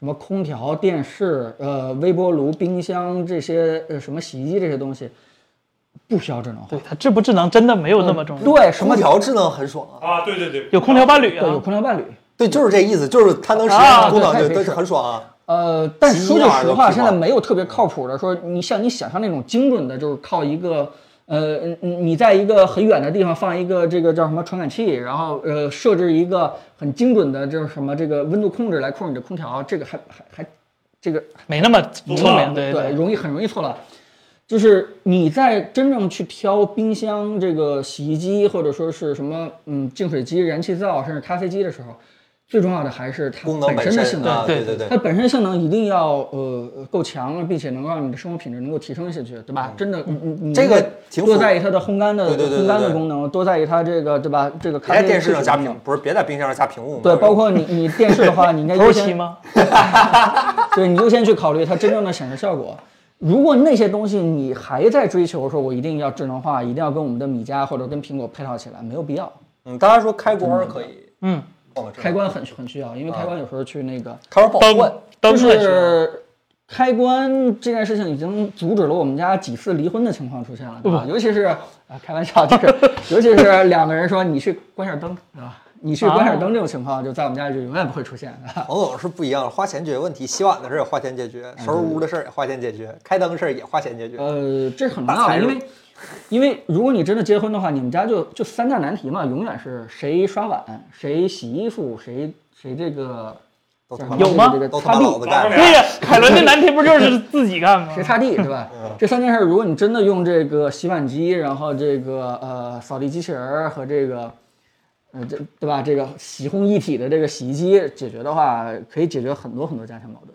什么空调、电视、呃，微波炉、冰箱这些，呃，什么洗衣机这些东西，不需要智能化。
对它智不智能真的没有那么重要，
对，什么
空调智能很爽啊！
啊，对对对，
有空调伴侣
对，有
啊，
空调伴侣。
对，就是这意思，就是它能实现
啊
的功能，
对
就
太
对
费事
很爽啊！
呃，但是说句
洗
实
碗
话，
的
现在没有特别靠谱的说，你像你想象那种精准的，就是靠一个呃，嗯嗯你在一个很远的地方放一个这个叫什么传感器，然后呃设置一个很精准的，就是什么这个温度控制来控制你的空调，这个还还还这个
没那么聪明，对
对，容易很容易错乱。就是你在真正去挑冰箱、这个洗衣机，或者说是什么嗯净水机、燃气灶，甚至咖啡机的时候，最重要的还是它
功能
本身的性能。
啊，
对
对对
它，本身性能一定要呃呃够强，并且能够让你的生活品质能够提升下去，对吧？真的，你你你
嗯这个挺
多
符
在意它的烘干的
对对对对
烘干
对
的功能，多在意它这个对吧？这个
别
咖
在
啡
电视上加
功能
屏，不是别在冰箱上加屏幕嘛。
对，包括你你电视的话，你应该
土
优
耳其
先
吗？
对，你优先去考虑它真正的显示效果。如果那些东西你还在追求说，我一定要智能化，一定要跟我们的米家或者跟苹果配套起来，没有必要。
嗯，大家说开关可以，
嗯，
忘了这个
开关很很需要，因为开
啊
关有时候去那个
开关不好
灯
换，
灯
就
也需要
是开关这件事情已经阻止了我们家几次离婚的情况出现了，对吧？尤其是啊，开玩笑，就是尤其是两个人说你去关下灯，对吧？你去关下灯这种情况，就在我们家就永远不会出现的。
彭总是不一样，花钱解决问题，洗碗的事儿也花钱解决，收拾屋的事儿也花钱解决，开灯的事儿也花钱解决。
呃，这很重
大
要
财
的，因
主
为因为如果你真的结婚的话，你们家就就三大难题嘛，永远是谁刷碗，谁洗衣服，谁谁这个
都他
叫
妈
什么
有吗
这个
都
擦
他妈
地
老子干
老
的
子。
对呀，凯伦这难题不就是自己干吗？
谁擦地，对吧？这三件事儿，如果你真的用这个洗碗机，然后这个呃扫地机器人儿和这个，呃这对吧？这个洗烘一体的这个洗衣机解决的话，可以解决很多很多家庭矛盾。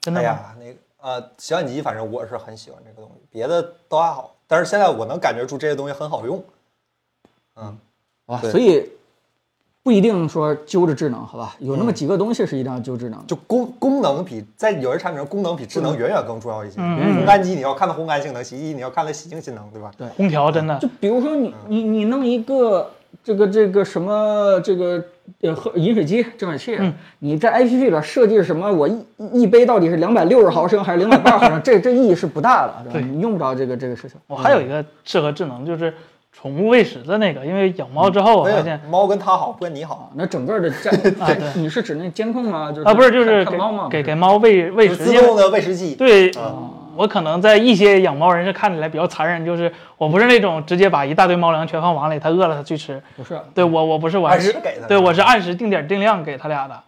真
哎
的吗？
呀，那个呃，洗碗机反正我是很喜欢这个东西，别的都还好，但是现在我能感觉出这些东西很好用。嗯，
好吧，
对
所以不一定说揪着智能，好吧？有那么几个东西是一定要揪智能的。
就功功能比在有些产品上功能比智能远远更重要一些。
嗯
烘干机你要看它烘干性能，洗衣机你要看它洗净性能，对吧？
空调真的
就比如说你你你弄一个这个这个什么这个呃喝饮水机净水器，
嗯
你在 A P P 里边设计什么我一一杯到底是两百六十毫升还是两百八十毫升，这这意义是不大的，对吧？
对
你用不着这个这个事情。
我还有一个适合智能，就是宠物喂食的那个，因为养猫之后我
没
发
有
现
猫跟它好，不跟你
啊
好。
那整个
[LAUGHS]
的家，
啊对
[LAUGHS] 你是指那监控吗？就是
啊，不是就是
看
给
看猫吗？
给给猫喂喂
就
食，
自
因为
动的喂食器，
对
啊，
我可能在一些养猫人士看起来比较残忍，就是我不是那种直接把一大堆猫粮全放碗里，它饿了它去吃。
不是，啊
对我我不是我还
按时
是
给它。
对我是按时定点定量给他俩的，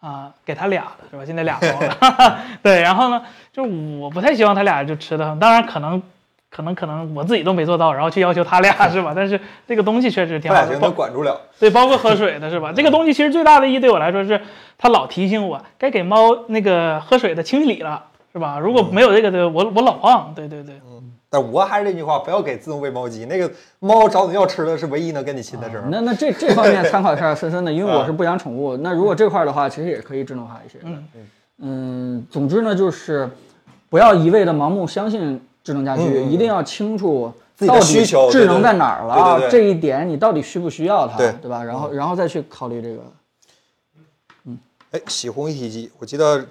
啊，给他俩的是吧？现在俩猫
[LAUGHS]
了，对，然后呢，就我不太希望他俩就吃的，当然可能。可能可能我自己都没做到，然后去要求他俩是吧？但是这个东西确实挺
不
好
小
的
心，
包
能管住了。
对，包括喝水的是吧？这个东西其实最大的意义对我来说是，它老提醒我该给猫那个喝水的清理了，是吧？如果
嗯
没有这个的，我我老忘。对对对，
但我还是这句话，不要给自动喂猫机。那个猫找你要吃的是唯一能跟你亲的时候。
啊那那这这方面参考一下森森的，因为我
啊
是不养宠物。那如果这块儿的话，其实也可以智能化一些。
嗯
嗯，总之呢，就是不要一味的盲目相信智能家居，
嗯嗯嗯
一定要清楚
自己的
到底
需求
智能在哪儿了啊
对对对
这一点你到底需不需要它，
对嗯
吧？然后然后再去考虑这个。
哎，洗烘一体机，我记得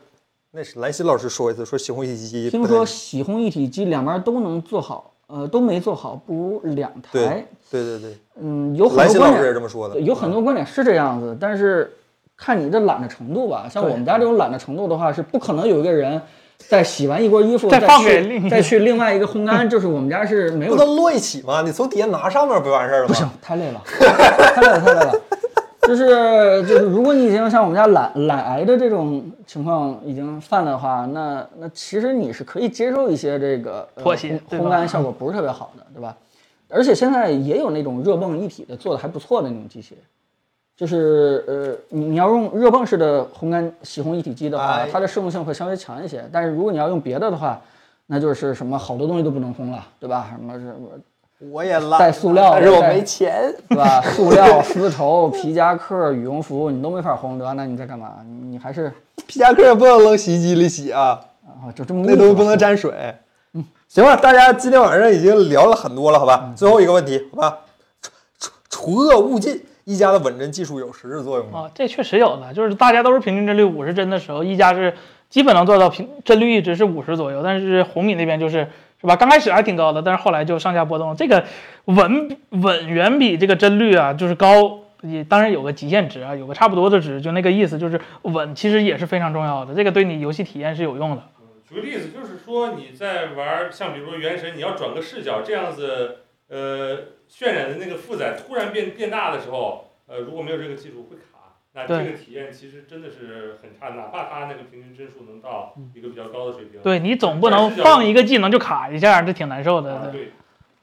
那是兰心老师说过一次，说洗烘一体机不
听
太
说洗烘一体机两边都能做好，呃，都没做好，不如两台
对。对对对，
嗯，有很
兰心
多
老
观
师也这
点，
么说的。
对有很多观点是这样子，但是看你这懒的程度吧。像我们家这种懒的程度的话，是不可能有一个人。在洗完一锅衣服，
再
再
放
去
给另一
再去另外一个烘干，就是我们家是没有啊
不能摞一起吗？你从底下拿上面不就完事儿了吗？
[LAUGHS] 不行，太累了，太累了，太累了。就是就是，如果你已经像我们家懒懒癌的这种情况已经犯的话，那那其实你是可以接受一些这个呃
妥协
烘
对吧
烘干效果不是特别好的，对吧？而且现在也有那种热泵一体的做的还不错的那种机器，就是呃，你你要用热泵式的烘干洗烘一体机的话
哎，
它的适用性会稍微强一些。但是如果你要用别的的话，那就是什么好多东西都不能烘了，对吧？什么什么
我也懒，
带塑料
但是我
带
没钱。
对吧？塑料、丝绸、皮夹克、羽绒服，你都没法烘，对吧？那你在干嘛？你你还是
皮夹克不能扔洗衣机里洗啊，
啊，就这么个
那
意思
东西
吧
不能沾水。行吧，大家今天晚上已经聊了很多了，好吧？
嗯
最后一个问题，好吧？除除除恶务尽，一家的稳帧技术有实质作用吗？
啊，这确实有的，就是大家都是平均帧率五十帧的时候，一加是基本能做到平帧率一直是五十左右，但是红米那边就是是吧？刚开始还挺高的，但是后来就上下波动。这个稳稳远比这个帧率啊就是高，也当然有个极限值啊，有个差不多的值，就那个意思，就是稳其实也是非常重要的，这个对你游戏体验是有用的。
啊举个例子，就是说你在玩儿，像比如说《原神》，你要转个视角，这样子，呃，渲染的那个负载突然变变大的时候，呃，如果没有这个技术会卡，那这
对
个体验其实真的是很差，哪怕它那个平均帧数能到一个比较高的水平。
嗯对你总不能放一个技能就卡一下，这挺难受的。
啊，
对
对，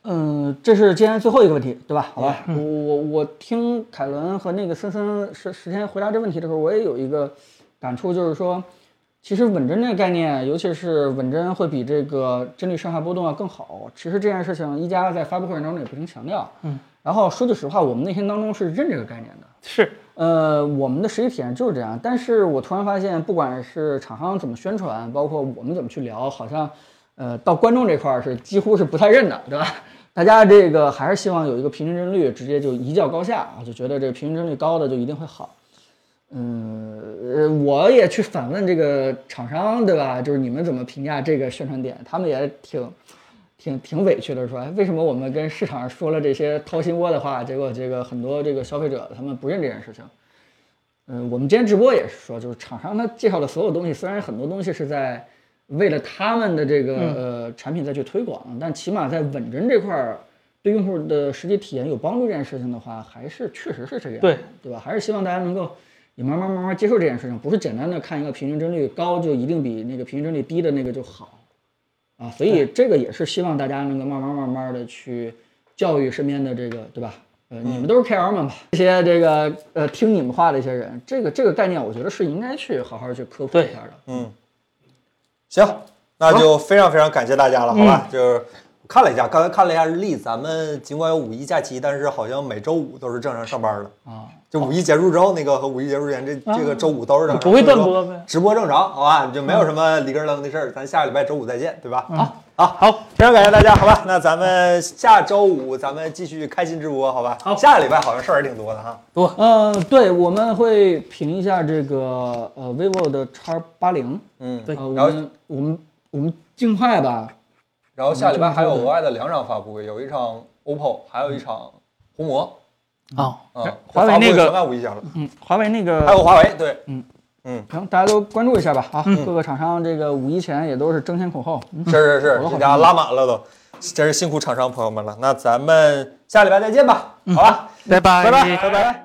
嗯，这是今天最后一个问题，对吧？好吧，嗯
嗯
我我我听凯伦和那个森森时时间回答这问题的时候，我也有一个感触，就是说，其实稳帧这个概念，尤其是稳帧会比这个帧率上下波动要更好。其实这件事情，一加在发布会当中也不停强调。
嗯，
然后说句实话，我们那天当中是认这个概念的。
是
呃，我们的实际体验就是这样，但是我突然发现，不管是厂商怎么宣传，包括我们怎么去聊，好像，呃，到观众这块儿是几乎是不太认的，对吧？ [LAUGHS] 大家这个还是希望有一个平均帧率，直接就一较高下啊，就觉得这个平均帧率高的就一定会好。嗯，呃我也去反问这个厂商，对吧？就是你们怎么评价这个宣传点？他们也挺挺挺委屈的说，哎，为什么我们跟市场上说了这些掏心窝的话，结果这个很多这个消费者他们不认这件事情。嗯，我们今天直播也是说，就是厂商他介绍的所有东西，虽然很多东西是在为了他们的这个呃产品再去推广，但起码在稳帧这块儿对用户的实际体验有帮助这件事情的话，还是确实是这个样子，
对
对吧？还是希望大家能够也慢慢慢慢接受这件事情，不是简单的看一个平均帧率高就一定比那个平均帧率低的那个就好。啊，所以这个也是希望大家能够慢慢慢慢的去教育身边的这个，对吧？呃，你们都是 KL 们吧？这些这个呃听你们话的一些人，这个这个概念，我觉得是应该去好好去科普一下的。
嗯，行，那就非常非常感谢大家了，好
嗯
吧？就是我看了一下，刚才看了一下日历，咱们尽管有五一假期，但是好像每周五都是正常上班的。
啊，
就五一结束之后，那个和五一结束之前，这
嗯啊
这个周五都是正常，
不会断播呗
直播正常，好吧？就没有什么里根楞的事儿，咱下个礼拜周五再见，对
嗯
吧？好，好，
好，
非常感谢大家，好吧？那咱们下周五咱们继续开心直播，好吧？
好
下个礼拜好像事儿也挺多的哈。
嗯、对，我们会评一下这个呃 vivo 的 X 八零，
嗯，
对
呃，我
然后
们我们我们尽快吧，
然后下礼拜还有额外的两场发布会，有一场 OPPO，还有一场红魔。
啊，
嗯，
华为那个
全卖五一家了，
嗯，华为那个
还有华为，对，
行，大家都关注一下吧。啊，各个厂商这个五一前也都是争先恐后。嗯
是是是
我，好
这家拉满了都，
嗯
真是辛苦厂商朋友们了。那咱们下礼拜再见吧，好吧，
拜拜
拜拜，拜拜。